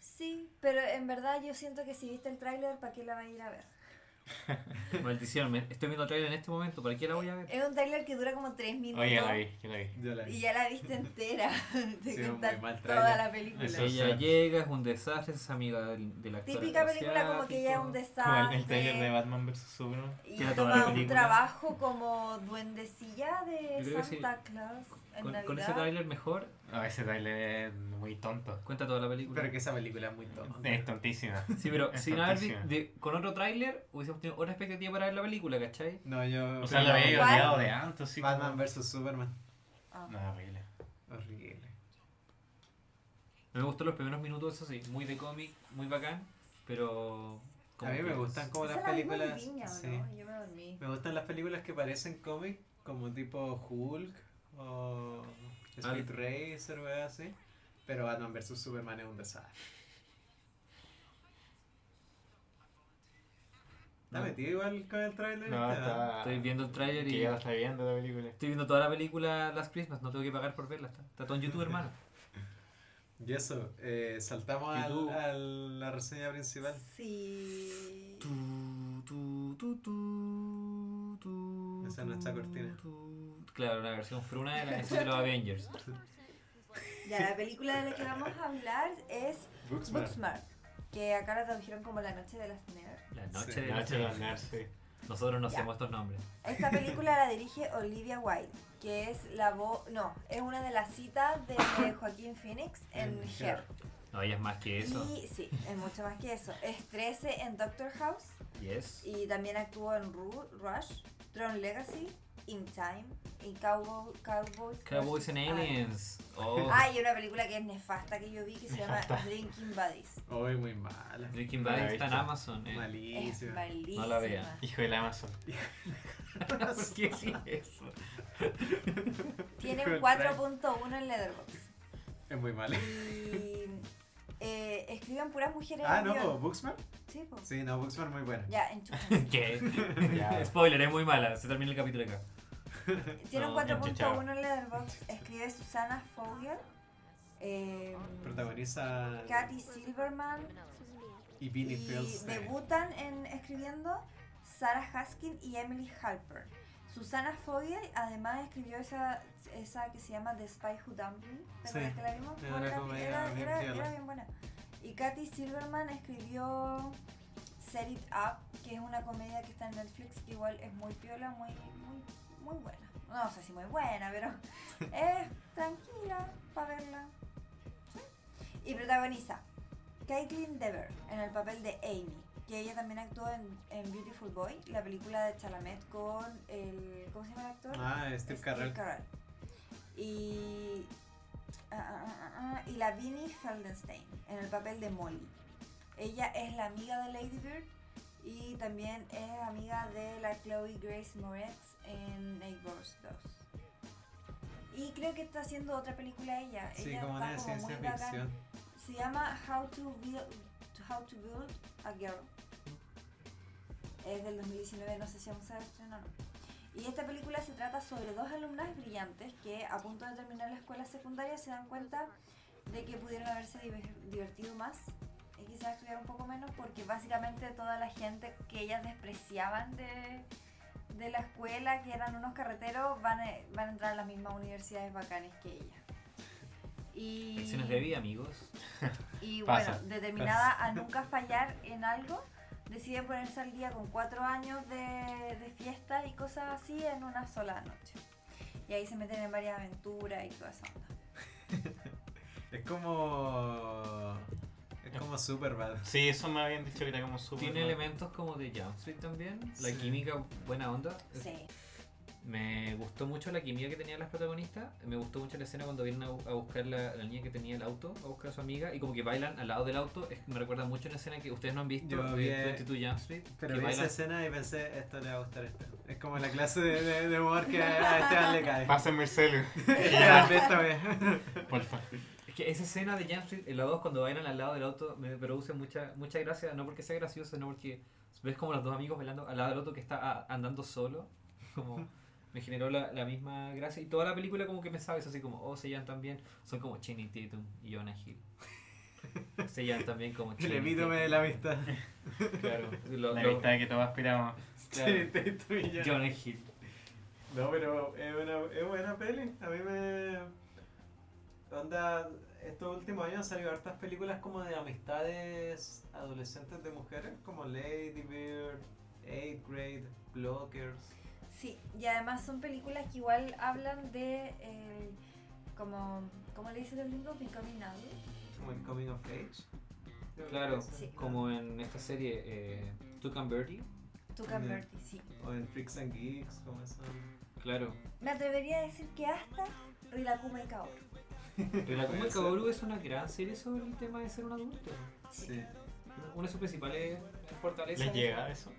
S1: Sí, pero en verdad yo siento que si viste el tráiler, ¿para qué la vas a ir a ver?
S5: Maldición, me- estoy viendo el trailer en este momento, ¿para qué la voy a ver?
S1: Es un tráiler que dura como tres minutos.
S4: Oye, Oh, la vi, yo la vi.
S2: Yo la
S1: Y
S2: vi.
S1: ya la viste entera. [laughs] Te
S2: Sí, un
S1: cuenta
S2: muy mal
S1: toda
S2: tráiler.
S1: la película.
S4: Eso
S5: Ella
S4: sí.
S5: llega, es un desastre, es amiga del, del actor
S1: Típica película como que ella es un
S5: asiático.
S4: Como el,
S1: desastre.
S4: el trailer de Batman vs Superman.
S1: Y
S5: Tiene toda la
S1: toma un
S4: película.
S1: trabajo como duendecilla
S5: Yo
S1: de
S5: creo que sí.
S1: Santa Claus en
S5: Con,
S1: Navidad.
S5: con ese tráiler mejor,
S4: No, ese trailer es muy tonto.
S5: cuenta toda la película.
S2: Pero que esa película es muy tonta.
S4: Es [laughs] tontísima.
S5: Sí, pero
S4: Es
S5: sin haber vi-
S4: tontísima.
S5: de- con otro tráiler hubiésemos tenido otra expectativa para ver la película, ¿cachai?
S2: No, yo.
S4: O sea, la había
S1: ¿Cuál?
S4: odiado de antes. así como-
S2: Batman vs Superman.
S1: Ah.
S4: No, horrible.
S2: Horrible.
S5: Me gustó los primeros minutos, eso sí, muy de cómic, muy bacán, pero...
S2: A mí me gustan como
S1: Esa
S2: las
S1: la vi con
S2: películas.
S1: Viña, ¿o
S2: sí.
S1: no? Yo me dormí.
S2: Me gustan las películas que parecen cómic, como tipo Hulk o Speed Racer o algo así. Pero Batman vs Superman es un desastre. ¿Está
S5: No.
S2: metido igual con el trailer?
S4: No, está.
S5: Estoy viendo el tráiler
S4: Que
S5: y...
S4: ya la está viendo la película.
S5: Estoy viendo toda la película Last Christmas, no tengo que pagar por verla, está, está todo
S2: [laughs]
S5: en YouTube, hermano.
S2: Y eso, eh, saltamos
S5: ¿Y
S2: al-
S5: tú?
S2: a la reseña principal.
S1: Sí.
S5: Tu, tu, tu, tu, tu,
S2: Esa es nuestra cortina.
S5: tu. Claro, una versión fruna de la canción de los Avengers.
S1: Ya, la película de la que vamos a hablar es
S2: Booksmart.
S1: Booksmart, que acá la tradujeron como La Noche de las Nerds.
S5: La noche
S2: Sí,
S5: de
S4: La
S5: la
S4: noche de los nerds, sí.
S5: Nosotros no
S1: Ya.
S5: hacemos estos nombres.
S1: Esta película la dirige Olivia Wilde, que es la voz, no, es una de las citas de Joaquín Phoenix en
S2: En
S1: Her.
S2: Her.
S5: No, ella es más que eso.
S1: Y sí, es mucho más que eso. Es 13 en Doctor House
S5: Yes.
S1: y también actuó en Ru- Rush, Tron Legacy, In Time y Cowboy, Cowboys,
S5: Cowboys
S1: vs.
S5: and Aliens. Oh,
S1: Ah, y una película que es nefasta que yo vi que se llama Drinking Buddies.
S2: Hoy muy mala.
S5: Drinking
S4: No la
S5: Buddies
S4: he
S5: está en
S4: visto.
S5: Amazon. Eh.
S1: Es
S2: [laughs] Malísima.
S1: malísima.
S5: No la vea.
S4: Hijo del Amazon.
S5: [laughs] ¿Por
S4: [laughs]
S5: qué sí eso?
S1: Tiene
S2: Hijo
S1: un
S2: del
S1: 4.1 en Letterboxd.
S2: Es Es
S1: [laughs]
S2: muy mal.
S1: Y eh, escriban puras mujeres.
S2: Ah,
S1: en
S2: no,
S1: guión.
S2: po, Booksmart.
S1: Sí, po.
S2: Sí, no, Booksmart muy buena.
S1: Ya,
S2: [laughs]
S1: enchúfense.
S5: ¿Qué?
S2: Ya.
S5: [laughs] Spoiler, es muy mala. Se termina el capítulo acá.
S1: Tiene un
S4: No,
S1: 4.1 en Letterboxd. Escribe Susana Fogel. Eh,
S2: Protagoniza
S1: Katy Silverman.
S2: y
S1: Y
S2: Billy Fields.
S1: debutan en escribiendo Sarah Haskin y Emily Halper. Susana Fogel además escribió esa, esa que se llama The Spy Who Dumped Me. ¿te
S2: Sí,
S1: acuerdas que la vimos?
S2: era
S1: Bueno,
S2: una
S1: era-
S2: comedia
S1: era-
S2: bien
S1: era-
S2: piola.
S1: era bien buena. Y Katy Silverman escribió Set It Up, que es una comedia que está en Netflix, que igual es muy piola, muy, muy, muy buena. No sé si muy buena, pero es Eh, tranquila para verla. Sí. Y protagoniza Caitlin Dever en el papel de Amy, que ella también actuó en, en Beautiful Boy, la película de Chalamet con el. ¿Cómo se llama el actor?
S2: Ah, Steve Carrell.
S1: Carell. Y. ah, ah, ah, ah, ah, y la Vinnie Feldenstein en el papel de Molly. Ella es la amiga de Lady Bird y también es amiga de la Chloe Grace Moretz en Neighbors 2. Y creo que está haciendo otra película ella.
S2: Sí,
S1: ella
S2: como
S1: está
S2: una de ciencia
S1: muy bacán.
S2: ficción.
S1: Se llama How to Build, How to Build a Girl. Es del 2019, no sé si aún se estrena o no. Y esta película se trata sobre dos alumnas brillantes que a punto de terminar la escuela secundaria se dan cuenta de que pudieron haberse diver- divertido más y quizás estudiar un poco menos porque básicamente toda la gente que ellas despreciaban de, de la escuela, que eran unos carreteros, van a, van a entrar a las mismas universidades bacanes que ellas. Y...
S5: Lecciones de vida, amigos.
S1: Y
S4: Pasa,
S1: bueno, determinada a nunca fallar en algo, decide ponerse al día con cuatro años de, de fiesta y cosas así en una sola noche. Y ahí se meten en varias aventuras y toda esa onda.
S2: Es como. Es como Superbad.
S4: Sí, eso me habían dicho que era como súper.
S5: Tiene
S4: mal.
S5: elementos como de Jump Street también. La
S2: Sí.
S5: química, buena onda.
S1: Sí.
S5: Me gustó mucho la química que tenían las protagonistas. Me gustó mucho la escena cuando vienen a, bu- a buscar la, la niña que tenía el auto, a buscar a su amiga, y como que bailan al lado del auto. Es- me recuerda mucho una escena que ustedes no han visto eh,
S2: Yo vi-
S5: de 22 Jump Street.
S2: Pero
S5: que
S2: vi esa
S5: bailan-
S2: escena y pensé, esto le va a gustar a Esteban. Es como la clase de, de, de humor
S1: [laughs]
S2: que a Esteban le cae. [laughs]
S4: Pásenme el celu, [laughs]
S2: Ya, ve esta vez.
S4: porfa.
S5: Es que esa escena de Jump Street, en la 2, cuando bailan al lado del auto, me produce mucha, mucha gracia. No porque sea gracioso, no porque ves como los dos amigos bailando al lado del auto que está ah, andando solo. [laughs] Como me generó la, la misma gracia. Y toda la película, como que me sabes, así como, oh, se llevan tan bien. Son como Channing Tatum y Jonah Hill. [laughs] Se llevan también
S2: [laughs]
S5: como
S2: El
S5: Channing
S2: epítome de
S5: Tatum.
S2: la amistad.
S5: Claro. Lo-
S4: La
S5: lo-
S4: vista que todos aspiramos.
S2: [laughs] Sí, te estoy ya.
S5: Jonah Hill.
S2: No, pero es, una, es buena peli. A mí me. Onda, estos últimos años han salido hartas películas como de amistades adolescentes de mujeres, como Lady Bird, Eighth Grade, Blockers.
S1: Sí, y además son películas que igual hablan de, eh, como, ¿cómo le dicen los gringos? Becoming adult.
S2: Como el Coming of Age.
S5: Claro,
S1: Sí.
S5: como en esta serie, eh, Tuck and Birdie.
S1: To
S2: Ya.
S1: Converti, sí.
S2: O en Freaks and Geeks, como eso.
S5: Claro.
S2: [laughs]
S1: Me atrevería a decir que hasta Rilakuma y Kaoru.
S5: Pero la Kuma
S2: Puede ser.
S5: Kaoru es una gran serie sobre el tema de ser un adulto.
S1: Sí.
S5: Una de sus principales fortalezas.
S4: ¿Les llega eso?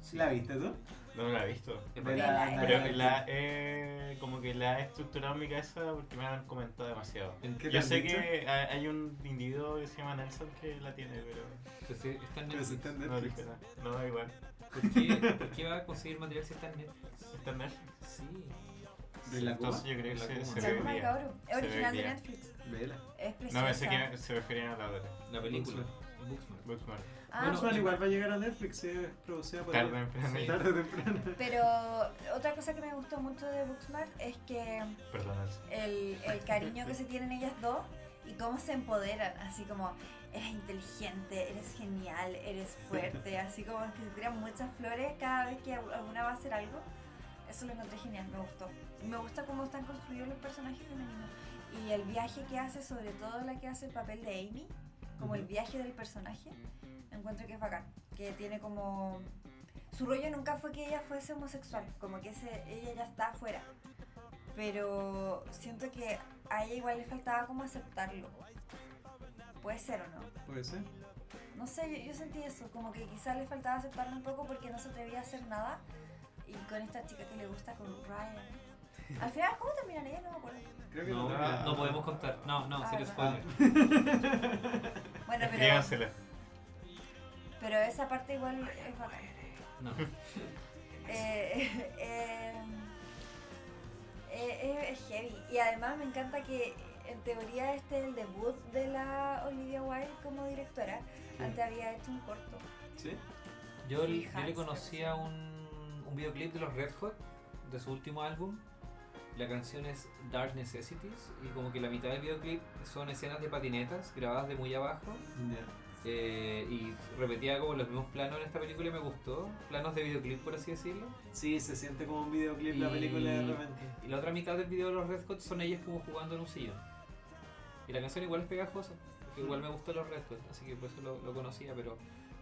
S2: Sí. ¿La viste tú?
S4: No la he visto.
S5: Es
S2: De
S5: verdad.
S1: la-
S4: Pero la he- como que la he estructurado en mi cabeza porque me han comentado demasiado.
S2: ¿Qué te
S4: Yo
S2: han
S4: sé
S2: dicho?
S4: que ha- hay un individuo que se llama Nelson que la tiene, pero
S5: Entonces, está en
S2: Pero si
S5: Netflix.
S2: está en
S4: no
S2: Netflix.
S4: dije nada. No, da igual.
S5: ¿Por qué, por qué va a conseguir material si está en Netflix?
S4: ¿Está en Netflix?
S5: Sí.
S2: ¿De la Cuba?
S4: Entonces yo creo que
S5: La
S4: se,
S5: Kuma.
S4: se
S5: La
S1: Rilakuma y
S4: vería.
S1: Kaoru. Es
S4: Se
S1: original de
S4: debería.
S1: Netflix.
S2: Vela.
S1: Es
S4: No
S1: preciosa.
S4: pensé que se referían a la otra.
S5: La película. Booksmart.
S4: Booksmart.
S1: Ah,
S5: Bueno,
S2: Booksmart igual va a llegar a Netflix, sí, es producida por.
S4: Tarde, pero
S5: Sí.
S2: Tarde o temprano.
S1: Pero otra cosa que me gustó mucho de Booksmart es que
S4: Perdón, Nelson.
S1: el, el cariño que se tienen ellas dos y cómo se empoderan, así como eres inteligente, eres genial, eres fuerte, así como que se tiran muchas flores cada vez que alguna va a hacer algo. Eso lo encontré genial, me gustó. Y Me gusta cómo están construidos los personajes femeninos y el viaje que hace, sobre todo la que hace el papel de Amy, como el viaje del personaje, encuentro que es bacán, que tiene como... Su rollo nunca fue que ella fuese homosexual, como que ese- ella ya está afuera, pero siento que a ella igual le faltaba como aceptarlo. Puede ser o no.
S2: Puede ser.
S1: No sé, yo, yo sentí eso, como que quizás le faltaba aceptarlo un poco porque no se atrevía a hacer nada. Y con esta chica que le gusta, con Ryan, Al final, ¿cómo terminan ellas? No me acuerdo.
S2: Creo que
S5: No,
S2: trataba-
S5: no, no podemos contar. No, no,
S1: Ah,
S5: serio
S1: verdad.
S5: spoiler.
S1: Bueno, pero,
S4: Escríbansela.
S1: pero esa parte igual es bacán.
S5: No.
S1: Eh, [laughs] eh, eh, es, es heavy. Y además me encanta que en teoría este es el debut de la Olivia Wilde como directora. Antes había hecho un corto.
S2: Sí.
S5: Yo,
S1: Sí,
S5: yo le
S1: Hans,
S5: conocía un, un videoclip de los Red Hot, de su último álbum. La canción es Dark Necessities y como que la mitad del videoclip son escenas de patinetas grabadas de muy abajo
S2: Ya.
S5: eh, y repetía como los mismos planos en esta película y me gustó, planos de videoclip por así decirlo.
S2: Sí, se siente como un videoclip la
S5: Y-
S2: película de repente.
S5: Y la otra mitad del video de los Red Hot son ellos como jugando en un sillón. Y la canción igual es pegajosa, porque igual me gustan los Red Hot, así que por eso lo, lo conocía, pero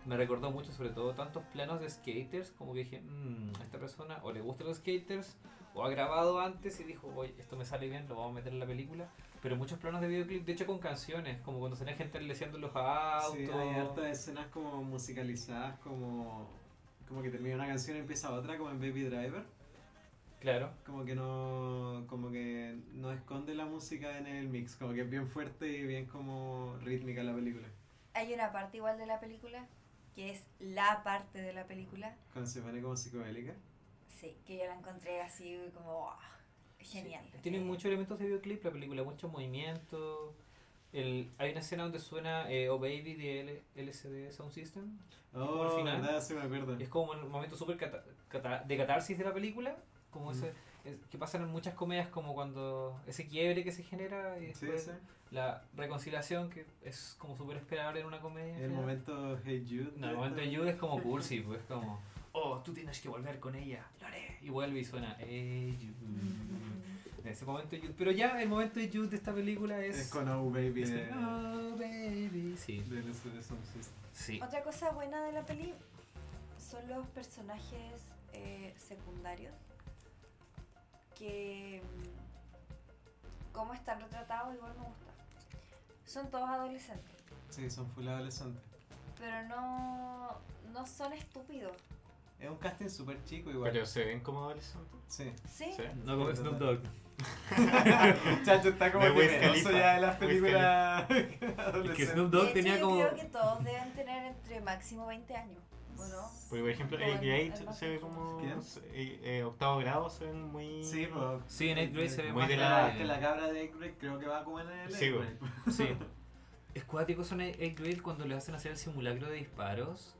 S5: me recordó mucho, sobre todo tantos planos de skaters, como que dije, "Mm, a esta persona o le gustan los skaters, o ha grabado antes y dijo, oye, esto me sale bien, lo vamos a meter en la película. Pero muchos planos de videoclip, de hecho con canciones, como cuando salen gente leseando los autos.
S2: Sí, hay hartas escenas como musicalizadas, como, como que termina una canción y empieza otra, como en Baby Driver.
S5: Claro.
S2: Como que no como que no esconde la música en el mix, como que es bien fuerte y bien como rítmica la película.
S1: Hay una parte igual de la película, que es la parte de la película.
S2: Cuando se pone como psicodélica.
S1: Sí, que yo la encontré así como ah, genial.
S5: Sí, Tiene muchos elementos de videoclip la película, muchos movimientos. El, hay una escena donde suena eh, Oh Baby de L- LCD Sound System. como al
S2: Oh,
S5: final.
S2: verdad, se me acuerdo.
S5: Y es como un momento súper cata- cata- de catarsis de la película. Como
S2: Mm.
S5: ese, es- que pasan en muchas comedias, como cuando ese quiebre que se genera y
S2: Sí,
S5: después
S2: sí.
S5: la reconciliación, que es como súper esperable en una comedia. en
S2: El
S5: general.
S2: momento Hey Jude.
S5: No, el momento de Jude es
S2: [laughs]
S5: como cursi, pues como, oh, tú tienes que volver con ella, lo haré. Y vuelve y suena, hey, Jude. En ese momento de Jude. Pero ya el momento de Jude de esta película es.
S2: Es con Oh Baby
S5: es
S2: de,
S5: con, "Oh, baby. Sí.
S2: de LCD Sound System.
S5: Sí.
S1: Otra cosa buena de la peli son los personajes eh, secundarios que mm, cómo están retratados igual me gusta. Son todos adolescentes,
S2: Sí, son full adolescentes.
S1: pero no, no son estúpidos.
S2: Es un casting súper chico igual.
S4: Pero se ven como adolescentes. [laughs]
S2: Sí.
S1: ¿Sí?
S4: Sí.
S5: No como Snoop Dogg.
S2: Chacho está como
S4: De Wiz
S2: temeroso
S4: Khalifa.
S2: ya de las
S4: Wiz
S2: películas
S5: Es que
S2: adolescentes.
S5: Snoop
S1: De
S5: Dogg
S1: hecho,
S5: tenía
S1: yo
S5: como.
S1: creo Eh, que todos deben tener entre máximo 20 años, ¿o no?
S4: Porque, por ejemplo,
S1: Como el- el
S4: 88
S1: más
S4: se ve
S1: famoso.
S4: como.
S2: ¿Quién?
S4: eh, eh, octavo grado se ven muy.
S2: Sí, pues.
S5: Sí, en Eighth Grade se ve
S4: Muy
S5: más
S4: de
S2: Que
S4: la-
S2: la,
S5: grave.
S2: que la cabra de Eggbreak creo que va como en el
S4: Sí,
S2: Eggbreak.
S5: Sí. Es cuático son Eighth Grade cuando les hacen hacer el simulacro de disparos.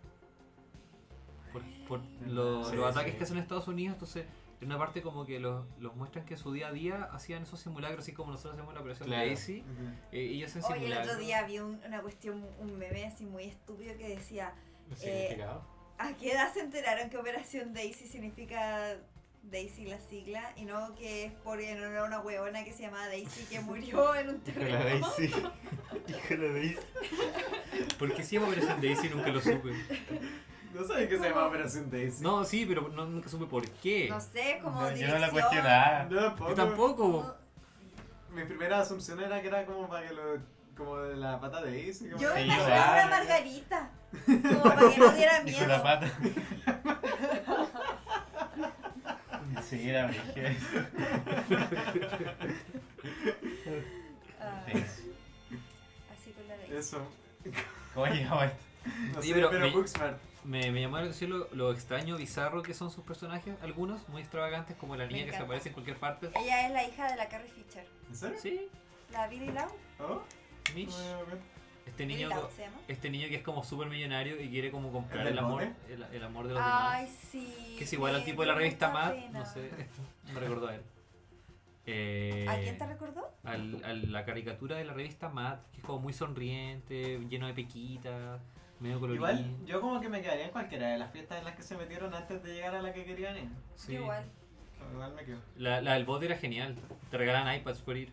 S5: Por, por lo-
S2: Sí,
S5: los
S2: sí.
S5: ataques que hacen en Estados Unidos, entonces. En una parte como que los, los muestran que en su día a día hacían esos simulacros, así como nosotros hacemos la operación
S4: Claro.
S5: Daisy.
S2: Ujú.
S5: eh, ellos hacen
S1: Oye, el
S5: simulacros.
S1: otro día vi un- una cuestión, un meme así muy estúpido que decía,
S4: Significado.
S1: ¿a qué edad se enteraron que Operación Daisy significa Daisy la sigla? Y no que es por en honor a una huevona que se llamaba Daisy que murió en un
S4: Hijo de la
S1: terremoto.
S4: Daisy. [laughs] Hijo de la Daisy.
S5: ¿Por qué se llama Operación Daisy? Nunca lo supe.
S1: [laughs]
S2: No sabes que se llama Operación Daisy.
S5: No, sí, pero no- nunca supe por qué.
S1: No sé, es como
S4: No, Yo no
S1: dirección.
S4: la cuestionaba.
S2: Yo tampoco.
S5: Yo tampoco.
S1: No,
S2: Mi primera asunción era que era como para que lo. como de la pata de Daisy. como
S1: Yo me
S2: que-
S4: Sí,
S1: imaginaba
S4: claro.
S1: una
S4: [laughs]
S1: margarita. Como para que no diera
S4: Hijo de la
S1: miedo.
S4: pata. [laughs] Sí, era brígido.
S1: Ah,
S4: Daisy.
S1: así con la Daisy.
S2: Eso.
S4: ¿Cómo llegamos a esto?
S2: No
S5: Sí,
S2: sé,
S5: pero
S2: pero,
S5: mi-
S2: Booksmart.
S5: Me, me llamaron a decir lo, lo extraño, bizarro que son sus personajes. Algunos muy extravagantes, como la niña que se
S1: encanta.
S5: aparece en cualquier parte.
S1: Ella es la hija de la Carrie Fisher.
S2: ¿En serio?
S5: Sí,
S1: La Billy Lau.
S2: ¿Oh?
S5: Mish.
S2: Bueno, bueno.
S5: Este
S1: Billy
S5: niño,
S1: Lau se llama.
S5: este niño que es como súper millonario y quiere como comprar
S2: ¿El
S5: el,
S2: del
S5: amor,
S2: bote?
S5: el, el amor de los
S1: Ay,
S5: demás.
S1: sí.
S5: Que es igual al
S1: me
S5: tipo de la
S1: dio
S5: revista
S1: mucha
S5: Mad.
S1: pena.
S5: No sé, me recordó a él. Eh,
S1: ¿A quién te recordó?
S5: al- a la caricatura de la revista Mad, que es como muy sonriente, lleno de pequitas, medio colorido.
S2: Igual, yo como que me quedaría en cualquiera de las fiestas en las que se metieron antes de llegar a la que querían ir.
S5: Sí.
S1: Yo Igual.
S2: Igual me quedo.
S5: La, la del bote era genial. Te regalan iPads por ir.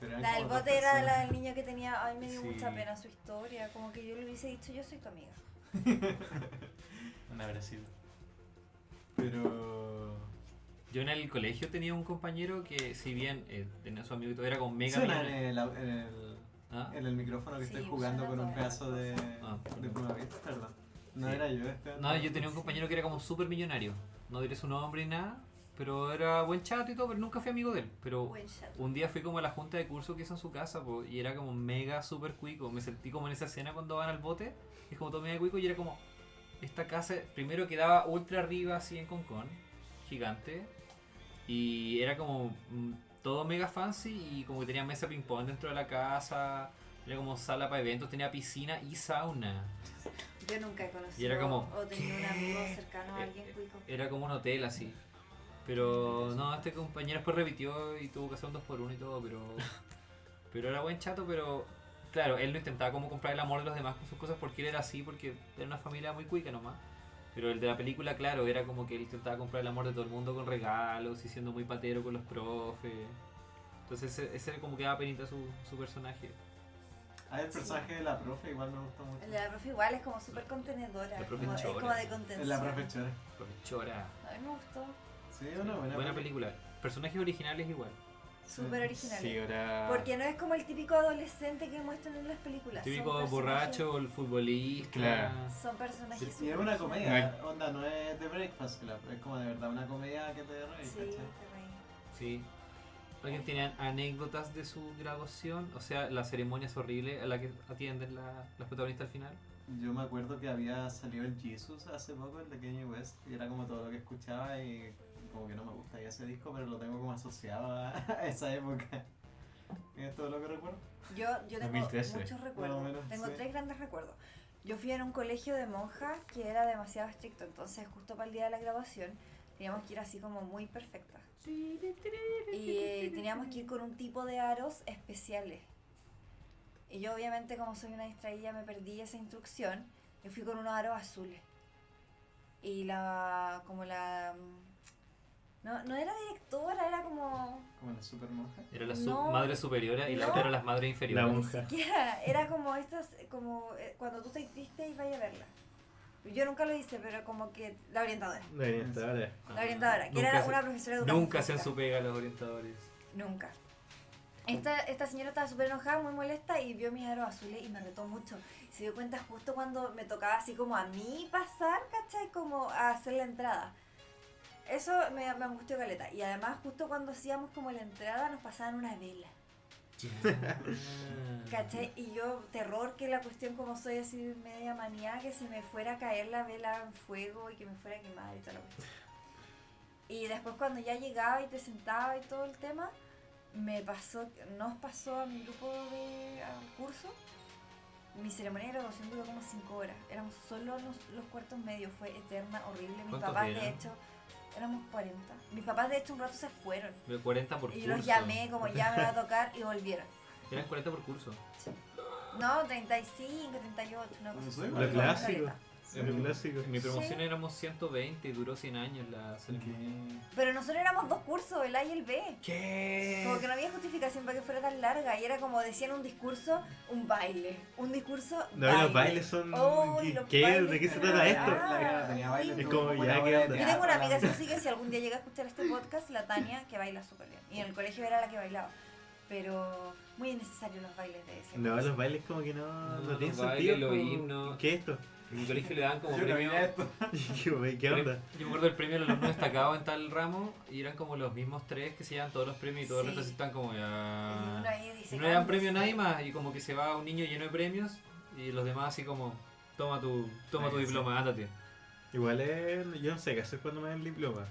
S2: Pero eran
S1: La del
S2: como dos
S1: bote era la
S2: personas.
S1: del niño que tenía. Ay, me dio
S5: Sí.
S1: mucha pena su historia. Como que yo le hubiese dicho, yo soy tu amiga.
S4: Un abracito.
S2: Pero.
S5: Yo en el colegio tenía un compañero que, si bien eh, tenía su amigo y todo, era con mega
S2: Suena en
S5: millones-
S2: el, en el,
S5: ¿Ah?
S2: en el micrófono que
S1: Sí,
S2: estoy jugando
S1: suena
S2: con un
S1: todo.
S2: pedazo de,
S5: Ah,
S2: de
S5: perdón.
S2: Plumavit, perdón. No
S5: Sí.
S2: era yo este.
S5: No, yo tenía un compañero que era como súper millonario. No diré su nombre ni nada, Pero era buen chato y todo, pero nunca fui amigo de él. Pero
S1: Buen shot.
S5: un día fui como a la junta de curso que hizo en su casa po, y era como mega super cuico. Me sentí como en esa escena cuando van al bote, es como todo mega cuico y era como esta casa primero quedaba ultra arriba así en Concón, gigante y era como mm, todo mega fancy y como que tenía mesa ping pong dentro de la casa, era como sala para eventos, tenía piscina y sauna.
S1: Yo nunca he conocido
S5: Y era como,
S1: o tenido un
S5: ¿qué?
S1: amigo cercano a
S5: Eh,
S1: alguien
S5: eh,
S1: cuico.
S5: Era como un hotel así. Pero no, este compañero después repitió y tuvo que hacer un 2x1 y todo, pero. Pero era buen chato, pero. Claro, él no intentaba como comprar el amor de los demás con sus cosas porque él era así, porque era una familia muy cuica nomás. Pero el de la película, claro, era como que él intentaba comprar el amor de todo el mundo con regalos y siendo muy patero con los profes. Entonces ese, ese como que daba penita su, su personaje.
S2: Ah, el personaje de la profe igual me gusta mucho.
S1: La profe igual es como súper contenedora.
S5: La profe
S1: como- es
S5: chora.
S1: como de contención.
S2: La profe Chora.
S5: Profesora.
S1: A mí me gustó.
S2: Sí, una buena,
S5: Buena
S2: peli.
S5: película. Personajes originales igual.
S1: Súper original.
S3: Sí, ahora.
S1: Porque no es como el típico adolescente que muestran en las películas. son
S5: Típico
S1: personajes-
S5: borracho, el futbolista.
S3: Claro.
S1: Son personajes
S2: Y
S1: súper
S2: es una
S1: originales.
S2: comedia, onda, no es The Breakfast Club, es como de verdad una comedia que te reí,
S1: Sí,
S2: ¿cachai?
S1: te reí.
S5: Sí. ¿Alguien tiene anécdotas de su graduación? O sea, la ceremonia es horrible a la que atienden la- las protagonistas al final.
S2: Yo me acuerdo que había salido el Jesus hace poco, el de Kanye West, y era como todo lo que escuchaba y como que no me gustaría ese disco, pero lo tengo como asociado a [laughs] a esa época. Es todo lo que recuerdo.
S1: Yo, yo tengo
S3: 2013,
S1: muchos recuerdos.
S2: más o menos,
S1: tengo
S2: sí.
S1: tres grandes recuerdos. Yo fui en un colegio de monjas que era demasiado estricto, entonces justo para el día de la graduación teníamos que ir así como muy perfectas. Y eh, teníamos que ir con un tipo de aros especiales. Y yo obviamente como soy una distraída me perdí esa instrucción. Yo fui con unos aros azules. Y la... como la... mm, No, no era directora, era como...
S2: Como la super monja.
S5: Era la
S1: No.
S5: sub- madre superiora y la
S1: No.
S5: otra era las madres inferiores.
S3: La
S1: Ni
S5: [laughs]
S3: Monja.
S1: siquiera, era como estas, como eh, cuando tú te triste y vaya a verla. Yo nunca lo hice, pero como que la orientadora.
S4: La orientadora.
S5: Ah.
S1: La orientadora, que
S5: Nunca
S1: era
S5: se-
S1: una profesora de educación
S5: Nunca se han
S1: física.
S5: su pega los orientadores.
S1: Nunca. Esta, esta señora estaba súper enojada, muy molesta y vio mis aros azules y me retó mucho. Se dio cuenta justo cuando me tocaba así como a mí pasar, ¿cachai? Como a hacer la entrada. Eso me, me angustió caleta. Y además justo cuando hacíamos como la entrada nos pasaban una vela. ¿Cachai? Y yo, terror que la cuestión como soy así media manía, que si me fuera a caer la vela en fuego y que me fuera a quemar y toda la cuestión. Y después cuando ya llegaba y te sentaba y todo el tema, me pasó, nos pasó a mi grupo de a un curso, mi ceremonia de graduación duró como 5 horas, éramos solo los, los cuartos medios, fue eterna, horrible, mis
S5: ¿Cuántos
S1: papás de
S5: eran?
S1: hecho, éramos 40, mis papás de hecho un rato se fueron.
S5: De 40 por
S1: Y
S5: curso.
S1: yo los llamé como ya me va a tocar y volvieron.
S5: Eran 40 por curso.
S1: No, 35, 38, una cosa
S2: Pues
S1: así.
S2: lo
S1: Una
S4: clásico.
S1: caleta.
S4: En lo clásico.
S5: En mi promoción
S1: Sí.
S5: éramos 120 y duró 100 años la ceremonia.
S1: Pero nosotros éramos dos cursos, el A y el B.
S2: Eh.
S5: ¿Qué?
S1: Como que no había justificación para que fuera tan larga. Y era como decían un discurso, un baile. Un discurso,
S4: No,
S1: baile.
S4: los bailes son.
S1: Oh,
S4: ¿qué-
S1: los
S4: ¿Qué?
S1: bailes
S4: ¿De qué se
S1: son-
S4: trata esto?
S1: Ah.
S2: La cara tenía baile.
S4: Es como,
S2: una
S4: ya,
S2: obra
S4: ¿qué
S2: de
S4: onda?
S1: Yo tengo una
S2: teatro,
S1: amiga
S2: la-
S1: así que si algún día llega a escuchar este podcast, la Tania, que baila súper bien. Y en el colegio era la que bailaba. Pero muy innecesarios los bailes de ese.
S4: No, los bailes como que no,
S5: No,
S4: no,
S5: los
S4: tienen
S5: bailes,
S4: sentido.
S5: los
S4: como,
S5: himnos.
S4: ¿Qué es esto? [laughs]
S5: En mi colegio le daban como
S2: Yo no
S5: premio.
S2: vi esto.
S4: ¿Qué- ¿Qué onda?
S5: Yo me acuerdo el premio del alumno destacado en tal ramo y eran como los mismos tres que se llevan todos los premios y todos los
S1: Sí.
S5: restos están como
S1: Y uno
S5: ya.
S1: ahí dice,
S5: Y no le dan
S1: "Cándese".
S5: premio a nadie más y como que se va un niño lleno de premios y los demás así como toma tu toma tu
S2: Sí, sí.
S5: diploma, ándate.
S4: Igual es, yo no sé qué hacer cuando me den el diploma.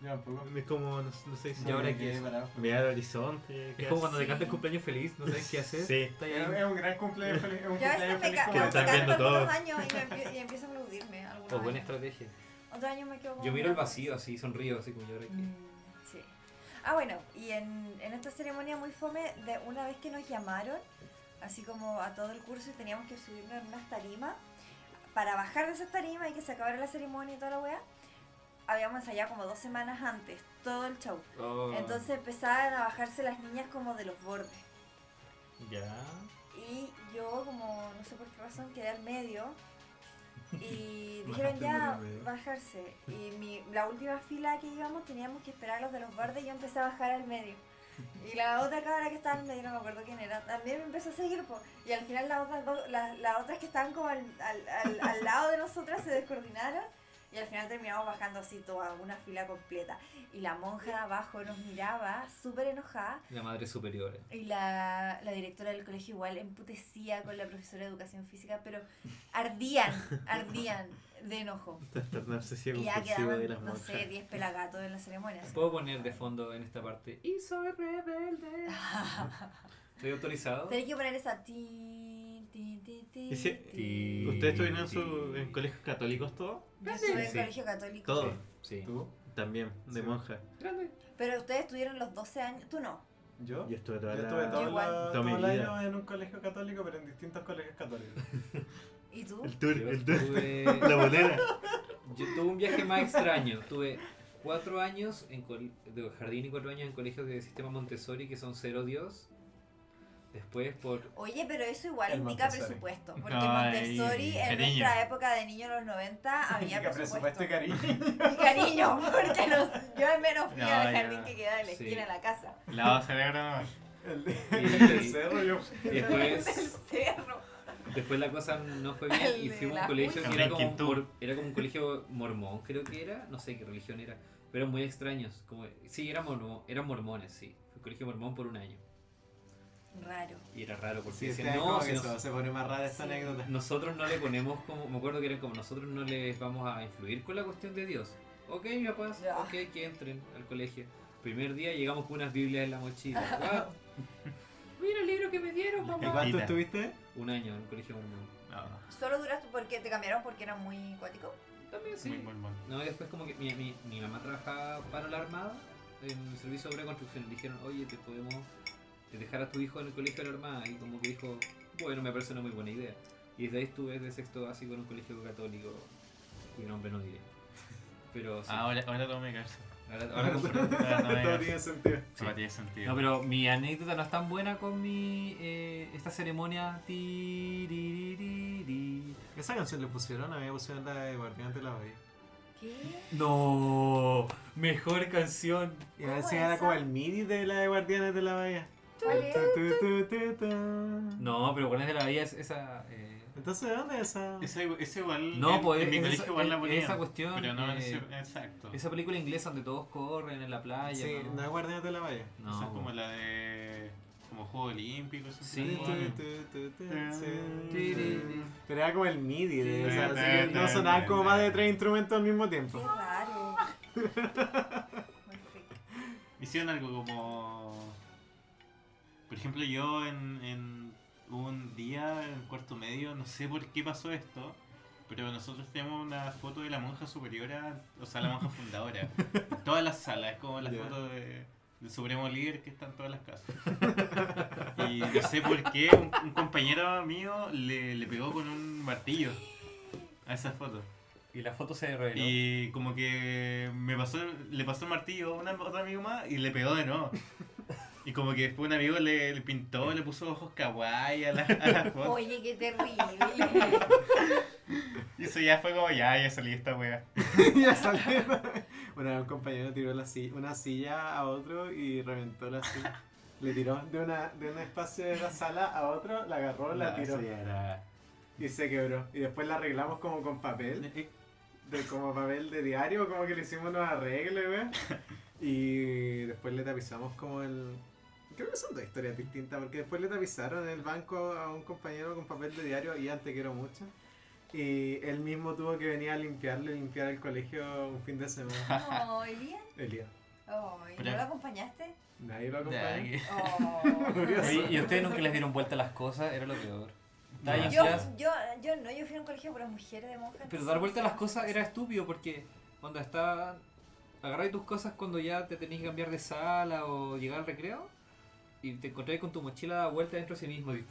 S2: Yo tampoco.
S4: Es como, no, no sé si
S5: Y ahora
S2: Me
S5: qué
S2: quedé
S5: es.
S2: parado.
S4: mirar al horizonte.
S5: Es como cuando te
S1: Sí.
S5: canta el cumpleaños feliz, no sabes qué hacer.
S4: Sí.
S5: Está ahí.
S2: Es un gran cumpleaños feliz. es un
S1: Yo a veces
S2: cumpleaños
S1: me,
S2: feliz
S1: ca
S2: como-
S1: me
S4: están
S1: cagan
S4: viendo
S1: algunos
S4: todos.
S1: años y, me empie- y empiezo a aplaudirme. algunos
S5: O Oh, buena
S1: años.
S5: estrategia.
S1: Otro año me quedo como
S5: Yo miro el
S1: una-
S5: vacío así, sonrío así como yo ahora aquí.
S1: Mm, sí. Ah, bueno, y en, en esta ceremonia muy fome, de una vez que nos llamaron, así como a todo el curso, y teníamos que subirnos en unas tarimas, para bajar de esas tarimas y que se acabara la ceremonia y toda la weá, habíamos ensayado como dos semanas antes, todo el show.
S5: Oh,
S1: Entonces empezaban a bajarse las niñas como de los bordes.
S5: Ya.
S1: Y yo, como no sé por qué razón, quedé al medio. Y dijeron ya bajarse. Y mi, la última fila que íbamos teníamos que esperar a los de los bordes y yo empecé a bajar al medio. Y la otra cabra que estaba al medio, no me acuerdo quién era, también me empezó a seguir. po. Y al final las otras, dos- las, las otras que estaban como al, al- al- al lado de nosotras se descoordinaron. Y al final terminamos bajando así toda una fila completa. Y la monja de abajo nos miraba súper enojada.
S5: La madre superior. eh.
S1: Y la, la directora del colegio igual emputecía con la profesora de educación física, pero ardían, ardían de enojo.
S3: Trastornarse ciego
S1: Y ya
S3: compulsivo de las
S1: quedaban, no
S3: monjas.
S1: sé, 10 pelagatos en la ceremonia. así.
S5: Puedo poner de fondo en esta parte. Y soy [laughs] rebelde. Estoy autorizado.
S1: Tenés que poner esa ti, ti, ti, ti,
S3: Y si-
S1: ti.
S3: ¿Ustedes estuvieron en, su, en colegios católicos todos?
S1: Yo estuve en
S5: Sí.
S1: colegio católico.
S3: Todos.
S5: Sí.
S2: ¿Tú?
S3: También,
S2: Sí.
S3: de monja.
S1: Pero ustedes tuvieron los 12 años. Tú no.
S2: ¿Yo?
S3: Yo estuve
S2: Yo
S3: toda la...
S2: estuve todo,
S1: Igual.
S2: la-
S3: Toda mi
S2: todo el año
S3: vida.
S2: en un colegio católico, pero en distintos colegios católicos.
S1: [laughs] ¿Y tú?
S3: El tour,
S5: Yo
S3: el tour.
S5: estuve-
S3: La
S4: [laughs]
S3: bolera.
S5: Yo tuve un viaje más extraño. Tuve cuatro años en col- de jardín y cuatro años en colegios de sistema Montessori que son cero Dios. Después por...
S1: Oye, pero eso igual
S2: El
S1: indica
S2: Montessori.
S1: presupuesto. Porque
S4: No,
S1: Montessori
S4: ahí,
S1: en
S4: cariño.
S1: nuestra época de niño en los 90 había
S2: Indica
S1: presupuesto.
S2: presupuesto, [laughs] cariño.
S1: Y cariño, porque nos, yo al menos fui
S4: No,
S1: al
S4: ya.
S1: jardín que queda en la
S5: Sí.
S1: esquina de la casa.
S4: Lavado cerebro nomás.
S2: El,
S5: Y-
S2: el cerro, yo.
S5: y
S1: En
S2: [laughs]
S5: [laughs]
S1: el
S5: después,
S1: cerro.
S5: después la cosa no fue bien
S1: El
S5: y
S1: de
S5: fui a un
S1: la
S5: colegio que
S4: Junta.
S5: era como, un
S4: Inquietud.
S5: mor- era como un colegio mormón, creo que era. No sé qué religión era. Pero muy extraños. Como, sí, era mormo- eran mormones, sí. Fui a un colegio mormón por un año.
S1: Raro.
S5: Y era raro porque
S2: Sí,
S5: decían,
S2: este
S5: no,
S2: como
S5: si
S2: que
S5: nos-
S2: eso, se pone más rara esta
S1: Sí.
S2: anécdota.
S5: Nosotros no le ponemos como, me acuerdo que eran como nosotros no les vamos a influir con la cuestión de Dios. Ok, papás,
S1: Ya.
S5: ok, que entren al colegio. Primer día llegamos con unas Biblias en la mochila. Ah, Mira el libro que me dieron,
S2: ¿Y
S5: mamá.
S2: cuánto
S4: Maldita.
S2: estuviste?
S5: Un año en el colegio mormón.
S4: No,
S1: Solo duraste porque te cambiaron porque era muy cuático.
S5: También sí.
S4: muy mormón.
S5: No, y después como que mi, mi, mi mamá trabajaba para la Armada en el servicio de obra y construcción. Le dijeron, oye, te podemos dejar a tu hijo en el colegio de la Armada. Y como que dijo, bueno, me parece una muy buena idea. Y desde ahí estuve de sexto básico en un colegio católico, cuyo nombre no diré. [laughs] Pero sí,
S4: Ah, ahora, ahora todo me calza.
S5: ahora, ahora comprendo.
S4: Ahora [laughs] todo me
S2: Todo
S4: calza.
S2: tiene sentido.
S4: Ahora tiene sentido.
S5: No, pero mi anécdota no es tan buena con mi... eh, esta ceremonia... tiririri.
S2: Esa canción le pusieron, a mí me pusieron la de Guardián de la Bahía.
S1: ¿Qué?
S5: No, mejor canción.
S2: Y a
S1: ¿Cómo
S2: veces era
S1: esa?
S2: como el mini de la de Guardianes de la Bahía.
S1: ¿Cuál es?
S2: Tu, tu, tu, tu, tu.
S5: No, pero ¿cuál es de la vida? Es esa... eh,
S2: Entonces, ¿de dónde es esa?
S4: Ese, ese igual.
S5: No,
S4: en,
S5: pues,
S4: en mi
S5: es-
S4: colegio
S5: esa-
S4: igual la
S5: es-
S4: ponían.
S5: esa cuestión,
S4: Pero no,
S5: eh,
S4: ese- exacto. Esa,
S5: Esa película inglesa donde todos corren en la playa.
S2: Sí,
S5: ¿no?
S2: no es Guardianes de la Bahía.
S5: No,
S4: es como la de. Como Juego Olímpico. ese
S5: Sí.
S4: tipo de-
S2: Tu, tu, tu, tu,
S5: Tiriri.
S2: tu. Pero era como el midi de esa,
S4: Tiriri.
S2: así que no sonaban como más de tres instrumentos al mismo
S1: Qué
S2: tiempo.
S1: [laughs] raro. Muy freak.
S4: Hicieron algo como. Por ejemplo, yo en, en un día, en cuarto medio, no sé por qué pasó esto, pero nosotros tenemos una foto de la monja superiora, o sea, la monja fundadora. en todas las salas, es como la
S2: Ya.
S4: foto de, del supremo líder que está en todas las casas. y no sé por qué un, un compañero mío le, le pegó con un martillo a esa foto.
S5: Y la foto se reveló.
S4: Y como que me pasó, le pasó el martillo a una- otro amigo más y le pegó de nuevo. Y como que después un amigo le, le pintó, le puso ojos kawaii a la, a la foto.
S1: Oye, qué terrible.
S4: Y eso ya fue como, ya, ya salí esta wea.
S2: [laughs] ya salieron. Una vez un compañero tiró la si- una silla a otro y reventó la silla. Le tiró de, una, de un espacio de la sala a otro, la agarró, la
S4: No,
S2: tiró
S4: eso ya era-
S2: y se quebró. Y después la arreglamos como con papel, de, como papel de diario, como que le hicimos unos arreglos, [laughs] güey. Y después le tapizamos como el... Creo que son dos historias distintas, porque después le tapizaron el banco a un compañero con papel de diario y antes quiero mucho. Y él mismo tuvo que venir a limpiarlo y limpiar el colegio un fin de semana. [laughs]
S1: Ay, bien.
S2: Elías.
S1: Ay, ¿No
S4: Pero-
S1: lo acompañaste?
S2: Nadie lo
S4: Ya,
S2: acompaña.
S4: que-
S1: Oh.
S5: Oye, y a ustedes nunca les dieron vuelta las cosas, era lo peor. Estaba [laughs] ahí en
S1: Yo,
S5: clase,
S1: yo, yo no, yo fui a un colegio para mujeres de monjas.
S5: Pero dar vuelta a las cosas era estúpido porque cuando está agarrar tus cosas cuando ya te tenés que cambiar de sala o llegar al recreo y te encontrás con tu mochila dada vuelta dentro de sí mismo y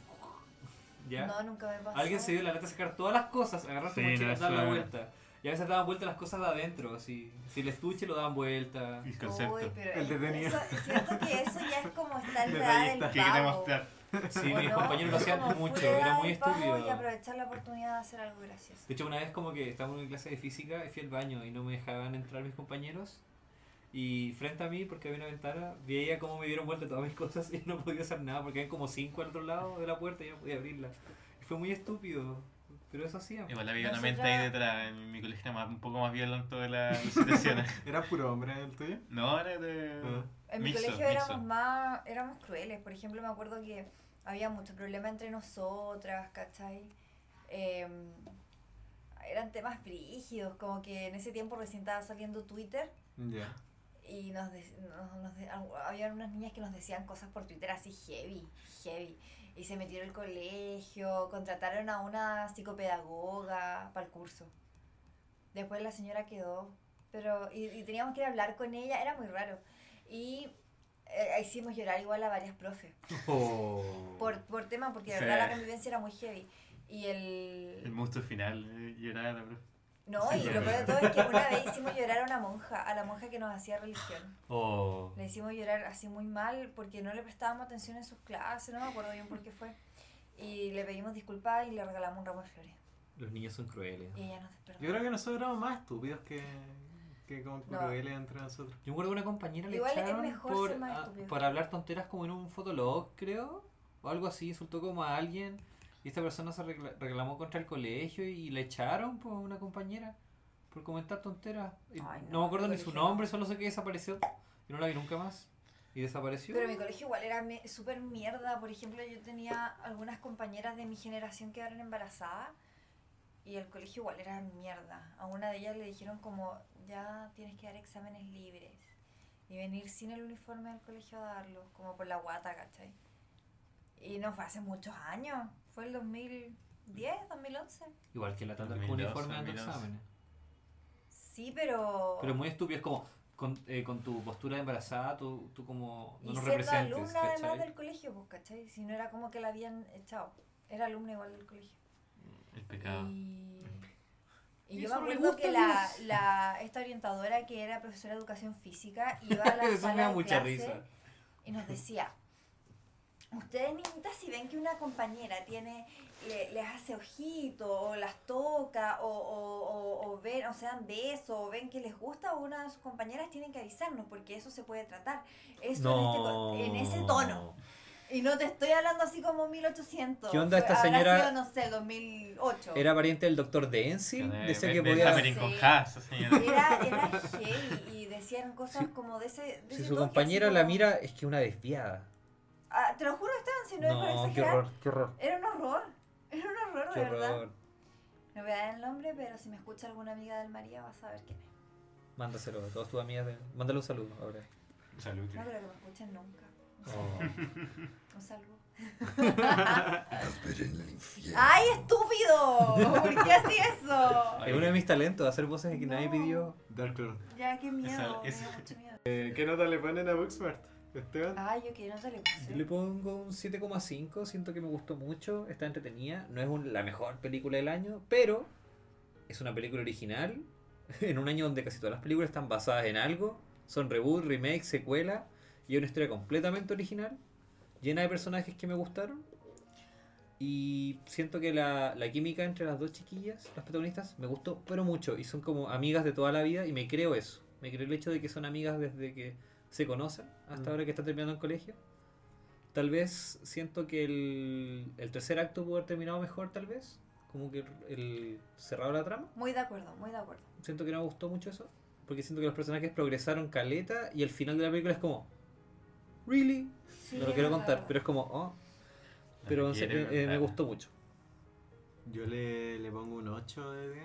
S5: [laughs] ya.
S1: No, nunca me pasó.
S5: Alguien se dio la neta de sacar todas las cosas, agarrar tu
S4: Sí,
S5: mochila y
S4: no,
S5: dar la
S4: eso-
S5: vuelta. Y a veces daban vuelta las cosas de adentro, así. Si el estuche lo daban vuelta.
S4: el concepto.
S1: Uy, pero
S2: El detenido.
S1: eso- siento que eso ya es
S5: [laughs]
S1: como estar en la edad del
S2: Detallista.
S1: pavo.
S4: Que queremos mostrar.
S5: Sí,
S1: ¿O
S5: mis
S1: no?
S5: compañeros lo hacían
S1: Como fui
S5: mucho,
S1: la edad
S5: era muy
S1: del pavo
S5: estúpido.
S1: Y aprovechar la oportunidad de hacer algo gracioso.
S5: De hecho, una vez como que estábamos en clase de física, fui al baño y no me dejaban entrar mis compañeros. Y frente a mí, porque había una ventana, veía cómo me dieron vuelta todas mis cosas y no podía hacer nada porque había como cinco al otro lado de la puerta y yo no podía abrirla. Y fue muy estúpido.
S3: Pero eso hacíamos.
S4: Igual había una mente
S1: Nosotras-
S4: ahí detrás. En mi colegio era más- un poco más violento de las situaciones.
S7: ¿Era puro hombre el tuyo?
S4: No, era de.
S7: Ah.
S1: En mi
S4: Mixto,
S1: colegio éramos
S4: mixto.
S1: más, éramos crueles. Por ejemplo, me acuerdo que había mucho problema entre nosotras, ¿cachai? Eh, eran temas frígidos, como que en ese tiempo recién estaba saliendo Twitter
S7: Ya.
S1: y nos, de- nos- nos de- al- había unas niñas que nos decían cosas por Twitter así heavy, heavy. Y se metieron al colegio, contrataron a una psicopedagoga para el curso. Después la señora quedó, pero y, y teníamos que ir a hablar con ella, era muy raro. Y eh, hicimos llorar igual a varias profes
S7: Oh.
S1: por, por tema, porque de
S4: Sí.
S1: verdad la convivencia era muy heavy. Y
S4: El monstruo final. eh, Lloraba, bro.
S1: no, y lo peor de todo es que una vez hicimos llorar a una monja, a la monja que nos hacía religión.
S3: Oh.
S1: Le hicimos llorar así muy mal porque no le prestábamos atención en sus clases, no me acuerdo bien por qué fue. Y le pedimos disculpas y le regalamos un ramo de flores.
S3: Los niños son crueles.
S1: Y ella nos
S2: Yo
S1: despertó.
S2: creo que nosotros éramos más estúpidos que, que como
S1: No.
S2: crueles entre nosotros.
S3: Yo me acuerdo que una compañera le
S1: Igual es
S3: echaron
S1: mejor
S3: por,
S1: ser más
S3: a-
S1: estúpido.
S3: por hablar tonteras como en un fotolog, creo, o algo así, insultó como a alguien y esta persona se recla- reclamó contra el colegio y la echaron por una compañera por comentar tonteras. Y
S1: Ay, no,
S3: no, me acuerdo
S1: qué
S3: ni su
S1: colegio.
S3: nombre, solo sé que desapareció y no la vi nunca más. Y desapareció.
S1: Pero mi colegio igual era me- súper mierda. Por ejemplo, yo tenía algunas compañeras de mi generación que quedaron embarazadas y el colegio igual era mierda. A una de ellas le dijeron como, ya tienes que dar exámenes libres y venir sin el uniforme al colegio a darlos, como por la guata, ¿cachai? Y no fue hace muchos años, fue el 2010, 2011.
S3: Igual que la tanda con
S4: 2012,
S3: uniforme dando
S4: 2011.
S3: exámenes.
S1: Sí, pero...
S3: Pero muy estúpido, es como con, eh, con tu postura de embarazada, tú, tú como no
S1: y
S3: nos
S1: siendo
S3: representes.
S1: alumna además
S3: ¿cachai?
S1: del colegio, pues, ¿cachai? Si no era como que la habían echado. Era alumna igual del colegio.
S4: El pecado.
S1: Y, y yo me acuerdo que la, la, esta orientadora que era profesora de educación física iba a la
S3: Eso me
S1: sala
S3: da
S1: de
S3: mucha
S1: clase
S3: risa.
S1: y nos decía, ustedes niñitas si ven que una compañera tiene le- les hace ojito o las toca o, o, o, o ven, o se dan besos o ven que les gusta a una de sus compañeras tienen que avisarnos porque eso se puede tratar. Eso en, este co- en ese tono. Y no te estoy hablando así como 1800.
S5: ¿Qué
S1: Fue-
S5: onda esta
S1: habrá
S5: señora?
S1: sido, no sé, 2008.
S5: Era pariente del doctor de Ensil,
S4: De-
S5: decía
S4: de-
S5: que
S4: de
S5: podía...
S4: Hammering con
S1: Sí.
S4: Haas, esa señora.
S5: [laughs]
S1: Era, era heavy y decían cosas como de ese. de
S5: Si
S1: ese
S5: su
S1: toque,
S5: compañera
S1: así
S5: la
S1: como-
S5: mira, es que una desviada.
S1: Ah, te lo juro, Esteban, si no, es por
S5: No, qué
S1: exagerar.
S5: horror, qué horror.
S1: Era un horror. Era un horror,
S5: Qué
S1: de verdad.
S5: horror.
S1: No voy a dar el nombre, pero si me escucha alguna amiga del María, vas a ver quién es.
S5: Mándaselo a todas tus amigas. de- Mándale un saludo ahora.
S4: Salud.
S1: No creo que me escuchen nunca.
S3: Oh.
S1: Un saludo. ¡Ay, estúpido! ¿Por qué así eso?
S4: Ay,
S5: Es uno de mis talentos, hacer voces que nadie
S1: No.
S5: pidió.
S7: Dark Lord.
S1: Ya, qué miedo.
S4: Esa-
S1: me
S4: esa-
S1: da mucho miedo.
S7: Eh, ¿Qué nota le ponen a Booksmart? Esteban.
S1: Ay, yo que no se le
S5: Yo
S1: puse.
S5: le pongo un 7,5, siento que me gustó mucho, está entretenida, no es un- la mejor película del año, pero es una película original, [laughs] en un año donde casi todas las películas están basadas en algo, son reboot, remake, secuela, y es una historia completamente original, llena de personajes que me gustaron, y siento que la, la química entre las dos chiquillas, las protagonistas, me gustó, pero mucho, y son como amigas de toda la vida, y me creo eso, me creo el hecho de que son amigas desde que se conocen hasta
S7: Mm.
S5: ahora que están terminando el colegio. Tal vez siento que el, el tercer acto pudo haber terminado mejor, tal vez. Como que el cerrado la trama.
S1: Muy de acuerdo, muy de acuerdo.
S5: Siento que no me gustó mucho eso. Porque siento que los personajes progresaron caleta y el final de la película es como... ¿Really?
S1: Sí,
S5: no lo
S1: es verdad.
S5: quiero contar, pero es como... oh, pero en
S4: quiere
S5: serio, eh, me
S4: verdad.
S5: gustó mucho.
S2: Yo le, le pongo un 8 de 10.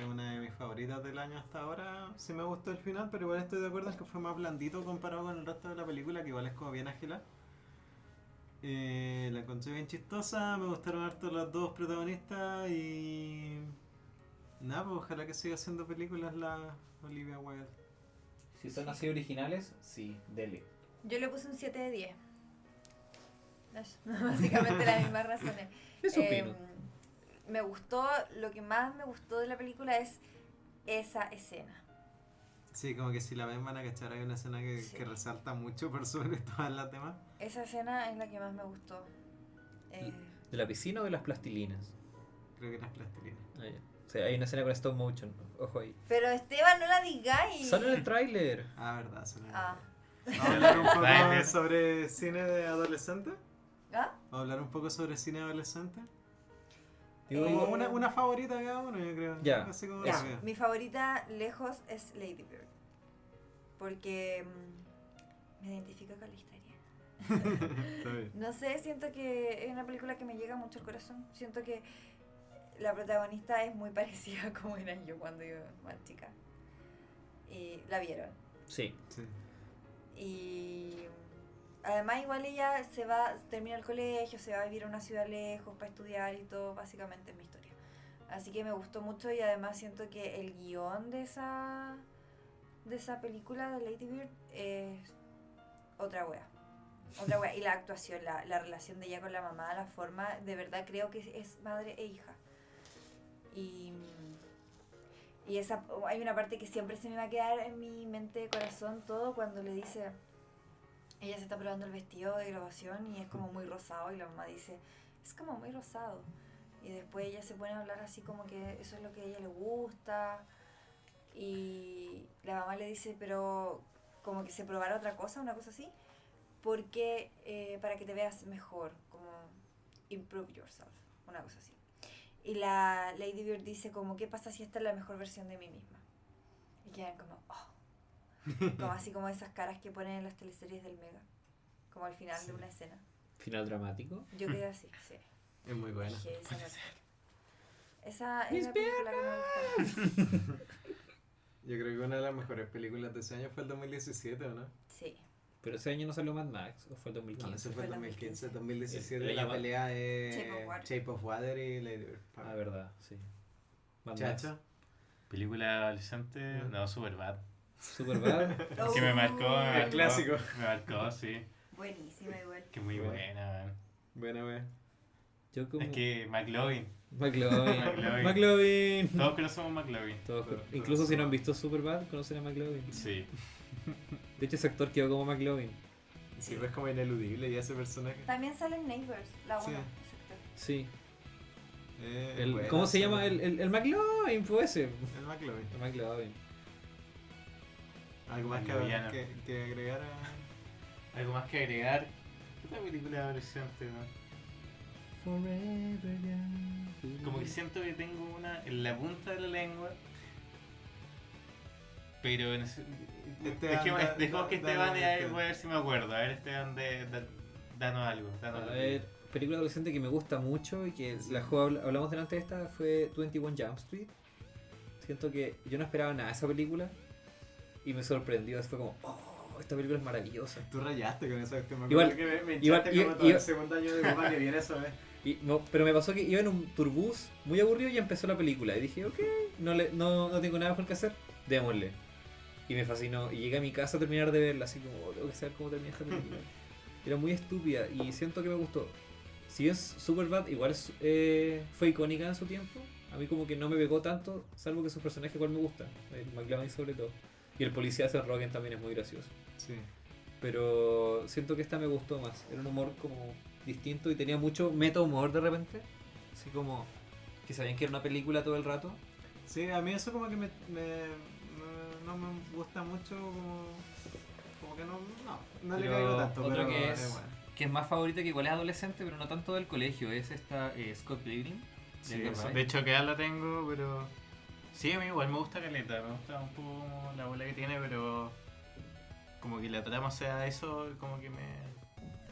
S2: Es una de mis favoritas del año hasta ahora. Sí me gustó el final, pero igual estoy de acuerdo en que fue más blandito comparado con el resto de la película, que igual es como bien ágil. Eh, la encontré bien chistosa, me gustaron harto los dos protagonistas y... Nada, pues ojalá que siga haciendo películas la Olivia Wilde.
S5: Si son así originales, sí, dele.
S1: Yo le puse un 7 de 10. Dash. [laughs] Básicamente las mismas razones.
S5: Es
S1: Em,
S5: opino.
S1: me gustó, lo que más me gustó de la película es esa escena.
S2: Sí, como que si la ven van a cachar, hay una escena que,
S1: Sí.
S2: que resalta mucho por sobre [laughs] todas las demás.
S1: Esa escena es la que más me gustó. Eh,
S5: ¿De la piscina o de las plastilinas?
S2: Creo que las plastilinas.
S5: Ah, ya. O sea, hay una escena con stop motion, ojo ahí.
S1: pero Esteban, no la digáis.
S5: Sale en el tráiler.
S2: Ah, verdad, se me
S1: Ah. [laughs]
S2: ¿Vamos a hablar un poco
S4: Trailer.
S2: sobre cine de adolescente?
S1: ¿Ah?
S2: ¿Vamos a hablar un poco sobre cine adolescente?
S5: Yo-
S2: Como una, una favorita de cada uno, yo creo.
S5: Ya,
S2: Así como
S1: Ya, [laughs]
S2: que-
S1: mi favorita lejos es Lady Bird. Porque mm, me identifico con la historia.
S7: Está bien.
S1: No sé, siento que es una película que me llega mucho al corazón. Siento que la protagonista es muy [laughs] parecida a como era yo cuando yo más chica. Y la vieron.
S5: Sí.
S2: Sí.
S1: Y además igual ella se va, termina el colegio, se va a vivir a una ciudad lejos para estudiar y todo, básicamente es mi historia. Así que me gustó mucho y además siento que el guión de esa, de esa película de Lady Bird es otra wea. Otra wea. Y la actuación, la, la relación de ella con la mamá, la forma, de verdad creo que es, es madre e hija. Y, y esa, hay una parte que siempre se me va a quedar en mi mente, corazón, todo, cuando le dice, ella se está probando el vestido de grabación y es como muy rosado y la mamá dice, es como muy rosado. Y después ella se pone a hablar así como que eso es lo que a ella le gusta. Y la mamá le dice, pero como que se probara otra cosa, una cosa así, porque eh, para que te veas mejor, como improve yourself, una cosa así. Y la Lady Bird dice como, ¿qué pasa si esta es la mejor versión de mí misma? Y quedan como, oh. Como así como esas caras que ponen en las teleseries del Mega. Como al final de una escena.
S5: Final dramático.
S1: Yo quedé así, sí.
S2: Es muy buena.
S1: Dije, esa no- Esa es la película que me gusta.
S2: Yo creo que una de las mejores películas de ese año fue el 2017, ¿o no?
S1: Sí.
S5: Pero ese año no salió Mad Max, o fue el 2015.
S2: No, ese fue
S1: fue
S2: el
S1: el
S2: 2015, 2017
S5: 2017,
S2: la
S5: la llama-
S2: pelea de
S1: Shape of Water.
S2: Shape of Water y Lady Bird.
S5: Ah, verdad, sí. Mad
S2: Chacho.
S5: Max.
S4: Película adolescente, no, super bad.
S5: [laughs] Superbad.
S4: Que me marcó. me
S1: Oh,
S4: marcó,
S2: clásico.
S4: Me marcó, sí.
S1: Buenísima igual.
S4: Que muy
S2: Bueno.
S4: buena, man.
S2: Buena, wea.
S5: Yo como...
S4: Es que McLovin. [laughs]
S5: McLovin.
S4: McLovin.
S5: McLovin.
S4: Todos conocemos a McLovin.
S5: Todos-
S2: Todos-
S5: incluso
S2: todos.
S5: si no han visto Superbad, conocen a McLovin.
S4: Sí.
S5: De hecho, ese actor quedó como McLovin.
S2: Sí, pues como ineludible ya ese personaje.
S1: También sale en Neighbors, la
S2: Sí.
S1: 1.
S5: Sí.
S2: Eh,
S5: El-
S2: buena,
S5: ¿Cómo
S2: sí.
S5: se llama? El, el, el McLovin, fue ese.
S2: El McLovin.
S5: El McLovin.
S2: Algo más que,
S4: Villano.
S2: que, que agregar a...
S4: ¿Algo más que agregar? ¿Qué otra película adolescente, man?
S5: Forever young.
S4: Como que siento que tengo una en la punta de la lengua. Pero en ese-
S2: Esteban,
S4: dejemos,
S2: da-
S4: dejemos
S2: da-
S4: que Esteban
S2: dale,
S4: y a ver,
S2: Esteban.
S4: voy a ver si me acuerdo. A ver, Esteban, de, da- danos algo.
S5: A
S4: Danos
S5: ver, Ah, eh, película adolescente que me gusta mucho y que la jo- habl- hablamos delante de esta fue 21 Jump Street. Siento que yo no esperaba nada de esa película y me sorprendió. Fue como, oh, esta película es maravillosa.
S2: Tú rayaste con esa acción. Me
S5: Igual-
S2: acuerdo que me, me
S5: igual-
S2: hinchaste
S5: i-
S2: como todo
S5: i-
S2: el segundo año de copa que viene eso, eh.
S3: [laughs]
S2: ¿ves?
S5: Y no- pero me pasó que iba en un turbús muy aburrido y empezó la película. Y dije, ok, no, le, no, no tengo nada mejor que hacer, démosle. Y me fascinó. Y llegué a mi casa a terminar de verla, así como, oh, tengo que saber cómo termina esta [laughs] película. Era muy estúpida y siento que me gustó. Si bien Superbad igual es, eh, fue icónica en su tiempo, a mí como que no me pegó tanto, salvo que sus personajes igual me gustan. El McLaren sobre todo. Y el policía de Rogen también es muy gracioso.
S2: Sí.
S5: Pero siento que esta me gustó más. Era un humor como distinto y tenía mucho meta humor de repente. Así como que sabían que era una película todo el rato.
S2: Sí, a mí eso como que me, me- me- no me gusta mucho como, como que no, no, no le
S3: Pero
S2: caigo tanto,
S3: otro
S2: pero
S3: que es-
S2: bueno.
S3: Que es más favorita que igual es adolescente, pero no tanto del colegio. Es esta eh, Scott Pilgrim.
S4: Sí,
S3: Del
S4: eso.
S3: Garfield.
S4: de hecho que la tengo, pero... Sí, a mí igual me gusta Caleta, me gusta un poco como la bola que tiene, pero... Como que la trama sea eso, como que me...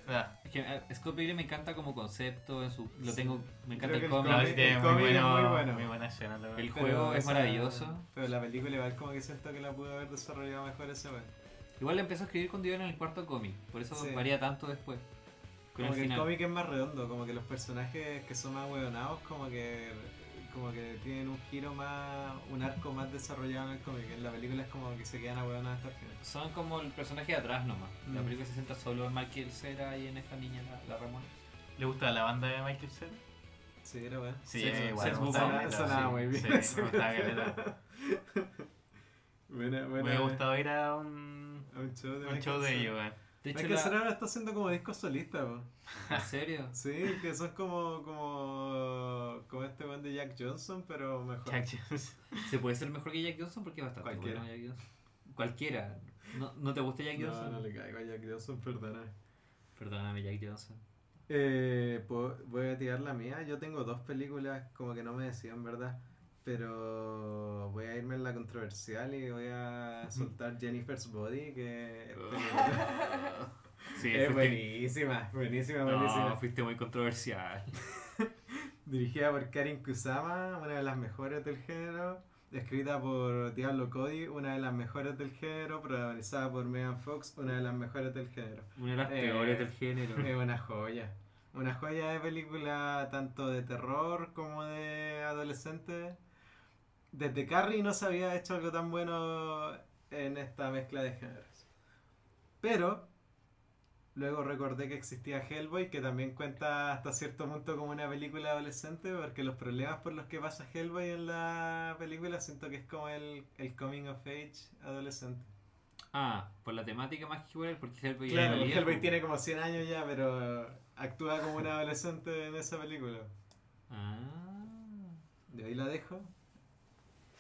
S4: Ah,
S3: Es que eh, Scott Pilgrim me encanta como concepto. En su, lo
S2: Sí.
S3: tengo, me
S2: Creo
S3: encanta el
S2: que el
S3: cómic.
S4: no,
S2: cómic-
S4: sí tiene
S2: el
S4: muy,
S2: cómic es
S4: bueno,
S2: muy bueno.
S4: muy buena escena, la verdad.
S3: El juego es
S2: esa-
S3: maravilloso.
S2: Pero la película igual como que siento que la pude haber desarrollado mejor ese weón.
S3: Igual la empezó a escribir cuando iba en el cuarto cómic. Por eso
S2: Sí.
S3: varía tanto después. Con
S2: Como
S3: el
S2: que
S3: final.
S2: el cómic es más redondo, como que los personajes que son más hueonados como que como que tienen un giro más, un arco más desarrollado en el cómic. En la película es como que se quedan a hasta el final.
S3: Son como el personaje de atrás nomás. La
S2: Mm.
S3: película se centra solo en Michael Cera y en esta niña, la, la Ramona.
S4: ¿Le gusta la banda de Michael Cera?
S2: Sí, era weón.
S4: Sí,
S3: Sex-
S4: igual.
S3: Sex
S4: me gusta
S3: Bomb.
S4: Caleta,
S2: Sonaba
S4: sí,
S2: muy bien.
S4: Sí,
S2: [laughs]
S4: me gusta Caleta.
S2: Buena,
S4: Me hubiera gustado ir a un,
S2: A un show eh, de
S4: un show de ellos, weón.
S3: De hecho,
S2: Es que
S3: la-
S2: Sera ahora está haciendo como disco solista, po.
S3: ¿en serio?
S2: Sí, que son como, como, como este band de Jack Johnson, pero mejor.
S4: [laughs] Jack Jones.
S3: ¿Se puede ser mejor que Jack Johnson? Porque bastante
S2: Cualquiera.
S3: bueno Jack Johnson. Cualquiera. ¿No, ¿No te gusta Jack
S2: no,
S3: Johnson?
S2: no le caigo a Jack Johnson, perdona.
S3: Perdóname, Jack Johnson.
S2: Eh, po- voy a tirar la mía. Yo tengo dos películas, como que no me decían, ¿verdad? Pero voy a irme en la controversial y voy a soltar Jennifer's Body, que
S7: Sí, fuiste,
S2: es buenísima, buenísima,
S7: no,
S2: buenísima.
S7: fuiste muy controversial.
S2: Dirigida por Karin Kusama, una de las mejores del género. Escrita por Diablo Cody, una de las mejores del género. Protagonizada por Megan Fox, una de las mejores del género.
S7: Una de las
S2: Eh,
S7: peores del género.
S2: Es una joya. Una joya de película tanto de terror como de adolescente. Desde Carrie no se había hecho algo tan bueno en esta mezcla de géneros. Pero luego recordé que existía Hellboy, que también cuenta hasta cierto punto como una película adolescente, porque los problemas por los que pasa Hellboy en la película siento que es como el, el coming of age adolescente.
S5: Ah, por la temática más que igual, porque Hellboy es
S2: Claro,
S5: viejo.
S2: Hellboy tiene como 100 años ya, pero actúa como un adolescente en esa película.
S5: Ah.
S2: De ahí la dejo.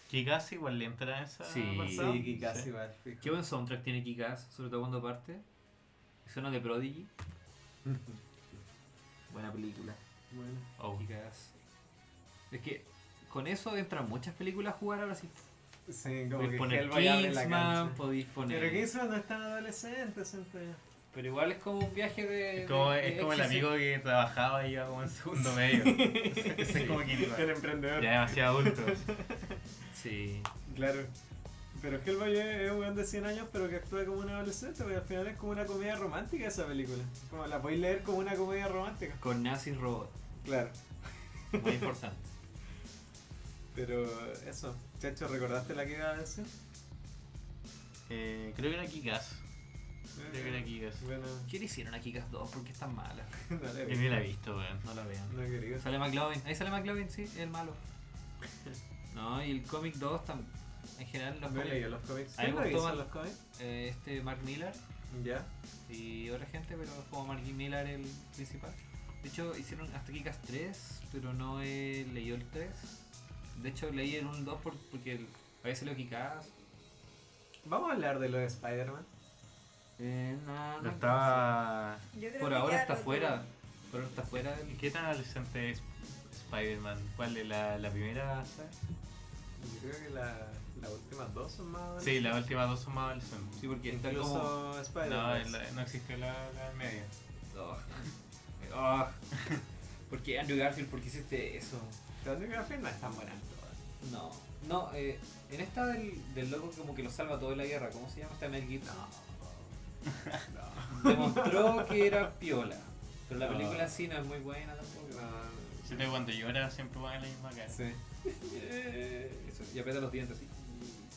S4: Kikas igual le entra a esa
S5: Sí.
S4: pasada.
S2: y casi
S4: Sí.
S2: va al fijo.
S5: Qué buen soundtrack tiene Kikas, sobre todo cuando parte. Suena de Prodigy. Buena película.
S2: Bueno.
S4: Oh.
S5: Kikas. Es que con eso entran muchas películas a jugar ahora sí.
S2: Sí, como
S5: Podéis
S2: que
S5: poner
S2: Hellboy abre la
S5: Kingsman,
S2: cancha.
S5: podéis poner.
S2: Pero Kingsman no es tan adolescente, siento
S4: [laughs]
S2: yo.
S5: Pero igual es como un viaje de.
S4: Es como,
S5: de-
S4: es como el
S5: de-
S4: amigo que trabajaba y iba como en segundo medio. Ese es como Kikas.
S2: El emprendedor.
S4: Ya demasiado adulto.
S5: Sí.
S2: Claro. Pero Hellboy es, es un weón de 100 años, pero que actúa como un adolescente, porque al final es como una comedia romántica esa película. Como la podéis leer como una comedia romántica.
S5: Con Nazi Robot.
S2: Claro.
S5: Muy importante.
S2: Pero eso. Chacho, ¿recordaste la que iba a decir?
S4: Eh, creo que era Kikas. Creo que era Kikas.
S2: Bueno, [laughs]
S5: ¿Qué le hicieron a Kikas 2? Porque es tan mala.
S2: no la he
S4: Yo ni la he visto, weón.
S5: No la vean.
S2: No quería.
S5: Sale McLovin. Ahí sale McLovin, sí, el
S2: [laughs]
S5: malo. No, y el cómic 2 también. En general, los
S2: No he
S5: cómics.
S2: leído los cómics.
S5: A mí
S2: ¿Quién
S5: me gustó
S2: revisa
S5: más-
S2: los cómics?
S5: eh, este Mark Miller
S2: Ya.
S5: y otra gente, pero como Mark Miller el principal. De hecho, hicieron hasta Kikas 3, pero no he leído el 3. De hecho, leí el 1 el 2 por- porque el, había salido Kikas.
S2: Vamos a hablar de lo de Spider-Man.
S5: Eh, no, no.
S4: estaba.
S1: Yo creo
S5: Por
S1: que
S5: ahora
S1: ya
S5: está
S1: lo
S5: fuera. Por ahora está fuera del.
S4: ¿Qué tan adolescente es Spider-man? ¿Cuál es la, la primera? saga?
S2: Yo creo que la- las últimas dos son más.
S4: Sí, las últimas dos son más adolescentes.
S5: Sí, porque está
S2: Incluso
S5: como.
S4: No,
S2: Spider-Man.
S4: en la- no existe la, la media.
S5: [laughs] Oh. Oh. ¿Por qué Andrew Garfield? ¿Por qué hiciste eso?
S2: La única Garfield no es tan buena.
S5: No. No, eh, en esta del, del loco como que lo salva todo en la guerra, ¿cómo se llama? Está Mel Gibson. Demostró que era piola. Pero la
S4: No.
S5: película en sí no es muy buena tampoco.
S4: Ah. Siento que cuando llora siempre va en la misma cara.
S2: Sí.
S5: Eh, eso, y aprieta los dientes, sí.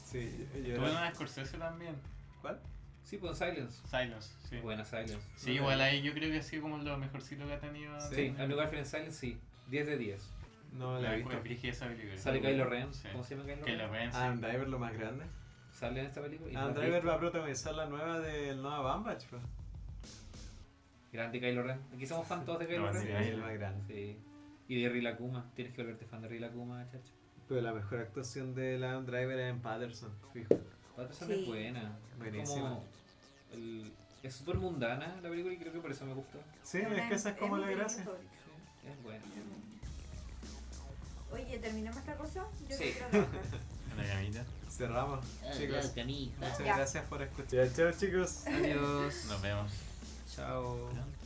S2: Sí, yo- yo
S4: Tuve
S2: era-
S4: una de Scorsese también.
S2: ¿Cuál?
S5: Sí, pues Silence.
S4: Silence, sí.
S5: Buena Silence.
S4: Sí, igual ahí yo creo que ha sido como lo mejorcito que ha tenido.
S2: Sí,
S5: Sí, Andrew Garfield en Silence, sí. 10 de 10.
S2: No la
S4: La
S2: he visto.
S4: dirigí pues, esa película.
S5: Sale Kylo Ren.
S4: Sí.
S5: ¿Cómo se llama Ah. Kylo
S4: Kylo
S5: Ren?
S4: Ren, sí.
S2: Adam Driver lo más grande.
S5: Sale en esta película. y no
S2: Adam
S5: la he
S2: Ah, Driver
S5: visto.
S2: va a protagonizar la nueva del pues. Noah Bambach, bro.
S5: Grande Kylo Ren. Aquí somos fan todos de Kylo
S4: No,
S5: Ren.
S4: sí,
S2: Sí,
S4: ahí
S2: el más grande.
S5: Sí. Y de Rila Kuma, tienes que volverte fan de Rila Kuma, chacho.
S2: Pero la mejor actuación de Adam Driver es en Patterson, fijo.
S5: La otra
S1: Sí.
S5: es buena.
S2: Buenísima.
S5: Como el- es súper mundana la película y creo que por eso me gustó.
S2: Sí, es que esa es como
S1: mi
S2: la
S1: película
S2: gracia.
S1: favorita.
S5: Es buena.
S1: Oye, ¿terminamos esta cosa? Yo
S5: Sí.
S1: quiero trabajar.
S4: En la camita.
S2: Cerramos, chicos. Muchas
S1: Ya.
S2: gracias por escuchar. Chao, chicos.
S5: Adiós.
S4: Nos vemos
S5: Chao.
S4: pronto.